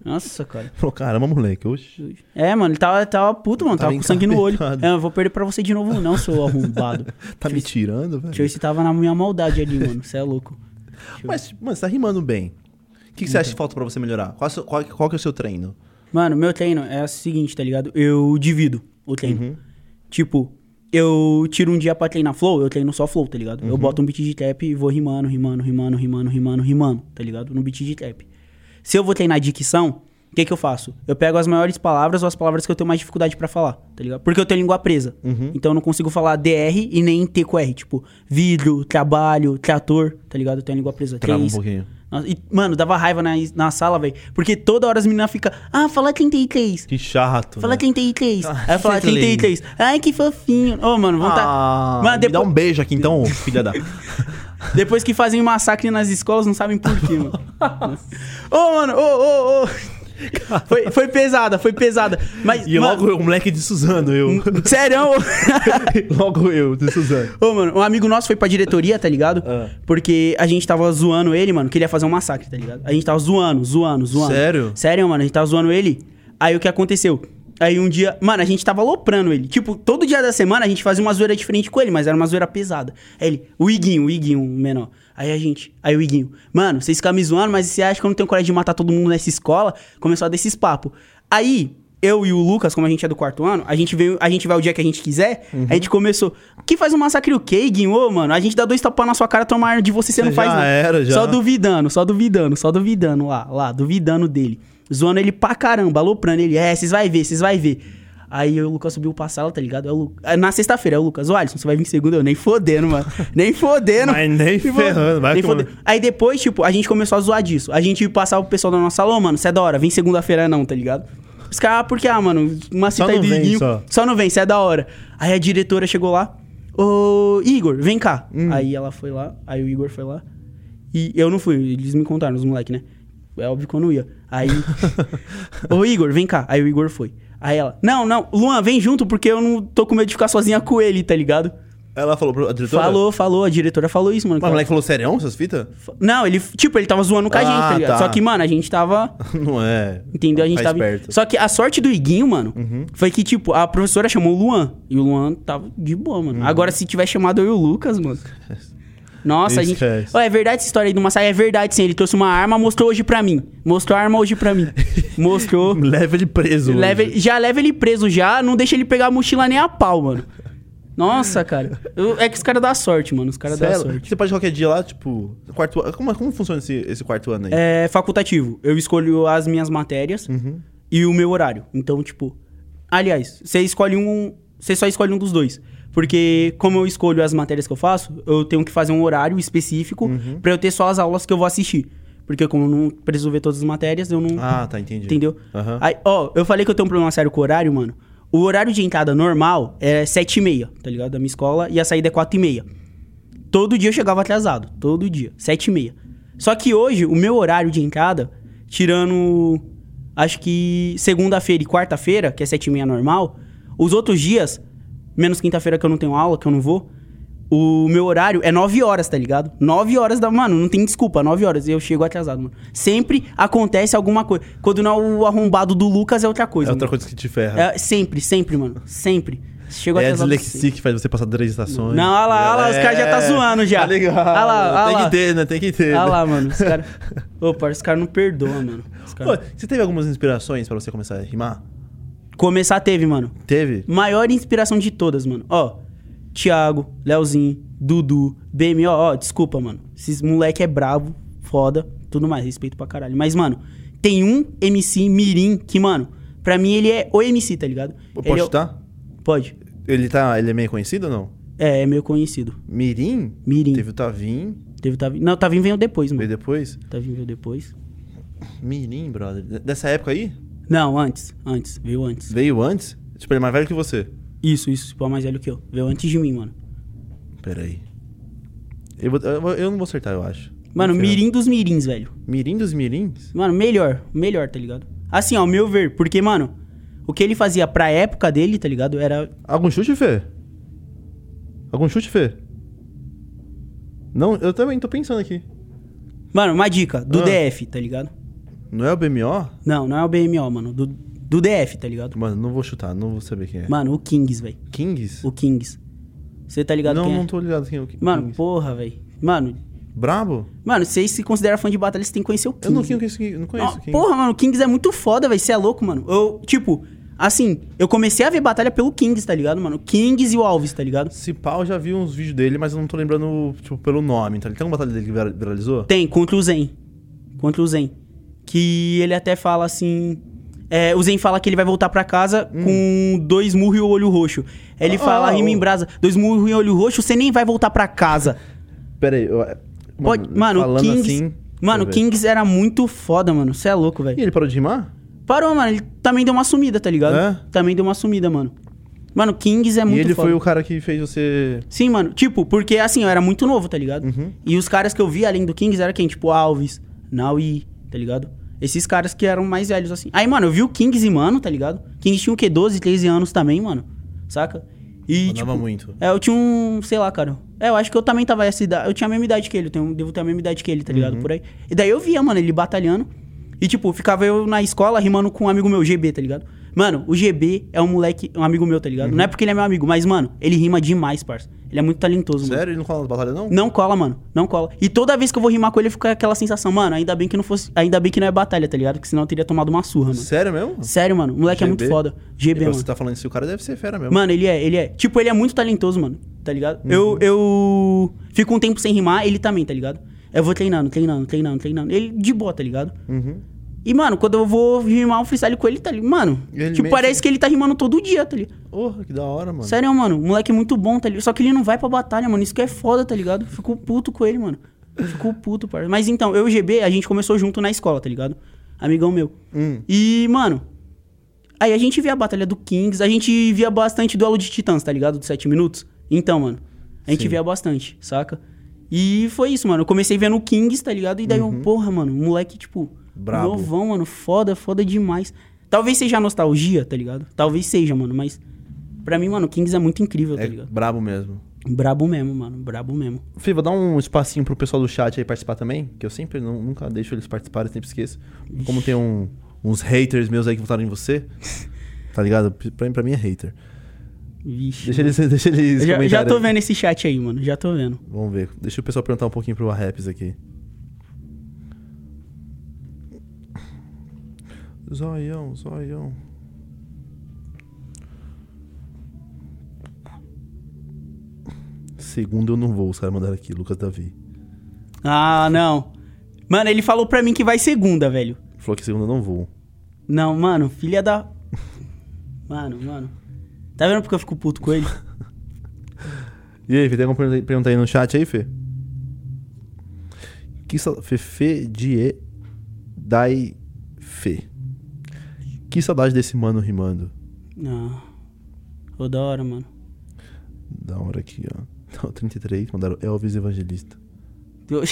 Nossa, cara.
Falou, caramba, moleque. Oxe.
É, mano, ele tava, tava puto, mano.
Tava
Tava, com sangue no olho.
encabetado.
É, eu vou perder pra você de novo,
<laughs>
não, seu arrombado.
Tá me tirando, velho?
Choice tava na minha maldade ali, mano. Você é louco.
Mas, mano, você tá rimando bem. O que, que você acha que falta pra você melhorar? Qual, a sua- qual- qual que é o seu treino?
Mano, meu treino é o seguinte, tá ligado? Eu divido o treino.
Uhum.
Tipo, eu tiro um dia pra treinar flow, eu treino só flow, tá ligado?
Uhum.
Eu boto um beat de trap e vou rimando, rimando, rimando, rimando, rimando, rimando, tá ligado? No beat de trap. Se eu vou treinar dicção, o que que eu faço? Eu pego as maiores palavras ou as palavras que eu tenho mais dificuldade pra falar, tá ligado? Porque eu tenho língua presa.
Uhum.
Então eu não consigo falar DR e nem T com R. Tipo, vidro, trabalho, trator, tá ligado? Eu tenho língua presa.
Trava um
Três.
pouquinho.
Nossa, e, mano, dava raiva na, na sala, velho. Porque toda hora as meninas ficam, ah, fala 33.
Que chato.
Fala
né?
33. Aí eu falo "Ah,
33.
33. Ai, que fofinho. Ô, mano, vontade.
Ah,
Mano,
me dá
depo-
um <laughs> beijo aqui então, ô, filha
<laughs>
da.
depois que fazem massacre nas escolas, não sabem por quê, mano. Ô, mano, ô, ô, ô. Foi, foi pesada, foi pesada. Mas,
E
mano,
logo eu, moleque de Suzano,
<laughs>
eu.
Sério?
logo eu, de Suzano.
Ô, mano, um amigo nosso foi pra diretoria, tá ligado?
Ah.
Porque a gente tava zoando ele, mano, que ele ia fazer um massacre, tá ligado? A gente tava zoando, zoando, zoando.
Sério?
Sério, mano, a gente tava zoando ele. Aí o que aconteceu? Aí um dia, mano, a gente tava aloprando ele. Tipo, todo dia da semana a gente fazia uma zoeira diferente com ele, mas era uma zoeira pesada. Aí ele, o Iguinho, o Iguinho, o menor. Aí a gente, aí o Iguinho, mano, vocês ficam me zoando, mas você acha que eu não tenho coragem de matar todo mundo nessa escola? Começou a dar esses papos. Aí, eu e o Lucas, como a gente é do quarto ano, a gente, veio, a gente vai o dia que a gente quiser. A gente começou. Que faz um massacre o quê, Guinho? Ô, mano, a gente dá dois tapas na sua cara, toma arma de você, você não
Já
faz não.
era, já.
Só duvidando, só duvidando, só duvidando lá, lá, duvidando dele. Zoando ele pra caramba, aloprando ele. É, vocês vai ver, vocês vai ver. Aí o Lucas subiu pra sala, tá ligado? Aí o Lu- aí Na sexta-feira, é o Lucas, ô Alisson, você vai vir segunda? Eu nem fodendo,
<laughs>
mano. Nem fodendo.
Mas nem ferrando, vai
nem
tomar-
fodendo. Aí depois, tipo, a gente começou a zoar disso. A gente passava pro pessoal da nossa sala, ô, mano, cê é da hora, vem segunda-feira não, tá ligado? Os caras, ah, porque, ah, mano, uma cita aí
não
do
vem,
Iguinho,
só.
só. não vem, cê é da hora. Aí a diretora chegou lá, ô, Igor, vem cá.
Hum.
Aí ela foi lá, aí o Igor foi lá. E eu não fui, eles me contaram, os moleques, né? É óbvio que eu não ia.
<laughs>
Aí, ô, Igor, vem cá. Aí o Igor foi. Aí ela, não, não, Luan, vem junto, porque eu não tô com medo de ficar sozinha com ele, tá ligado?
Ela falou pro a diretora?
Falou, falou, a diretora falou isso, mano.
Mas o moleque falou, serião, essas fitas?
Não, ele, tipo, ele tava zoando com a
Ah,
gente, tá ligado?
tá.
Só que, mano, a gente tava.
<laughs> Não é.
Entendeu? A gente
Tá
tava.
esperto.
Só que a sorte do Iguinho, mano, foi que, tipo, a professora chamou o Luan. E o Luan tava de boa, mano. Agora, se tiver chamado eu e o Lucas, mano. Nossa, a gente.
Esquece.
Ó, é verdade essa história aí do Massai? É verdade, sim. Ele trouxe uma arma, mostrou hoje pra mim. Mostrou a arma hoje pra mim.
<laughs>
Mostrou.
Leva ele preso.
Leva
hoje.
ele- já leva ele preso já, não deixa ele pegar a mochila nem a pau, mano. Nossa, cara. Eu- é que os caras dão sorte, mano. Os caras dão
Sério?
sorte.
Você pode qualquer dia lá, tipo. Quarto ano. Como, como funciona esse, esse quarto ano aí?
É facultativo. Eu escolho as minhas matérias
Uhum.
e o meu horário. Então, tipo. Aliás, você escolhe um. Você só escolhe um dos dois. Porque, como eu escolho as matérias que eu faço, eu tenho que fazer um horário específico
Uhum.
pra eu ter só as aulas que eu vou assistir. Porque, como eu não preciso ver todas as matérias, eu não.
Ah, tá, entendi.
Entendeu?
Aham.
Aí, ó, eu falei que eu tenho um problema sério com o horário, mano. O horário de entrada normal é 7 e meia, tá ligado? Da minha escola. E a saída é 4 e meia. Todo dia eu chegava atrasado. Todo dia. 7 e meia. Só que hoje, o meu horário de entrada, tirando... Acho que segunda-feira e quarta-feira, que é 7 e meia normal. Os outros dias, menos quinta-feira que eu não tenho aula, que eu não vou... O meu horário é 9 horas, tá ligado? 9 horas da. Mano, não tem desculpa, 9 horas. Eu chego atrasado, mano. Sempre acontece alguma coisa. Quando não é o arrombado do Lucas, é outra
É
coisa.
outra
mano.
coisa que te ferra.
É, sempre, sempre, mano. Sempre. Chegou
é a
até as nove e
dislexia que faz você passar três estações.
Não, olha lá, olha lá, os caras já tá zoando já.
Tá legal.
Olha lá, olha
tem
lá.
que ter, né? Tem que ter.
Ah
né?
lá, mano, os
<laughs>
caras. Ô, parça, os caras não perdoam, mano. Os
Pô,
cara...
você teve algumas inspirações pra você começar a rimar?
Começar teve, mano.
Teve?
Maior inspiração de todas, mano. Ó, Thiago, Leozinho, Dudu, BM, ó, ó, desculpa, mano. Esses moleque é brabo, foda, tudo mais, respeito pra caralho. Mas, mano, tem um MC Mirim que, mano, pra mim ele é o MC, tá ligado?
Eu
Ele
Posso
é o-
chutar?
Pode.
Ele, tá, ele é meio conhecido ou não?
É, é meio conhecido.
Mirim?
Mirim.
Teve o Tavim,
Teve o Tavim. Não, o Tavim veio depois,
veio
mano.
depois.
O Tavim veio depois.
Mirim, brother. Dessa época aí?
Não, antes, antes, veio antes.
Veio antes? Tipo, ele é mais velho que você.
Isso, isso, tipo, é mais velho que eu. Veio antes de mim, mano.
Pera aí. Eu, vou- eu vou- eu não vou acertar, eu acho.
Mano,
Não sei,
mirim dos mirins, velho.
não. Mirim dos mirins?
Mano, melhor, melhor, tá ligado? Assim, ao meu ver, porque, mano, o que ele fazia pra época dele, tá ligado? Era.
Algum chute, Fê? Algum chute, Fê? Não, eu também tô pensando aqui.
Mano, uma dica, do
Ah.
DF, tá ligado?
Não é o BMO?
Não, não é o BMO, mano. Do, do DF, tá ligado?
Mano, não vou chutar, não vou saber quem é.
Mano, o Kings, velho.
Kings?
O Kings. Você tá ligado
não,
quem é?
não tô ligado quem é o Ki- Kings.
Mano, porra, velho. Mano,
Brabo?
mano, vocês se consideram fã de batalha, vocês têm que conhecer o Kings.
Eu não conheço, não conheço
Não,
Kings.
Porra, mano, o Kings é muito foda, velho. Você é louco, mano. Eu, tipo, assim, eu comecei a ver batalha pelo Kings, tá ligado, mano? Kings e o Alves, tá ligado?
Se pau, eu já vi uns vídeos dele, mas eu não tô lembrando, tipo, pelo nome. Então, ele tem uma batalha dele que vira- viralizou?
Tem, contra o Zen. Contra o Zen. Que ele até fala assim. é, o Zen fala que ele vai voltar pra casa com dois murros e o olho roxo. Aí Ele
Hum. Ah,
fala,
ah,
rima em
o-
brasa, dois murros e olho roxo, você nem vai voltar pra casa.
Pera aí, eu... é, Mano,
Pode, mano, o
falando
Kings.
assim,
mano, o
deixa eu ver.
Kings era muito foda, mano. Você é louco,
E
velho.
ele parou de rimar?
Parou, mano. Ele também deu uma sumida, tá ligado?
É?
Também deu uma sumida, mano. Mano, o Kings é muito
e ele
foda.
foi o cara que fez você...
Sim, mano. Tipo, porque assim, eu era muito novo, tá ligado? E os caras que eu via além do Kings era quem? Tipo, Alves, Naui, tá ligado? Esses caras que eram mais velhos, assim. Aí, mano, eu vi o Kings e, mano, tá ligado? Kings tinha o quê? 12, 13 anos também, mano. Saca? E,
Mandava
tipo,
muito.
É, eu tinha um, sei lá, cara. É, eu acho que eu também tava essa idade. Eu tinha a mesma idade que ele, eu tenho, devo ter a mesma idade que ele, tá ligado?
Uhum.
Por aí. E daí eu via, mano, ele batalhando. E, tipo, ficava eu na escola rimando com um amigo meu, GB, tá ligado? Mano, o GB é um moleque, um amigo meu, tá
Uhum.
ligado? Não é porque ele é meu amigo, mas, mano, ele rima demais, parça. Ele é muito talentoso, mano.
Sério? Ele não fala das batalhas, não?
Não cola, mano. Não cola. E toda vez que eu vou rimar com ele, fica aquela sensação, mano, ainda bem que não fosse. Ainda bem que não é batalha, tá ligado? Porque senão eu teria tomado uma surra, mano.
Sério mesmo?
Sério, mano. O moleque é muito
GB?
foda. GB,
Agora
mano.
Você tá falando isso, o cara deve ser fera mesmo.
Mano, ele é, ele é. Tipo, ele é muito talentoso, mano. Tá ligado?
Uhum.
Eu, eu fico um tempo sem rimar, ele também, tá ligado? Eu vou treinando, treinando, treinando, treinando. Ele de boa, tá ligado?
Uhum.
E, mano, quando eu vou rimar um freestyle com ele, tá ligado? Mano,
Ele
tipo,
meio
parece que ele tá rimando todo dia, tá ligado?
Porra, que da hora, mano.
Sério, mano, o moleque é muito bom, tá ligado? Só que ele não vai pra batalha, mano. Isso que é foda, tá ligado? Fico puto com ele, mano. Fico puto, parça. Mas então, eu e o GB, a gente começou junto na escola, tá ligado? Amigão meu.
Hum.
E, mano. Aí a gente via a batalha do Kings, a gente via bastante duelo de titãs, tá ligado? Dos 7 minutos. Então, mano. A gente
Sim.
via bastante, saca? E foi isso, mano. Eu comecei vendo o Kings, tá ligado? E daí eu, porra, mano, o moleque, tipo,
Uhum. Brabo.
novão, mano. Foda, foda demais. Talvez seja a nostalgia, tá ligado? Talvez seja, mano, mas. Pra mim, mano, o Kings é muito incrível, tá
É
ligado?
brabo mesmo.
Brabo mesmo, mano. Brabo mesmo.
Fih, vou dar um espacinho pro pessoal do chat aí participar também, que eu sempre nu- nunca deixo eles participarem, sempre esqueço. Como tem um- uns haters meus aí que votaram em você,
<laughs>
tá ligado? Pra mim, pra mim é hater.
Vixe.
Deixa eles, <laughs> deixa eles
Uhum. Eu já, já
comentarem.
tô vendo esse chat aí, mano. Já tô vendo.
Vamos ver. Deixa o pessoal perguntar um pouquinho pro Raps aqui. Zoião, zoião. Segundo eu não vou, os caras mandaram aqui, Lucas Davi.
Ah, não. Mano, ele falou pra mim que vai segunda, velho.
Falou que segundo eu não vou.
Não, mano, filha da. Mano, mano. Tá vendo porque eu fico puto com ele?
E aí, Fê, tem alguma pergunta- pergunta aí no chat aí, Fê? Que sa... Fefe die dai Fê. Que saudade desse mano rimando.
Não. Ô, da hora, mano. <laughs>
Da hora aqui, ó. <laughs> Então, 33, mandaram Elvis Evangelista.
Eu-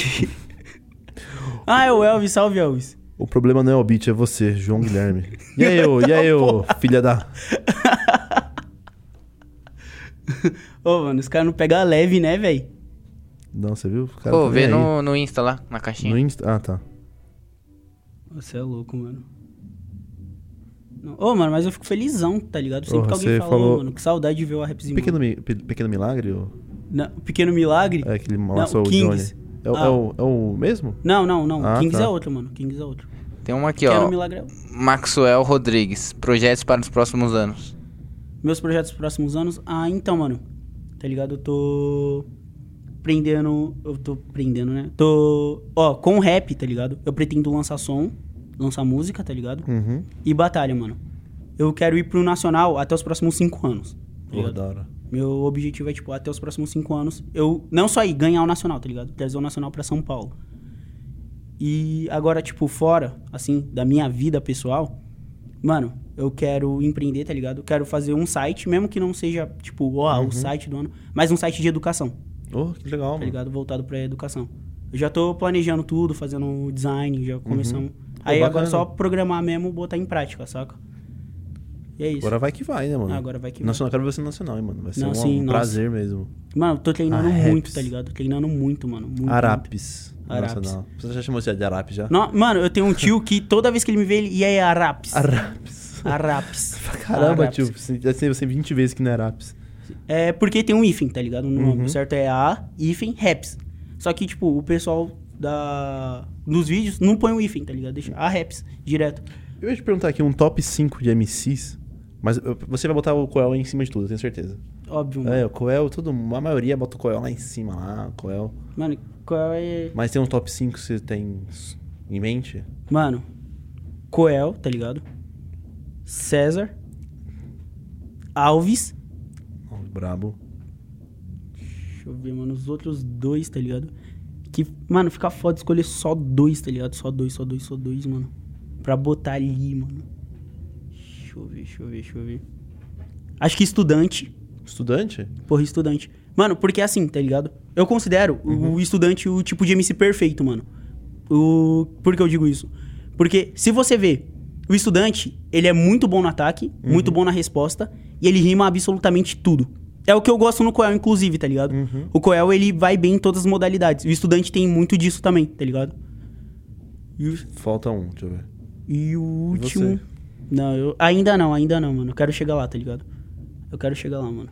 ah, é o Elvis, salve Elvis. <laughs>
O problema não é o beat, é você, João Guilherme. E aí, ô, e aí, ô, filha da.
Ô, mano, os caras não pegam leve, né, velho?
Não, você viu? O cara
Pô,
tá
vê
nem aí.
no, no Insta lá, na caixinha.
No Insta. Ah, tá.
Você é louco, mano. Não. Ô, mano, mas eu fico felizão, tá ligado? Sempre
Porra,
que alguém
você
fala,
falou-
"Ô, mano, que saudade de ver o Rapzinho.
Pequeno, Mi- Pe- Pequeno Milagre? o-
Na- Pequeno Milagre?
É aquele nosso
o Kings.
Johnny. É, o-
Ah.
é o, é o mesmo?
Não, não, não.
Ah,
Kings
tá.
é outro, mano. Kings é outro.
Tem uma aqui,
Pequeno
ó.
Milagre é outro.
Maxwell Rodrigues. Projetos para os próximos anos.
Meus projetos dos próximos anos. Ah, então, mano. Tá ligado? Eu tô. Prendendo. Eu tô prendendo, né? Tô. Ó, com rap, tá ligado? Eu pretendo lançar som, lançar música, tá ligado?
Uhum.
E batalha, mano. Eu quero ir pro Nacional até os próximos cinco anos. tá
Porra,
ligado?
da hora.
Meu objetivo é, tipo, até os próximos cinco anos, eu não só ir ganhar o Nacional, tá ligado? Trazer o Nacional pra São Paulo. E agora, tipo, fora, assim, da minha vida pessoal, mano, eu quero empreender, tá ligado? Eu quero fazer um site, mesmo que não seja, tipo, ó, o site do ano, mas um site de educação,
Oh, que legal,
tá
mano.
ligado? Voltado pra educação. Eu já tô planejando tudo, fazendo o design, já começamos. Aí
bacana.
agora é só programar mesmo, botar em prática, saca? E é isso.
Agora vai que vai, né, mano?
Agora vai que vai.
Nacional, quero ver você no Nacional, hein, mano. Vai ser
Não,
um,
sim,
um
nossa.
prazer mesmo.
Mano, eu tô treinando
Ah,
muito,
raps.
tá ligado? Treinando muito, mano. Muito, muito.
Arapes.
Uhum. Arapes.
Nacional. Você já chamou você de Arapes já?
Não, mano, eu tenho um tio que toda vez que ele me vê, ele. E aí, Arapes? <laughs>
Arapes.
Arapes.
Caramba,
Arapes.
tio. Você já sei você 20 vezes que não é Arapes.
É porque tem um hífen, tá ligado? No
Uhum.
nome, o certo? É A, hífen, raps. Só que, tipo, o pessoal da... dos vídeos não põe o hífen, tá ligado? Deixa A raps, direto.
Eu ia te perguntar aqui um top 5 de MCs, mas eu- você vai botar o Coel em cima de tudo, eu tenho certeza.
Óbvio, mano.
É, o Coel, todo, a maioria bota o Coel lá em cima, lá, Coel.
Mano, qual é.
Mas tem um top 5 que você tem s- em mente?
Mano, Coel, tá ligado? César. Alves.
Ó, brabo.
Deixa eu ver, mano, os outros dois, tá ligado? Que, mano, fica foda escolher só dois, tá ligado? Só dois, só dois, só dois, mano. Pra botar ali, mano. Deixa eu ver, deixa eu ver, deixa eu ver. Acho que estudante.
Estudante?
Porra, estudante. Mano, porque é assim, tá ligado? Eu considero
Uhum.
o estudante o tipo de MC perfeito, mano. O... Por que eu digo isso? Porque se você vê, o estudante, ele é muito bom no ataque,
Uhum.
muito bom na resposta, e ele rima absolutamente tudo. É o que eu gosto no Coel, inclusive, tá ligado?
Uhum.
O Coel, ele vai bem em todas as modalidades. O estudante tem muito disso também, tá ligado? E o,
Falta um, deixa eu ver.
e o
E você?
último... Não, eu... ainda não, ainda não, mano. Eu quero chegar lá, tá ligado? Eu quero chegar lá, mano.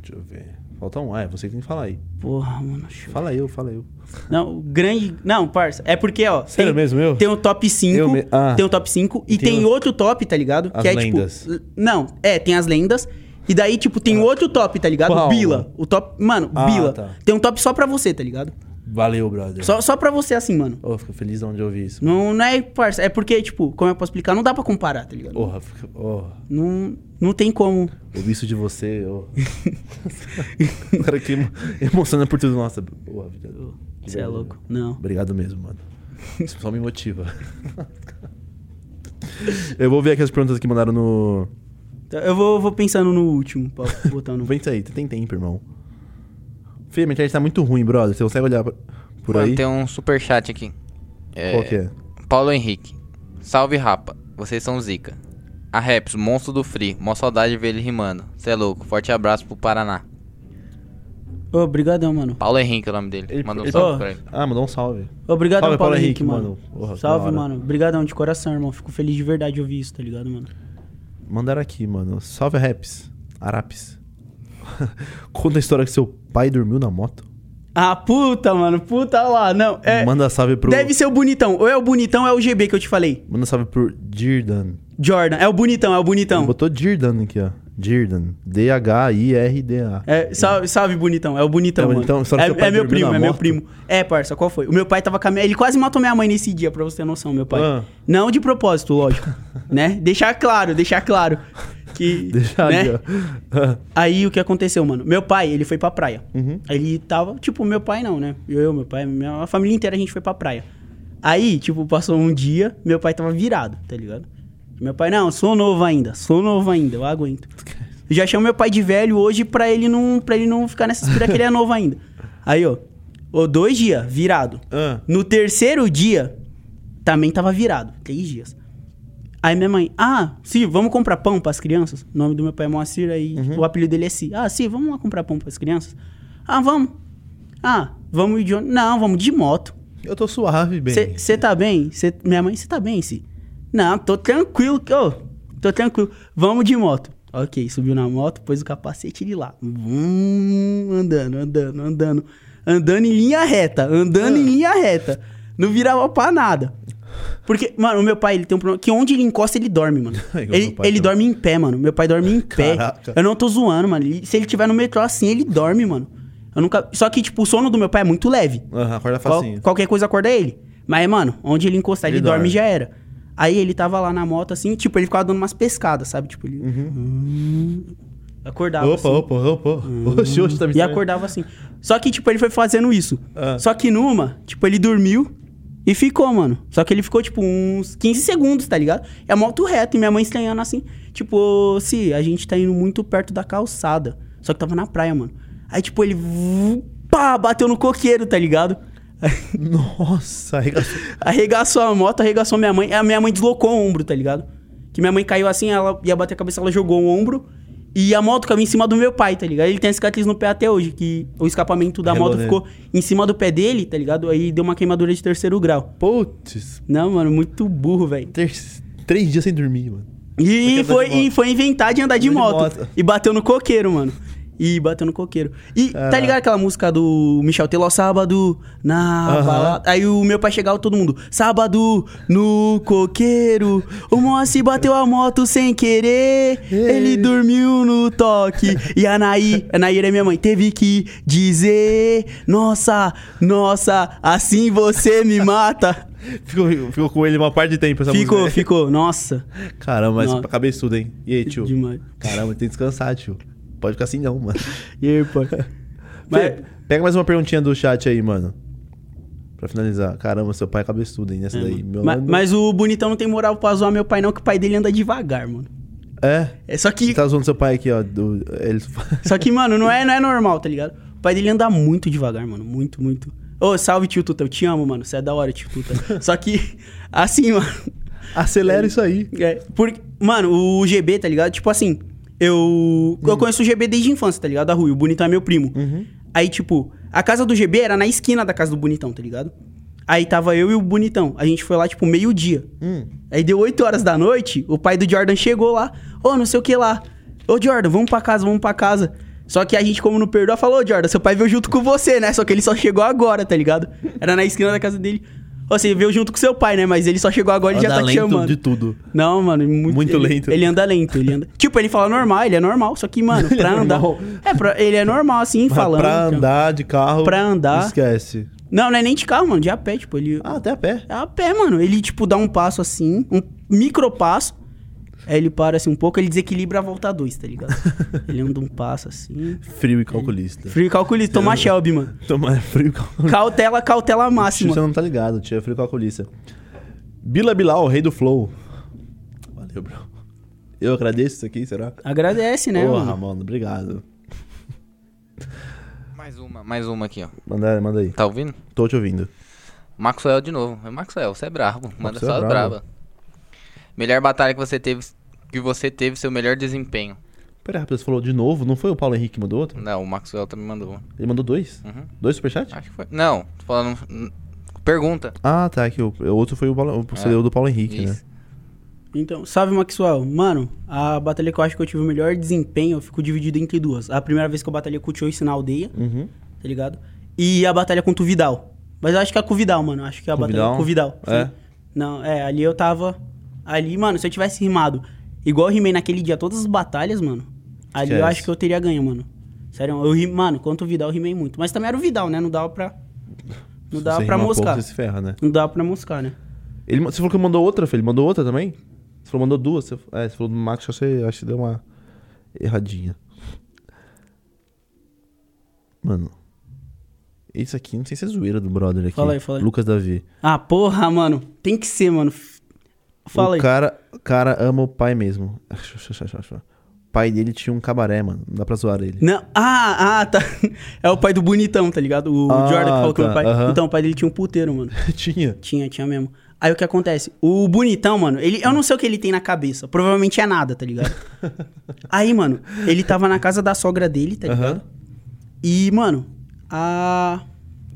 Deixa eu ver. Falta um, ah, é você que tem que falar aí.
Porra, mano, show.
Fala eu, fala eu.
Não, o grande. Não, parça. É porque, ó.
Sério
tem,
mesmo, eu?
Tem o top 5.
Eu me- ah.
Tem o top 5. E
Tem
tem
o-
outro top, tá ligado?
As
que é
lendas. Ah.
tipo. l- Não, é, tem as lendas. E daí, tipo, tem outro top, tá ligado?
Qual?
Bila. O top. Mano,
Ah,
Bila.
tá.
Tem um top só pra você, tá ligado?
Valeu, brother.
Só, só pra você, assim, mano.
Ô, fico feliz de onde eu ouvi isso.
Não, não é, parça. É porque, tipo, como eu posso explicar? Não dá pra comparar, tá ligado?
Porra, fica- ó,
Não, não
<laughs>
tem como.
ouvi isso de você, <laughs> ô. o cara que emo- <laughs> emociona por tudo. Nossa, porra, obrigado.
Você é louco. Não.
Obrigado mesmo, mano. Isso só me motiva. Eu vou ver aqui as perguntas que mandaram no.
Então, Eu vou, vou pensando no último, pra botar no.
Vem isso aí, tem tempo, irmão. Fih, minha internet tá muito ruim, brother. Você consegue olhar pra- por
Mano,
aí?
Tem um superchat aqui. É,
Qual que é?
Paulo Henrique. Salve, rapa. Vocês são zica. A Raps, monstro do Free. Mó saudade de ver ele rimando. Cê é louco. Forte abraço pro Paraná.
Ô, Obrigadão, mano.
Paulo Henrique é o nome dele.
Ele-
Mandou um
ele-
salve
Ó.
pra ele.
Ah, mandou um salve.
Obrigado,
Salve,
Paulo,
Paulo Henrique,
Henrique, mano.
mano. Porra, da
Salve,
hora.
mano. Obrigadão de coração, irmão. Fico feliz de verdade de ouvir isso, tá ligado, mano?
Mandaram aqui, mano. Salve, Raps. Arapes. <laughs> Conta a história que seu pai dormiu na moto.
Ah, puta, mano. Puta lá. Não, é.
Manda salve pro.
Deve ser o bonitão. Ou é o bonitão ou é o GB que eu te falei.
Manda salve pro Dirdan.
Jordan. É o bonitão, é o
Ele
bonitão.
botou Dirdan aqui, ó. Dirdan. D-H-I-R-D-A.
É, salve, salve, bonitão. É o bonitão,
É o
mano.
bonitão, só que
é,
seu pai
é meu
dormiu
primo,
na
é meu
moto?
primo. É, parça, qual foi? O meu pai tava com a minha... Ele quase matou minha mãe nesse dia, pra você ter noção, meu pai.
Ah.
Não de propósito, lógico. né? Deixar claro, deixar claro.
<laughs>
Que,
<laughs> Deixa
né?
aí, ó. <laughs>
Aí o que aconteceu, mano? Meu pai, ele foi pra praia.
Uhum.
Ele tava, tipo, meu pai não, né? Eu, meu pai, minha a família inteira a gente foi pra praia. Aí, tipo, passou um dia, meu pai tava virado, tá ligado? Meu pai, não, sou novo ainda, sou novo ainda, eu aguento. Eu já chamo meu pai de velho hoje pra ele não, pra ele não ficar nessa espira que ele é novo ainda. Aí, ó, ó, dois dias, virado.
Ah.
No terceiro dia, também tava virado, três dias. Aí minha mãe, ah, sim, vamos comprar pão pras crianças? O nome do meu pai é Moacir, aí o apelido dele é Si. Ah, sim, vamos lá comprar pão pras crianças? Ah, vamos. Ah, vamos de... on- Não, vamos de moto.
Eu tô suave, bem.
Você tá bem? Cê- minha mãe, você tá bem, Si? Não, tô tranquilo. que, Ô, Tô tranquilo. Vamos de moto. Ok, subiu na moto, pôs o capacete de lá. Vum, andando, andando, andando. Andando em linha reta, andando
Ah.
em linha reta. Não virava pra nada. Porque, mano, o meu pai, ele tem um problema. Que onde ele encosta, ele dorme, mano.
<laughs> Igual meu
ele
pai também.
ele dorme em pé, mano. Meu pai dorme em pé.
Caraca.
Eu não tô zoando, mano. Ele- se ele tiver no metrô assim, ele dorme, mano. Eu nunca. Só que, tipo, o sono do meu pai é muito leve.
Aham, acorda
Qual-
facinho.
qualquer coisa acorda ele. Mas, mano, onde ele encostar, ele,
Ele
dorme
dorme.
e já era. Aí ele tava lá na moto, assim, tipo, ele ficava dando umas pescadas, sabe? Tipo, ele. Hum. Acordava.
Uhum. Opa,
assim.
opa, opa. Oxi, oxi, tá me
E
estranho.
acordava assim. Só que, tipo, ele foi fazendo isso.
Ah.
Só que numa, tipo, ele dormiu e ficou, mano. Só que ele ficou, tipo, uns 15 segundos, tá ligado? É moto reta e minha mãe estranhando assim. Tipo, "Ô, se a gente tá indo muito perto da calçada. Só que tava na praia, mano. Aí, tipo, ele. vu- Pá, bateu no coqueiro, tá ligado?
<laughs> Nossa, arregaçou.
Arregaçou a moto, arregaçou minha mãe. A minha mãe deslocou o ombro, tá ligado? Que minha mãe caiu assim, ela ia bater a cabeça, ela jogou o ombro. E a moto caiu em cima do meu pai, tá ligado? Ele tem a cicatriz no pé até hoje, que o escapamento da
Relou
moto
nele.
ficou em cima do pé dele, tá ligado? Aí deu uma queimadura de terceiro grau.
Putz,
Não, mano, muito burro, velho.
três, três dias sem dormir, mano.
E
andar
foi,
de moto.
e foi inventar de andar de
Andar de
moto.
moto.
E bateu no coqueiro, mano. E bateu no coqueiro. E tá
Caraca.
ligado aquela música do Michel Teló, sábado na
Aham.
balada? Aí o meu pai chegava todo mundo, sábado no coqueiro, o Moacir bateu a moto sem querer, ele dormiu no toque. E a Naí, a Naí era minha mãe, teve que dizer, nossa, nossa, assim você me mata.
Ficou, ficou com ele uma parte de tempo essa
Ficou,
música.
ficou, nossa.
Ficou. Caramba, mas
Nossa.
cabeçudo, hein? E aí, tio?
Demais.
Caramba, tem que descansar, tio. Pode ficar assim não,
<laughs>
mano.
E aí, pai? Mas-
Fê, pega mais uma perguntinha do chat aí, mano. Pra finalizar. Caramba, seu pai é cabeçudo, hein? Nessa
É,
daí.
mano.
Meu
Ma- mas,
nome-
o bonitão não tem moral pra zoar meu pai, não, que o pai dele anda devagar, mano.
É?
É só que.
Você tá zoando seu pai aqui, ó. do- Ele... <laughs>
Só que, mano, não é, não é normal, tá ligado? O pai dele anda muito devagar, mano. Muito, muito. Ô, salve, tio Tuta. Eu te amo, mano. Você é da hora, tio Tuta. só que, assim, mano.
Acelera isso aí.
É, porque, mano, o GB, tá ligado? Tipo assim, eu. Eu conheço o GB desde a infância, tá ligado? A Rui, o Bonitão é meu primo. Aí, tipo, a casa do GB era na esquina da casa do Bonitão, tá ligado? Aí tava eu e o Bonitão. A gente foi lá, tipo, meio-dia.
Hum.
Aí deu 8 horas da noite, o pai do Jordan chegou lá. Ô, não sei o que lá. Ô, Jordan, vamos pra casa, vamos pra casa. Só que a gente, como não perdoa, falou, ô, Jordan, seu pai veio junto com você, né? Só que ele só chegou agora, tá ligado? Era na esquina da casa dele. Ô, Você veio junto com seu pai, né? Mas ele só chegou agora e já
Anda
tá te
lento
chamando.
de tudo.
Não, mano, muito,
Muito
ele-
lento.
Ele anda lento, ele anda. tipo, ele fala normal, ele é normal, só
<laughs>
que, mano,
Ele é
pra andar.
normal.
É, pra- ele é normal, assim,
Mas
falando.
pra andar de carro.
Pra andar.
Esquece.
Não, não é nem de carro, mano, de a pé, tipo, ele.
Ah, até a pé.
É a pé, mano. Ele, tipo, dá um passo assim, um micro passo. Aí ele para assim um pouco, ele desequilibra a volta a dois, tá ligado? ele anda um passo assim.
Frio e calculista.
Frio calculista, toma Shelby, mano.
Toma, é frio e calculista.
<laughs> Cautela, cautela
Tio,
máxima.
você não tá ligado, tio. É frio e calculista. Bila Bilal, rei do flow. Valeu, bro. Eu agradeço isso aqui, será?
Agradece, né,
Porra,
mano?
mano, obrigado.
Mais uma, mais uma aqui, ó.
Manda, manda aí.
Tá ouvindo?
Tô te ouvindo.
Maxwell de novo. É Maxwell, você é brabo. Manda
Maxwell
só
é
as
brabo.
braba. Melhor batalha que você teve, que você teve seu melhor desempenho.
Pera aí, rapaz, você falou de novo? Não foi o Paulo Henrique que mandou outro?
Não, o Maxwell também mandou. uma.
Ele mandou dois?
Uhum.
Dois superchat?
Acho que foi. Não, tô falando. n- Pergunta.
Ah, tá. Que o, o outro foi o, Paulo, o você
É.
deu do Paulo Henrique,
Isso.
né?
Então, salve Maxwell. Mano, a batalha que eu acho que eu tive o melhor desempenho, eu fico dividido entre duas. A primeira vez que eu batalhei com o Choice na aldeia,
Uhum.
tá ligado? E a batalha contra o Vidal. Mas eu acho que é com o Vidal, mano. Acho que é a
Com o
batalha
Vidal?
com o Vidal. sim.
É?
Não, é, ali eu tava. Ali, mano, se eu tivesse rimado igual eu rimei naquele dia, todas as batalhas, mano. Ali eu
Esquece.
acho que eu teria ganho, mano. Sério, eu ri, mano, contra o Vidal eu rimei muito. Mas também era o Vidal, né? Não dava pra. Não
Se
dava
você
pra
rima pouco,
moscar.
você se ferra, né?
Não dava pra moscar, né?
Ele, ma- você falou que mandou outra, filho. Ele mandou outra também? Você falou mandou duas. Você, é, você falou do Max, acho que você acho que deu uma erradinha. Mano. Isso aqui, não sei se é zoeira do brother aqui.
Fala aí, fala aí.
Lucas Davi.
Ah, porra, mano. Tem que ser, mano. Fala
o
aí.
Cara, o cara ama o pai mesmo. O pai dele tinha um cabaré, mano. Não dá pra zoar ele. <laughs>
Não, ah, ah, tá. <laughs> É o pai do bonitão, tá ligado? O
Ah,
Jordan que falou que
tá,
meu pai.
aham.
Então, o pai dele tinha um puteiro, mano.
tinha.
Tinha, tinha mesmo. Aí o que acontece? O bonitão, mano, ele, eu não sei o que ele tem na cabeça. Provavelmente é nada, tá ligado? Aí, mano, ele tava na casa da sogra dele, tá ligado?
Aham.
E, mano, a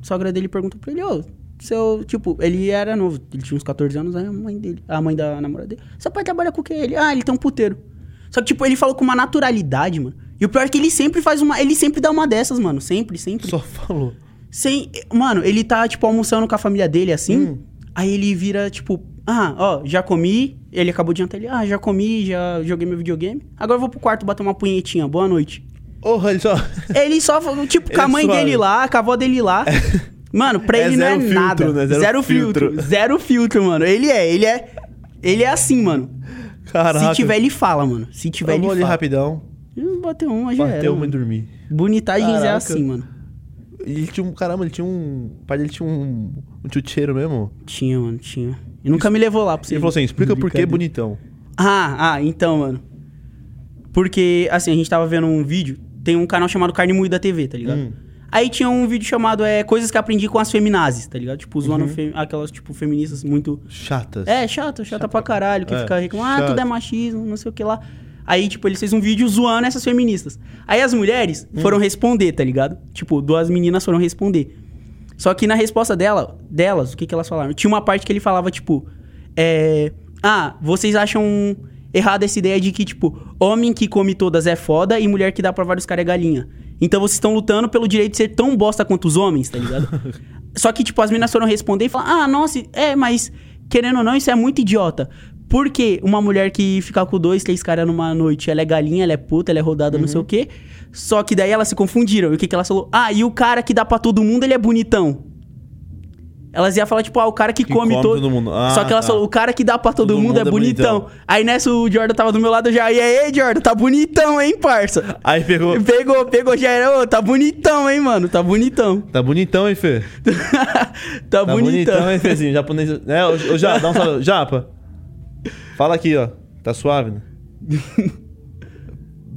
sogra dele perguntou pra ele, ô, Seu, tipo, ele era novo, ele tinha uns 14 anos, aí a mãe dele, a mãe da namorada dele, seu pai trabalha com o quê? Ele, ah, ele tem um puteiro. Só que, tipo, ele falou com uma naturalidade, mano. E o pior é que ele sempre faz uma. Ele sempre dá uma dessas, mano. Sempre, sempre.
Só falou.
Sem, mano, ele tá, tipo, almoçando com a família dele, assim.
Hum.
Aí ele vira, tipo, ah, ó, já comi. Ele acabou de jantar ele, ah, já comi, já joguei meu videogame. Agora eu vou pro quarto bater uma punhetinha. Boa noite.
<laughs> Porra, ele só.
Ele só, falou, tipo, com
Ele
a mãe
suave.
dele lá, com a avó
<laughs>
dele lá. Mano, pra
É
ele
zero
não é
filtro,
nada.
né? Zero
Zero, filtro.
filtro.
Zero filtro, mano. Ele é, ele é. Ele é assim, mano.
Caraca.
Se tiver, ele fala, mano. Se tiver,
Eu
ele
vou ali
fala.
rapidão.
Ele Bateu uma, já
Bateu
era.
uma e
mano.
dormi.
Bonitagens é
Caraca.
assim, mano.
Ele tinha um. Caramba, ele tinha um. O pai dele tinha um. Um tchutcheiro mesmo.
Tinha, mano, tinha. E nunca me levou lá pra você.
Ele falou assim: explica por que bonitão.
Ah, ah, então, mano. Porque, assim, a gente tava vendo um vídeo. Tem um canal chamado Carne Moída TV, tá ligado?
Hum.
Aí tinha um vídeo chamado é, Coisas que Aprendi com as Feminazes, tá ligado? Tipo,
Uhum.
zoando fe- aquelas, tipo, feministas muito.
Chatas.
É, chata, chata pra caralho, que
É,
fica reclamando, ah,
chato.
tudo é machismo, não sei o que lá. Aí, tipo, ele fez um vídeo zoando essas feministas. Aí as mulheres foram responder, tá ligado? Tipo, duas meninas foram responder. Só que na resposta dela, delas, o que, que elas falaram? Tinha uma parte que ele falava, tipo, é. Ah, vocês acham errada essa ideia de que, tipo, homem que come todas é foda e mulher que dá pra vários caras é galinha. Então vocês estão lutando pelo direito de ser tão bosta quanto os homens, tá ligado? Só que, tipo, as meninas foram responder e falaram, ah, nossa, é, mas querendo ou não, isso é muito idiota. Porque uma mulher que fica com dois, três caras numa noite, ela é galinha, ela é puta, ela é rodada, não sei o quê. Só que daí elas se confundiram. E o que, que elas falou? Ah, e o cara que dá pra todo mundo, ele é bonitão. Elas iam falar, tipo, ah, o cara que, come,
come
todo...
todo mundo. Ah,
Só que elas
tá.
falaram, o cara que dá pra todo, mundo, é, bonitão. Aí nessa o Jordan tava do meu lado eu já. E aí, Jordan, tá bonitão, hein, <laughs> parça?
Aí pegou.
Pegou, pegou, já era. Ô, tá bonitão, hein, mano? Tá bonitão.
Tá bonitão, hein, Fê?
<laughs> tá,
Tá
bonitão.
bonitão, hein, Fezinho? Japonês. É, ô, ô, já, dá um salve. <laughs> Japa. Fala aqui, ó. Tá suave,
<laughs>
né?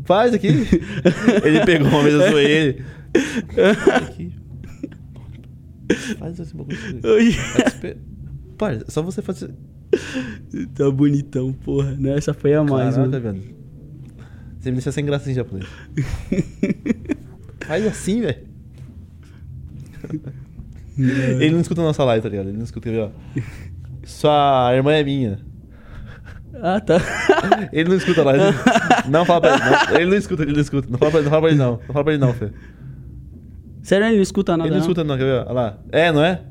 Faz aqui. Ele pegou uma vez, eu zoei ele.
<laughs>
Aqui. Faz esse bagulho.
Oi.
Pai, é só você fazer.
tá bonitão, porra. Né? Essa foi a mais,
Caraca,
mano.
velho. Você me deixa sem graça em japonês. Faz assim, velho.
É.
Ele não escuta a nossa live, tá ligado? Ele não escuta, ele, ó. Sua irmã é minha.
Ah, tá. <laughs>
Ele não escuta lá. Não fala pra ele. Não. Ele não escuta, ele não escuta. Não fala pra ele, não fala pra ele, não. Não fala pra ele, não, Fê.
Sério, ele não escuta nada.
Ele não escuta, não, quer ver? Olha lá. É, não é?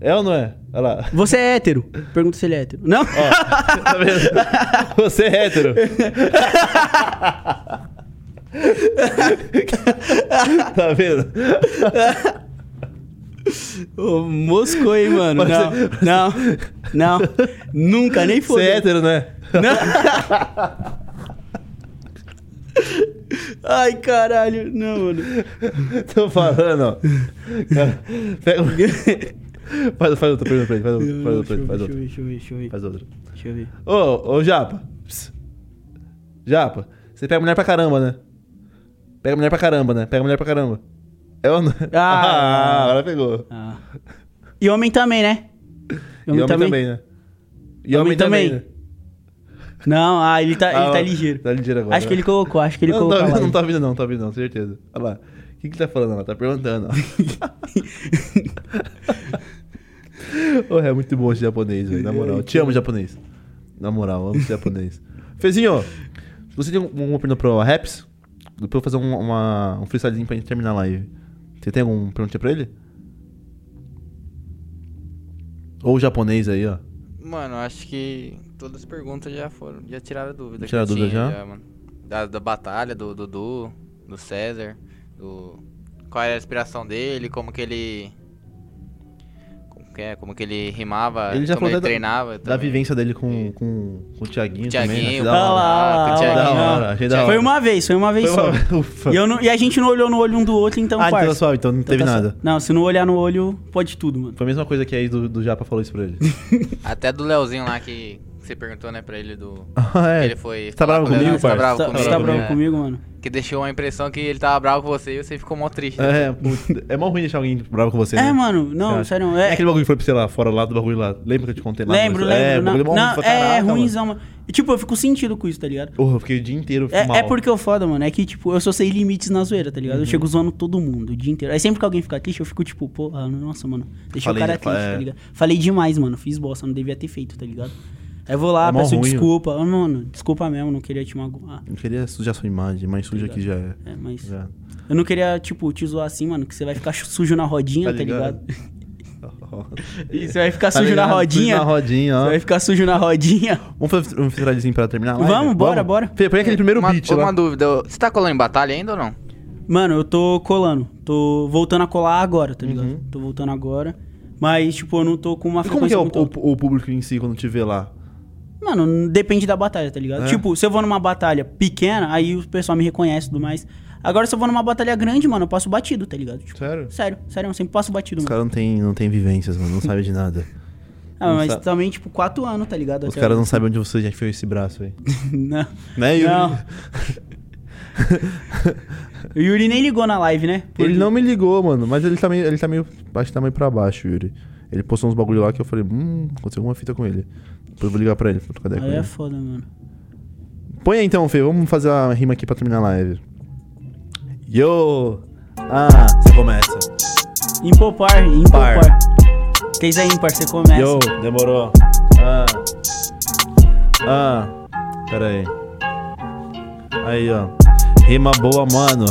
É ou não é? Olha lá. <laughs>
Você é hétero? Pergunta se ele é hétero. Não?
Tá vendo? Você é hétero. tá vendo?
<laughs> Ô, moscou, hein, mano?
Mas
não,
você-
não, não. Nunca, nem
Você
foi.
é hétero, né?
Ai, caralho. Não, mano.
Tô falando, ó. Cara, pega um- <laughs> Faz, faz outra pergunta pra ele, faz outra, faz outra, faz
deixa, eu
outra.
ver, deixa eu ver, deixa eu ver, deixa eu ver.
Faz outra.
Deixa eu ver.
Ô, ô, Japa. Psst. Japa, você pega mulher pra caramba, né? Pega mulher pra caramba, né? Pega mulher pra caramba. É ou não? <laughs>
Ah.
agora pegou.
Ah. E homem também, né?
E homem também, né? E homem,
Homem
também, né?
também. Não, ah, ele tá, ele
Ah,
tá ligeiro.
Tá ligeiro agora.
Acho que ele colocou, acho que ele
não,
colocou
tá
lá.
vindo, não tá vindo, não, tá vindo, não, certeza. Olha lá. O que que ele tá falando? Ela tá
<laughs>
perguntando, ó. Ô, é muito bom esse japonês, velho. Na moral. Te amo, japonês. Na moral, amo esse japonês. Fezinho, você tem alguma pergunta pro Raps? Depois eu vou fazer um, uma, um freestylezinho pra gente terminar a live. Você tem alguma pergunta pra ele? Ou o japonês aí, ó.
Mano, eu acho que todas as perguntas já foram, já tiraram a dúvida. que
Tiraram
eu
a dúvida
tinha
já?
mano. Da, da batalha, do Dudu, do César, do. Qual era a inspiração dele, como que ele. Como que é? Como que ele rimava,
Ele já
Ah, como
falou
ele
da- Da
treinava. também.
vivência dele com, com, com o Thiaguinho, também. né?
Tiaguinho,
Ah,
Da
pô,
hora.
lá,
com o
lá,
Tiaguinho.
da hora, achei da hora.
Foi uma vez, foi uma vez
Foi
só.
uma- <laughs> Ufa.
E, eu não- e a gente não olhou no olho um do outro, então,
Ah, então
parça.
suave, então não teve
Tá só-
nada.
Não, se não olhar no olho, pode tudo, mano.
Foi a mesma coisa que a ex do, do Japa falou isso pra ele.
Até do Leozinho lá que você perguntou, né, pra ele do.
Ah,
que
é.
Ele foi.
Você tá bravo
falar com o
comigo,
Leonardo,
parça?
Você
Você tá bravo
tá
comigo,
bravo
né?
comigo, mano?
Que deixou a impressão que ele tava bravo com você e você ficou mó triste. né?
<laughs> É, puta, é mal ruim deixar alguém bravo com você.
É,
né?
mano, não,
É.
sério,
É
é.
aquele bagulho que foi pra você lá, fora lá do bagulho lá. Lembra que eu te contei lá?
Lembro,
mas- É,
lembro.
bagulho
não,
mó
não,
pra
é
caraca, mano.
ruimzão, mano. E, Tipo, eu fico sentido com isso, tá ligado?
Porra, eu fiquei o dia inteiro mal.
É, é porque o foda, mano, é que, tipo, eu sou sem limites na zoeira, tá
Uhum.
ligado? Eu chego zoando todo mundo o dia inteiro. Aí sempre que alguém fica triste, eu fico tipo, pô, ah, nossa, mano, deixei
Falei,
o cara
fa-
triste,
é.
tá ligado? Falei demais, mano, fiz bosta, não devia ter feito, tá ligado? Aí eu vou lá,
É mó
peço
ruim,
desculpa. Ah, mano, desculpa mesmo, não queria te magoar.
Não queria sujar sua imagem, mas suja aqui já é.
É, mas.
Já.
Eu não queria, tipo, te zoar assim, mano, que você vai ficar sujo na rodinha,
Tá
tá ligado?
ligado? <laughs>
E você vai ficar
Tá
sujo na
ligado?
rodinha.
Sujo na rodinha, ó.
Você vai ficar sujo na rodinha.
Vamos fazer um finalzinho pra terminar a live?
Vamos, bora, bora.
Fê, põe aquele primeiro
uma,
beat
uma
lá.
dúvida, eu- você tá colando em batalha ainda ou não?
Mano, eu tô colando. Tô voltando a colar agora, tá ligado?
Uhum.
Tô voltando agora. Mas, tipo, eu não tô com uma
E como que é o,
muito alta.
o- o público em si quando te vê lá?
Mano, n- depende da batalha, tá ligado?
É.
Tipo, se eu vou numa batalha pequena, aí o pessoal me reconhece e tudo mais. Agora, se eu vou numa batalha grande, mano, eu passo batido, tá ligado? Tipo,
Sério?
sério, sério, eu sempre passo batido,
Os
mano.
caras não têm não tem vivências, mano. Não sabem de nada.
Ah,
não
mas
sabe.
também, tipo, quatro anos, tá ligado?
Os
Até-
caras não sabem onde você já enfiou esse braço aí.
<laughs> não.
Né, Yuri?
Não. o Yuri nem ligou na live, né?
<laughs> Ele não me ligou, mano. Mas ele tá meio. Ele tá meio. Acho que tá meio pra baixo, Yuri. Ele postou uns bagulho lá que eu falei, hum, aconteceu alguma fita com ele. Depois eu vou ligar pra ele, pra trocar ideia com
Aí é
ele.
foda, mano.
Põe aí então, Fê, vamos fazer a rima aqui pra terminar a live. Yo! Ah, você começa.
Impopar, impopar.
Par.
Quem é ímpar, você começa.
Yo, demorou. Ah. Ah. Pera aí. Aí, ó. Rima boa, mano.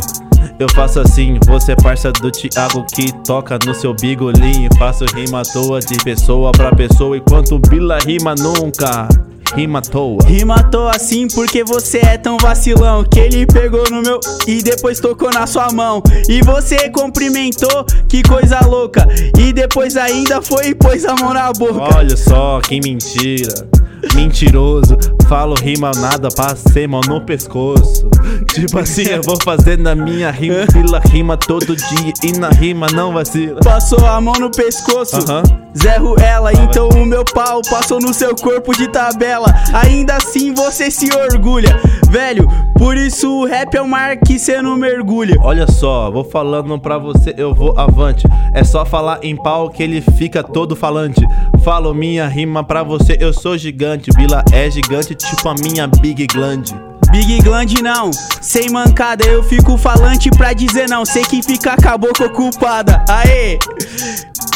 Eu faço assim, você é parça do Thiago que toca no seu bigolinho. Faço rima à toa de pessoa pra pessoa, enquanto Bila rima nunca. Rima à toa.
Rima tô assim porque você é tão vacilão Que ele pegou no meu e depois tocou na sua mão E você cumprimentou, que coisa louca E depois ainda foi e pôs a mão na boca
Olha só, que mentira. Mentiroso, falo rima nada, passei mão no pescoço. Tipo assim, eu vou fazer na minha rima, fila rima todo dia e na rima não vacila.
Passou a mão no pescoço
Aham.
Zé Ruela, então o meu pau passou no seu corpo de tabela. Ainda assim você se orgulha, velho. Por isso o rap é o mar que cê não mergulha.
Olha só, vou falando pra você, eu vou avante. É só falar em pau que ele fica todo falante. Falo minha rima pra você, eu sou gigante. Bila é gigante, tipo a minha Big Glande.
Big Gland não, sem mancada, eu fico falante pra dizer não. Sei que fica com a boca ocupada. Aê!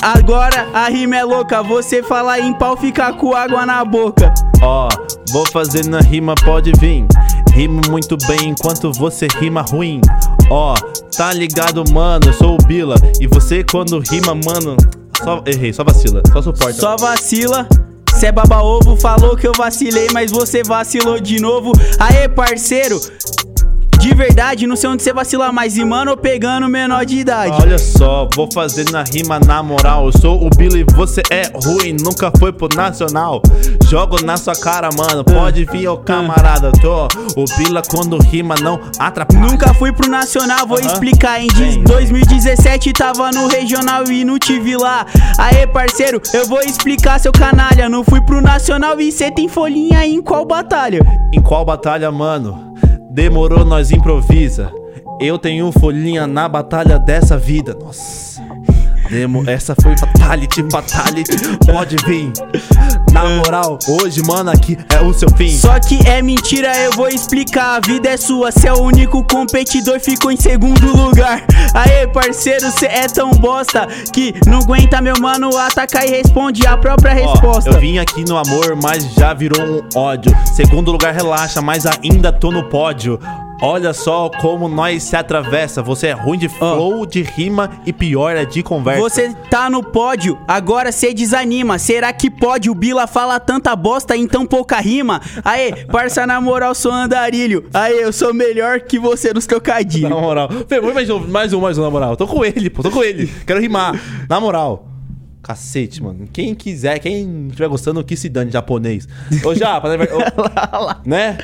Agora a rima é louca, você falar em pau fica com água na boca.
Ó, vou fazendo a rima, pode vir. Rimo muito bem enquanto você rima ruim. Ó, tá ligado, mano, eu sou o Bila. E você quando rima, mano, só errei, só vacila, só suporta.
Só vacila. Cê é baba ovo, falou que eu vacilei, mas você vacilou de novo. Aê, parceiro, de verdade, não sei onde você vacila mais. E mano, pegando menor de idade.
Olha só, vou fazer na rima na moral. Eu sou o Billy, você é ruim, nunca foi pro nacional. Jogo na sua cara, mano, pode vir, ô camarada. Tô o Bila quando rima não atrapalha.
Nunca fui pro Nacional, vou
Aham.
explicar. Em diz-
Vem,
2017 tava no Regional e não te vi lá. Aê, parceiro, eu vou explicar, seu canalha. Não fui pro Nacional e cê tem folhinha em qual batalha?
Em qual batalha, mano? Demorou, nós improvisa. Eu tenho um folhinha na batalha dessa vida. Nossa. Demo, essa foi fatality, fatality, pode vir. Na moral, hoje, mano, aqui é o seu fim.
Só que é mentira, eu vou explicar. A vida é sua, cê é o único competidor, ficou em segundo lugar. Aê, parceiro, cê é tão bosta que não aguenta, meu mano, atacar e responde a própria
Ó,
resposta.
Eu vim aqui no amor, mas já virou um ódio. Segundo lugar, relaxa, mas ainda tô no pódio. Olha só como nós se atravessa. Você é ruim de flow, de rima e pior é de conversa.
Você tá no pódio, agora cê desanima. Será que pode? O Bila fala tanta bosta em tão pouca rima. Aê, parça, na moral, sou andarilho. Aê, eu sou melhor que você nos
Na
trocadilhos.
moral. Fê, põe mais um, mais um, mais um, na moral. Tô com ele, pô, tô com ele. Quero rimar. Na moral. Cacete, mano. Quem quiser, quem tiver gostando, que se dane japonês. Ô, Japa, né?
<laughs>
Ô, né?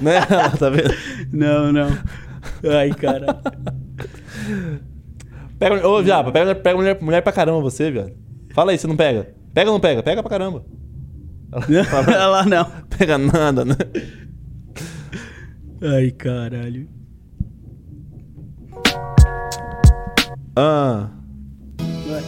né? tá vendo?
Não, não. Ai, cara.
Pega, ô, Japa,
<laughs>
pega, pega mulher, mulher pra caramba você, viado. Fala aí, você não pega. Pega ou não pega? Pega pra caramba.
Lá não.
Pega nada, né?
Ai, caralho.
Ah.
Ué.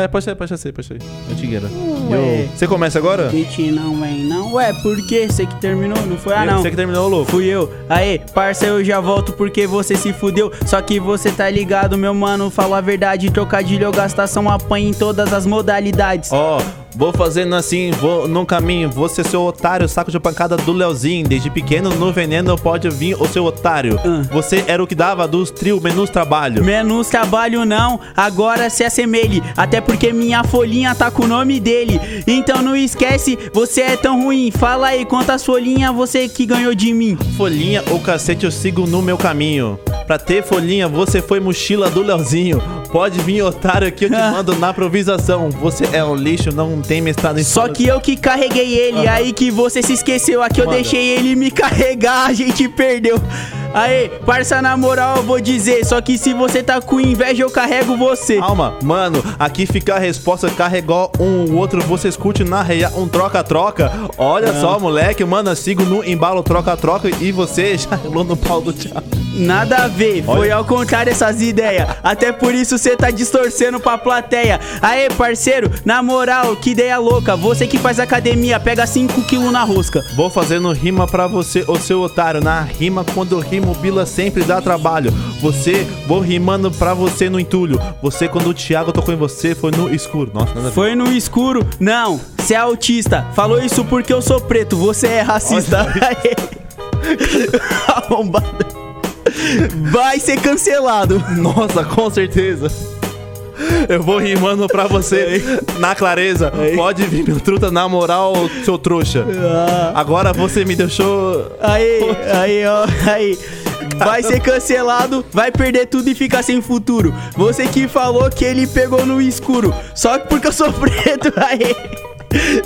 É, é, pode ser, pode ser, pode ser. Antigueira.
Ué.
Yo. Você começa agora?
Gente, não vem, não. Ué, por quê? Você que terminou, não foi? Ah, não.
Você que terminou, louco.
Fui eu. Aê, parça, eu já volto porque você se fudeu. Só que você tá ligado, meu mano. Fala a verdade, trocadilho ou gastação apanha em todas as modalidades.
Ó, vou fazendo assim, vou num caminho. Vou ser seu otário, saco de pancada do Leozinho. Desde pequeno, no veneno pode vir o seu otário.
Ah.
Você era o que dava dos trio, menos trabalho.
Menos trabalho não, agora se assemelhe. Até porque minha folhinha tá com o nome dele. Então não esquece, você é tão ruim. Fala aí quantas folhinhas você que ganhou de mim.
Folhinha ou cacete, eu sigo no meu caminho. Pra ter folhinha, você foi mochila do Leozinho. Pode vir, otário, que eu te
Ah.
mando na improvisação. Você é um lixo, não tem mestrado em
Só que eu que carreguei ele, aí que você se esqueceu. Aqui eu
Manda.
deixei ele me carregar, a gente perdeu. Aê, parça, na moral eu vou dizer. Só que se você tá com inveja, eu carrego você.
Calma, mano, aqui fica a resposta. Carregou um o outro, você escute na reia um troca-troca. Olha só, moleque, mano, eu sigo no embalo troca-troca e você <laughs> já relou no pau do Thiago.
Nada a ver, foi
Olha.
ao contrário essas ideias. Até por isso cê tá distorcendo pra plateia. Aê, parceiro, na moral, que ideia louca. Você que faz academia, pega 5 quilos na rosca.
Vou fazendo rima pra você, ô seu otário. Na rima, quando eu rimo, Bila sempre dá trabalho. Você, vou rimando pra você no entulho. Você, quando o Thiago tocou em você, foi no escuro. Nossa, nada a ver.
Foi no escuro, não, cê é autista. Falou isso porque eu sou preto, você é racista. Aê. <laughs> Arrombado. Vai ser cancelado.
Nossa, com certeza. Eu vou rimando pra você na clareza. Pode vir, meu truta, na moral, seu trouxa. Agora você me deixou.
Aí, aí, ó, aí. Vai ser cancelado, vai perder tudo e ficar sem futuro. Você que falou que ele pegou no escuro, só que porque eu sou preto, <laughs> aí.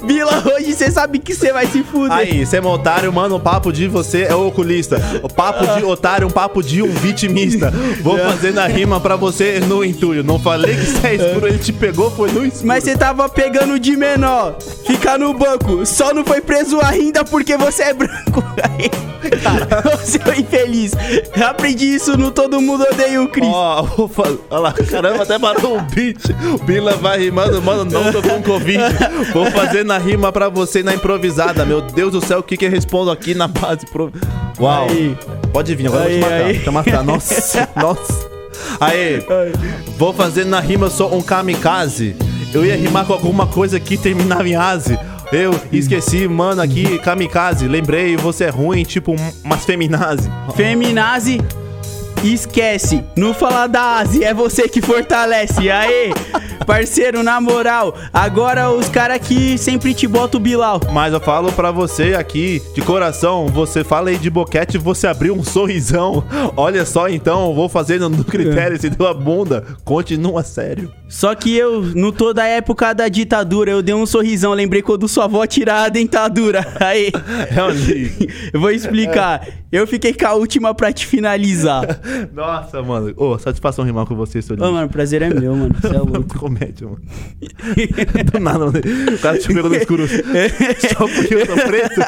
Bila, hoje você sabe que você vai se fuder.
Aí, você é um otário, mano. O papo de você é oculista. O papo de otário, um papo de um vitimista. Vou fazendo a rima pra você no entulho. Não falei que você é escuro, ele te pegou, foi no escuro.
Mas você tava pegando de menor, ficar no banco. Só não foi preso ainda porque você é branco. Aí, Ô, seu infeliz. Aprendi isso no Todo Mundo Odeia o Cris.
Ó, vou fa- olha lá, caramba, até parou o beat. O Bila vai rimando, mano, não tô com Covid. Vou fazer na rima pra você na improvisada. Meu Deus do céu, o que que eu respondo aqui na base? Pro... Uau.
Aí.
Pode vir, agora eu
Aí,
vou te matar.
aí.
Deixa eu matar,
<laughs>
nossa, nossa. Aê, vou fazer na rima só um kamikaze. Eu ia rimar com alguma coisa que terminava em ase. Eu esqueci, mano, aqui, kamikaze. Lembrei, você é ruim, tipo, umas feminazi.
Feminazi, esquece. Não fala da Asi, é você que fortalece. Aê, parceiro, na moral. Agora os caras que sempre te botam o Bilal.
Mas eu falo pra você aqui, de coração, você fala aí de boquete, você abriu um sorrisão. <laughs> Olha só então, vou fazendo no
É.
critério, se deu a bunda. Continua sério.
Só que eu, no toda a época da ditadura, eu dei um sorrisão. Lembrei quando sua avó tirar a dentadura. Aê,
Realmente.
eu vou explicar. Eu fiquei com a última pra te finalizar.
<laughs> Nossa, mano. Ô, satisfação rimar com você, seu
Ô,
lindo.
mano, prazer é meu, mano. Você
<laughs>
é louco.
Comédia, mano. Do nada, mano. O cara te pegou no escuro.
É.
Só porque eu sou
<laughs>
preto.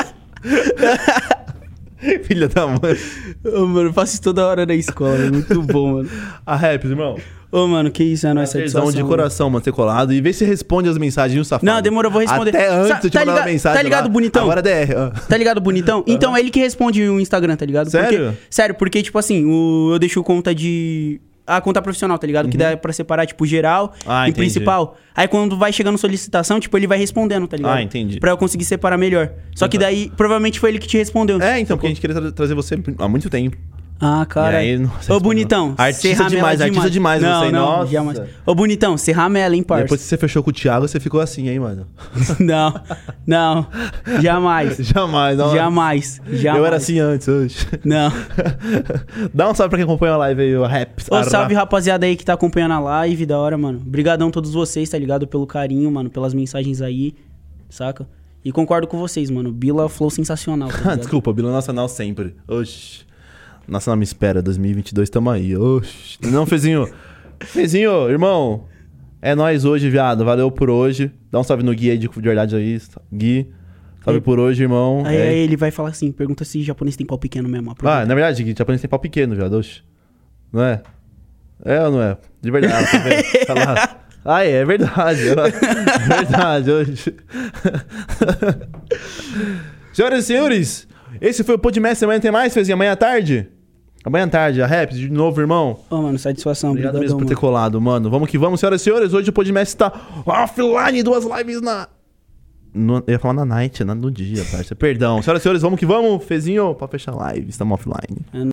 Filha da mãe.
Ô, mano, eu faço isso toda hora na escola. É muito bom, mano.
A rap, Ah, irmão.
Ô, mano, que isso é nossa
Satisfação de coração, mano, ter colado. E vê se responde as mensagens, viu, safado?
Não, demorou, eu vou responder.
Até antes
Sa-
de
tá
mandar
liga-
a mensagem.
tá ligado,
lá.
bonitão?
Agora DR. ah.
Tá ligado, bonitão? Então, é ele que responde o Instagram, tá ligado? Porque-
Sério?
sério, porque, tipo assim, o- eu deixo conta de. A conta profissional, tá ligado? Que dá pra separar, tipo, geral
Uhum. Ah,
e
entendi.
principal. Aí quando vai chegando solicitação, tipo, ele vai respondendo, tá ligado?
Ah, entendi.
Pra eu conseguir separar melhor. Só que daí, provavelmente foi ele que te respondeu.
É, então, porque a gente queria tra- trazer você há muito tempo.
Ah, cara.
E aí, não
Ô,
respondeu.
bonitão.
Artista
cê ramela
demais, artista demais
não,
você, hein?
não,
Nossa.
jamais. Ô, bonitão, você ramela, hein, parça?
Depois que você fechou com o Thiago, você ficou assim, hein,
<laughs>
mano?
não, não. Jamais.
Jamais, <laughs> não.
jamais. Jamais.
Eu era assim antes, hoje. <laughs>
Não.
Dá um salve pra quem acompanha a live aí, o Raps.
Ô, Um salve rapaziada aí que tá acompanhando a live, da hora, mano. Obrigadão a todos vocês, tá ligado? Pelo carinho, mano, pelas mensagens aí, saca? E concordo com vocês, mano. Bila é um Flow
<laughs>
sensacional, tá ligado?
Desculpa, Bila Nacional sempre. Oxi. Nacional me espera, 2022 tamo aí. Oxi. Não, Fezinho. Fezinho, irmão. É nóis hoje, viado. Valeu por hoje. Dá um salve no Gui aí de verdade aí. Gui, salve
Aí.
por hoje, irmão.
Aí,
É.
aí ele vai falar assim, pergunta se japonês tem pau pequeno mesmo.
Ah,
aproveita.
na verdade, Gui, japonês tem pau pequeno, viado. Oxe. Não é? É ou não é? De verdade, tá vendo? Tá lá. Ah, é, é verdade. É verdade, hoje. Senhoras e senhores, esse foi o Podmestre. Amanhã tem mais, Fezinha? Amanhã à tarde? Amanhã à tarde, a Raps, de novo, irmão.
Ô, mano, satisfação.
Obrigado
Obrigado
mesmo por
mano.
ter colado, mano. Vamos que vamos, senhoras e senhores. Hoje o Podmestre tá offline, duas lives na. né, No, eu ia falar na night, na- no dia, parça. Perdão. Senhoras e senhores, vamos que vamos. Fezinho, pra fechar a live. Estamos offline.
É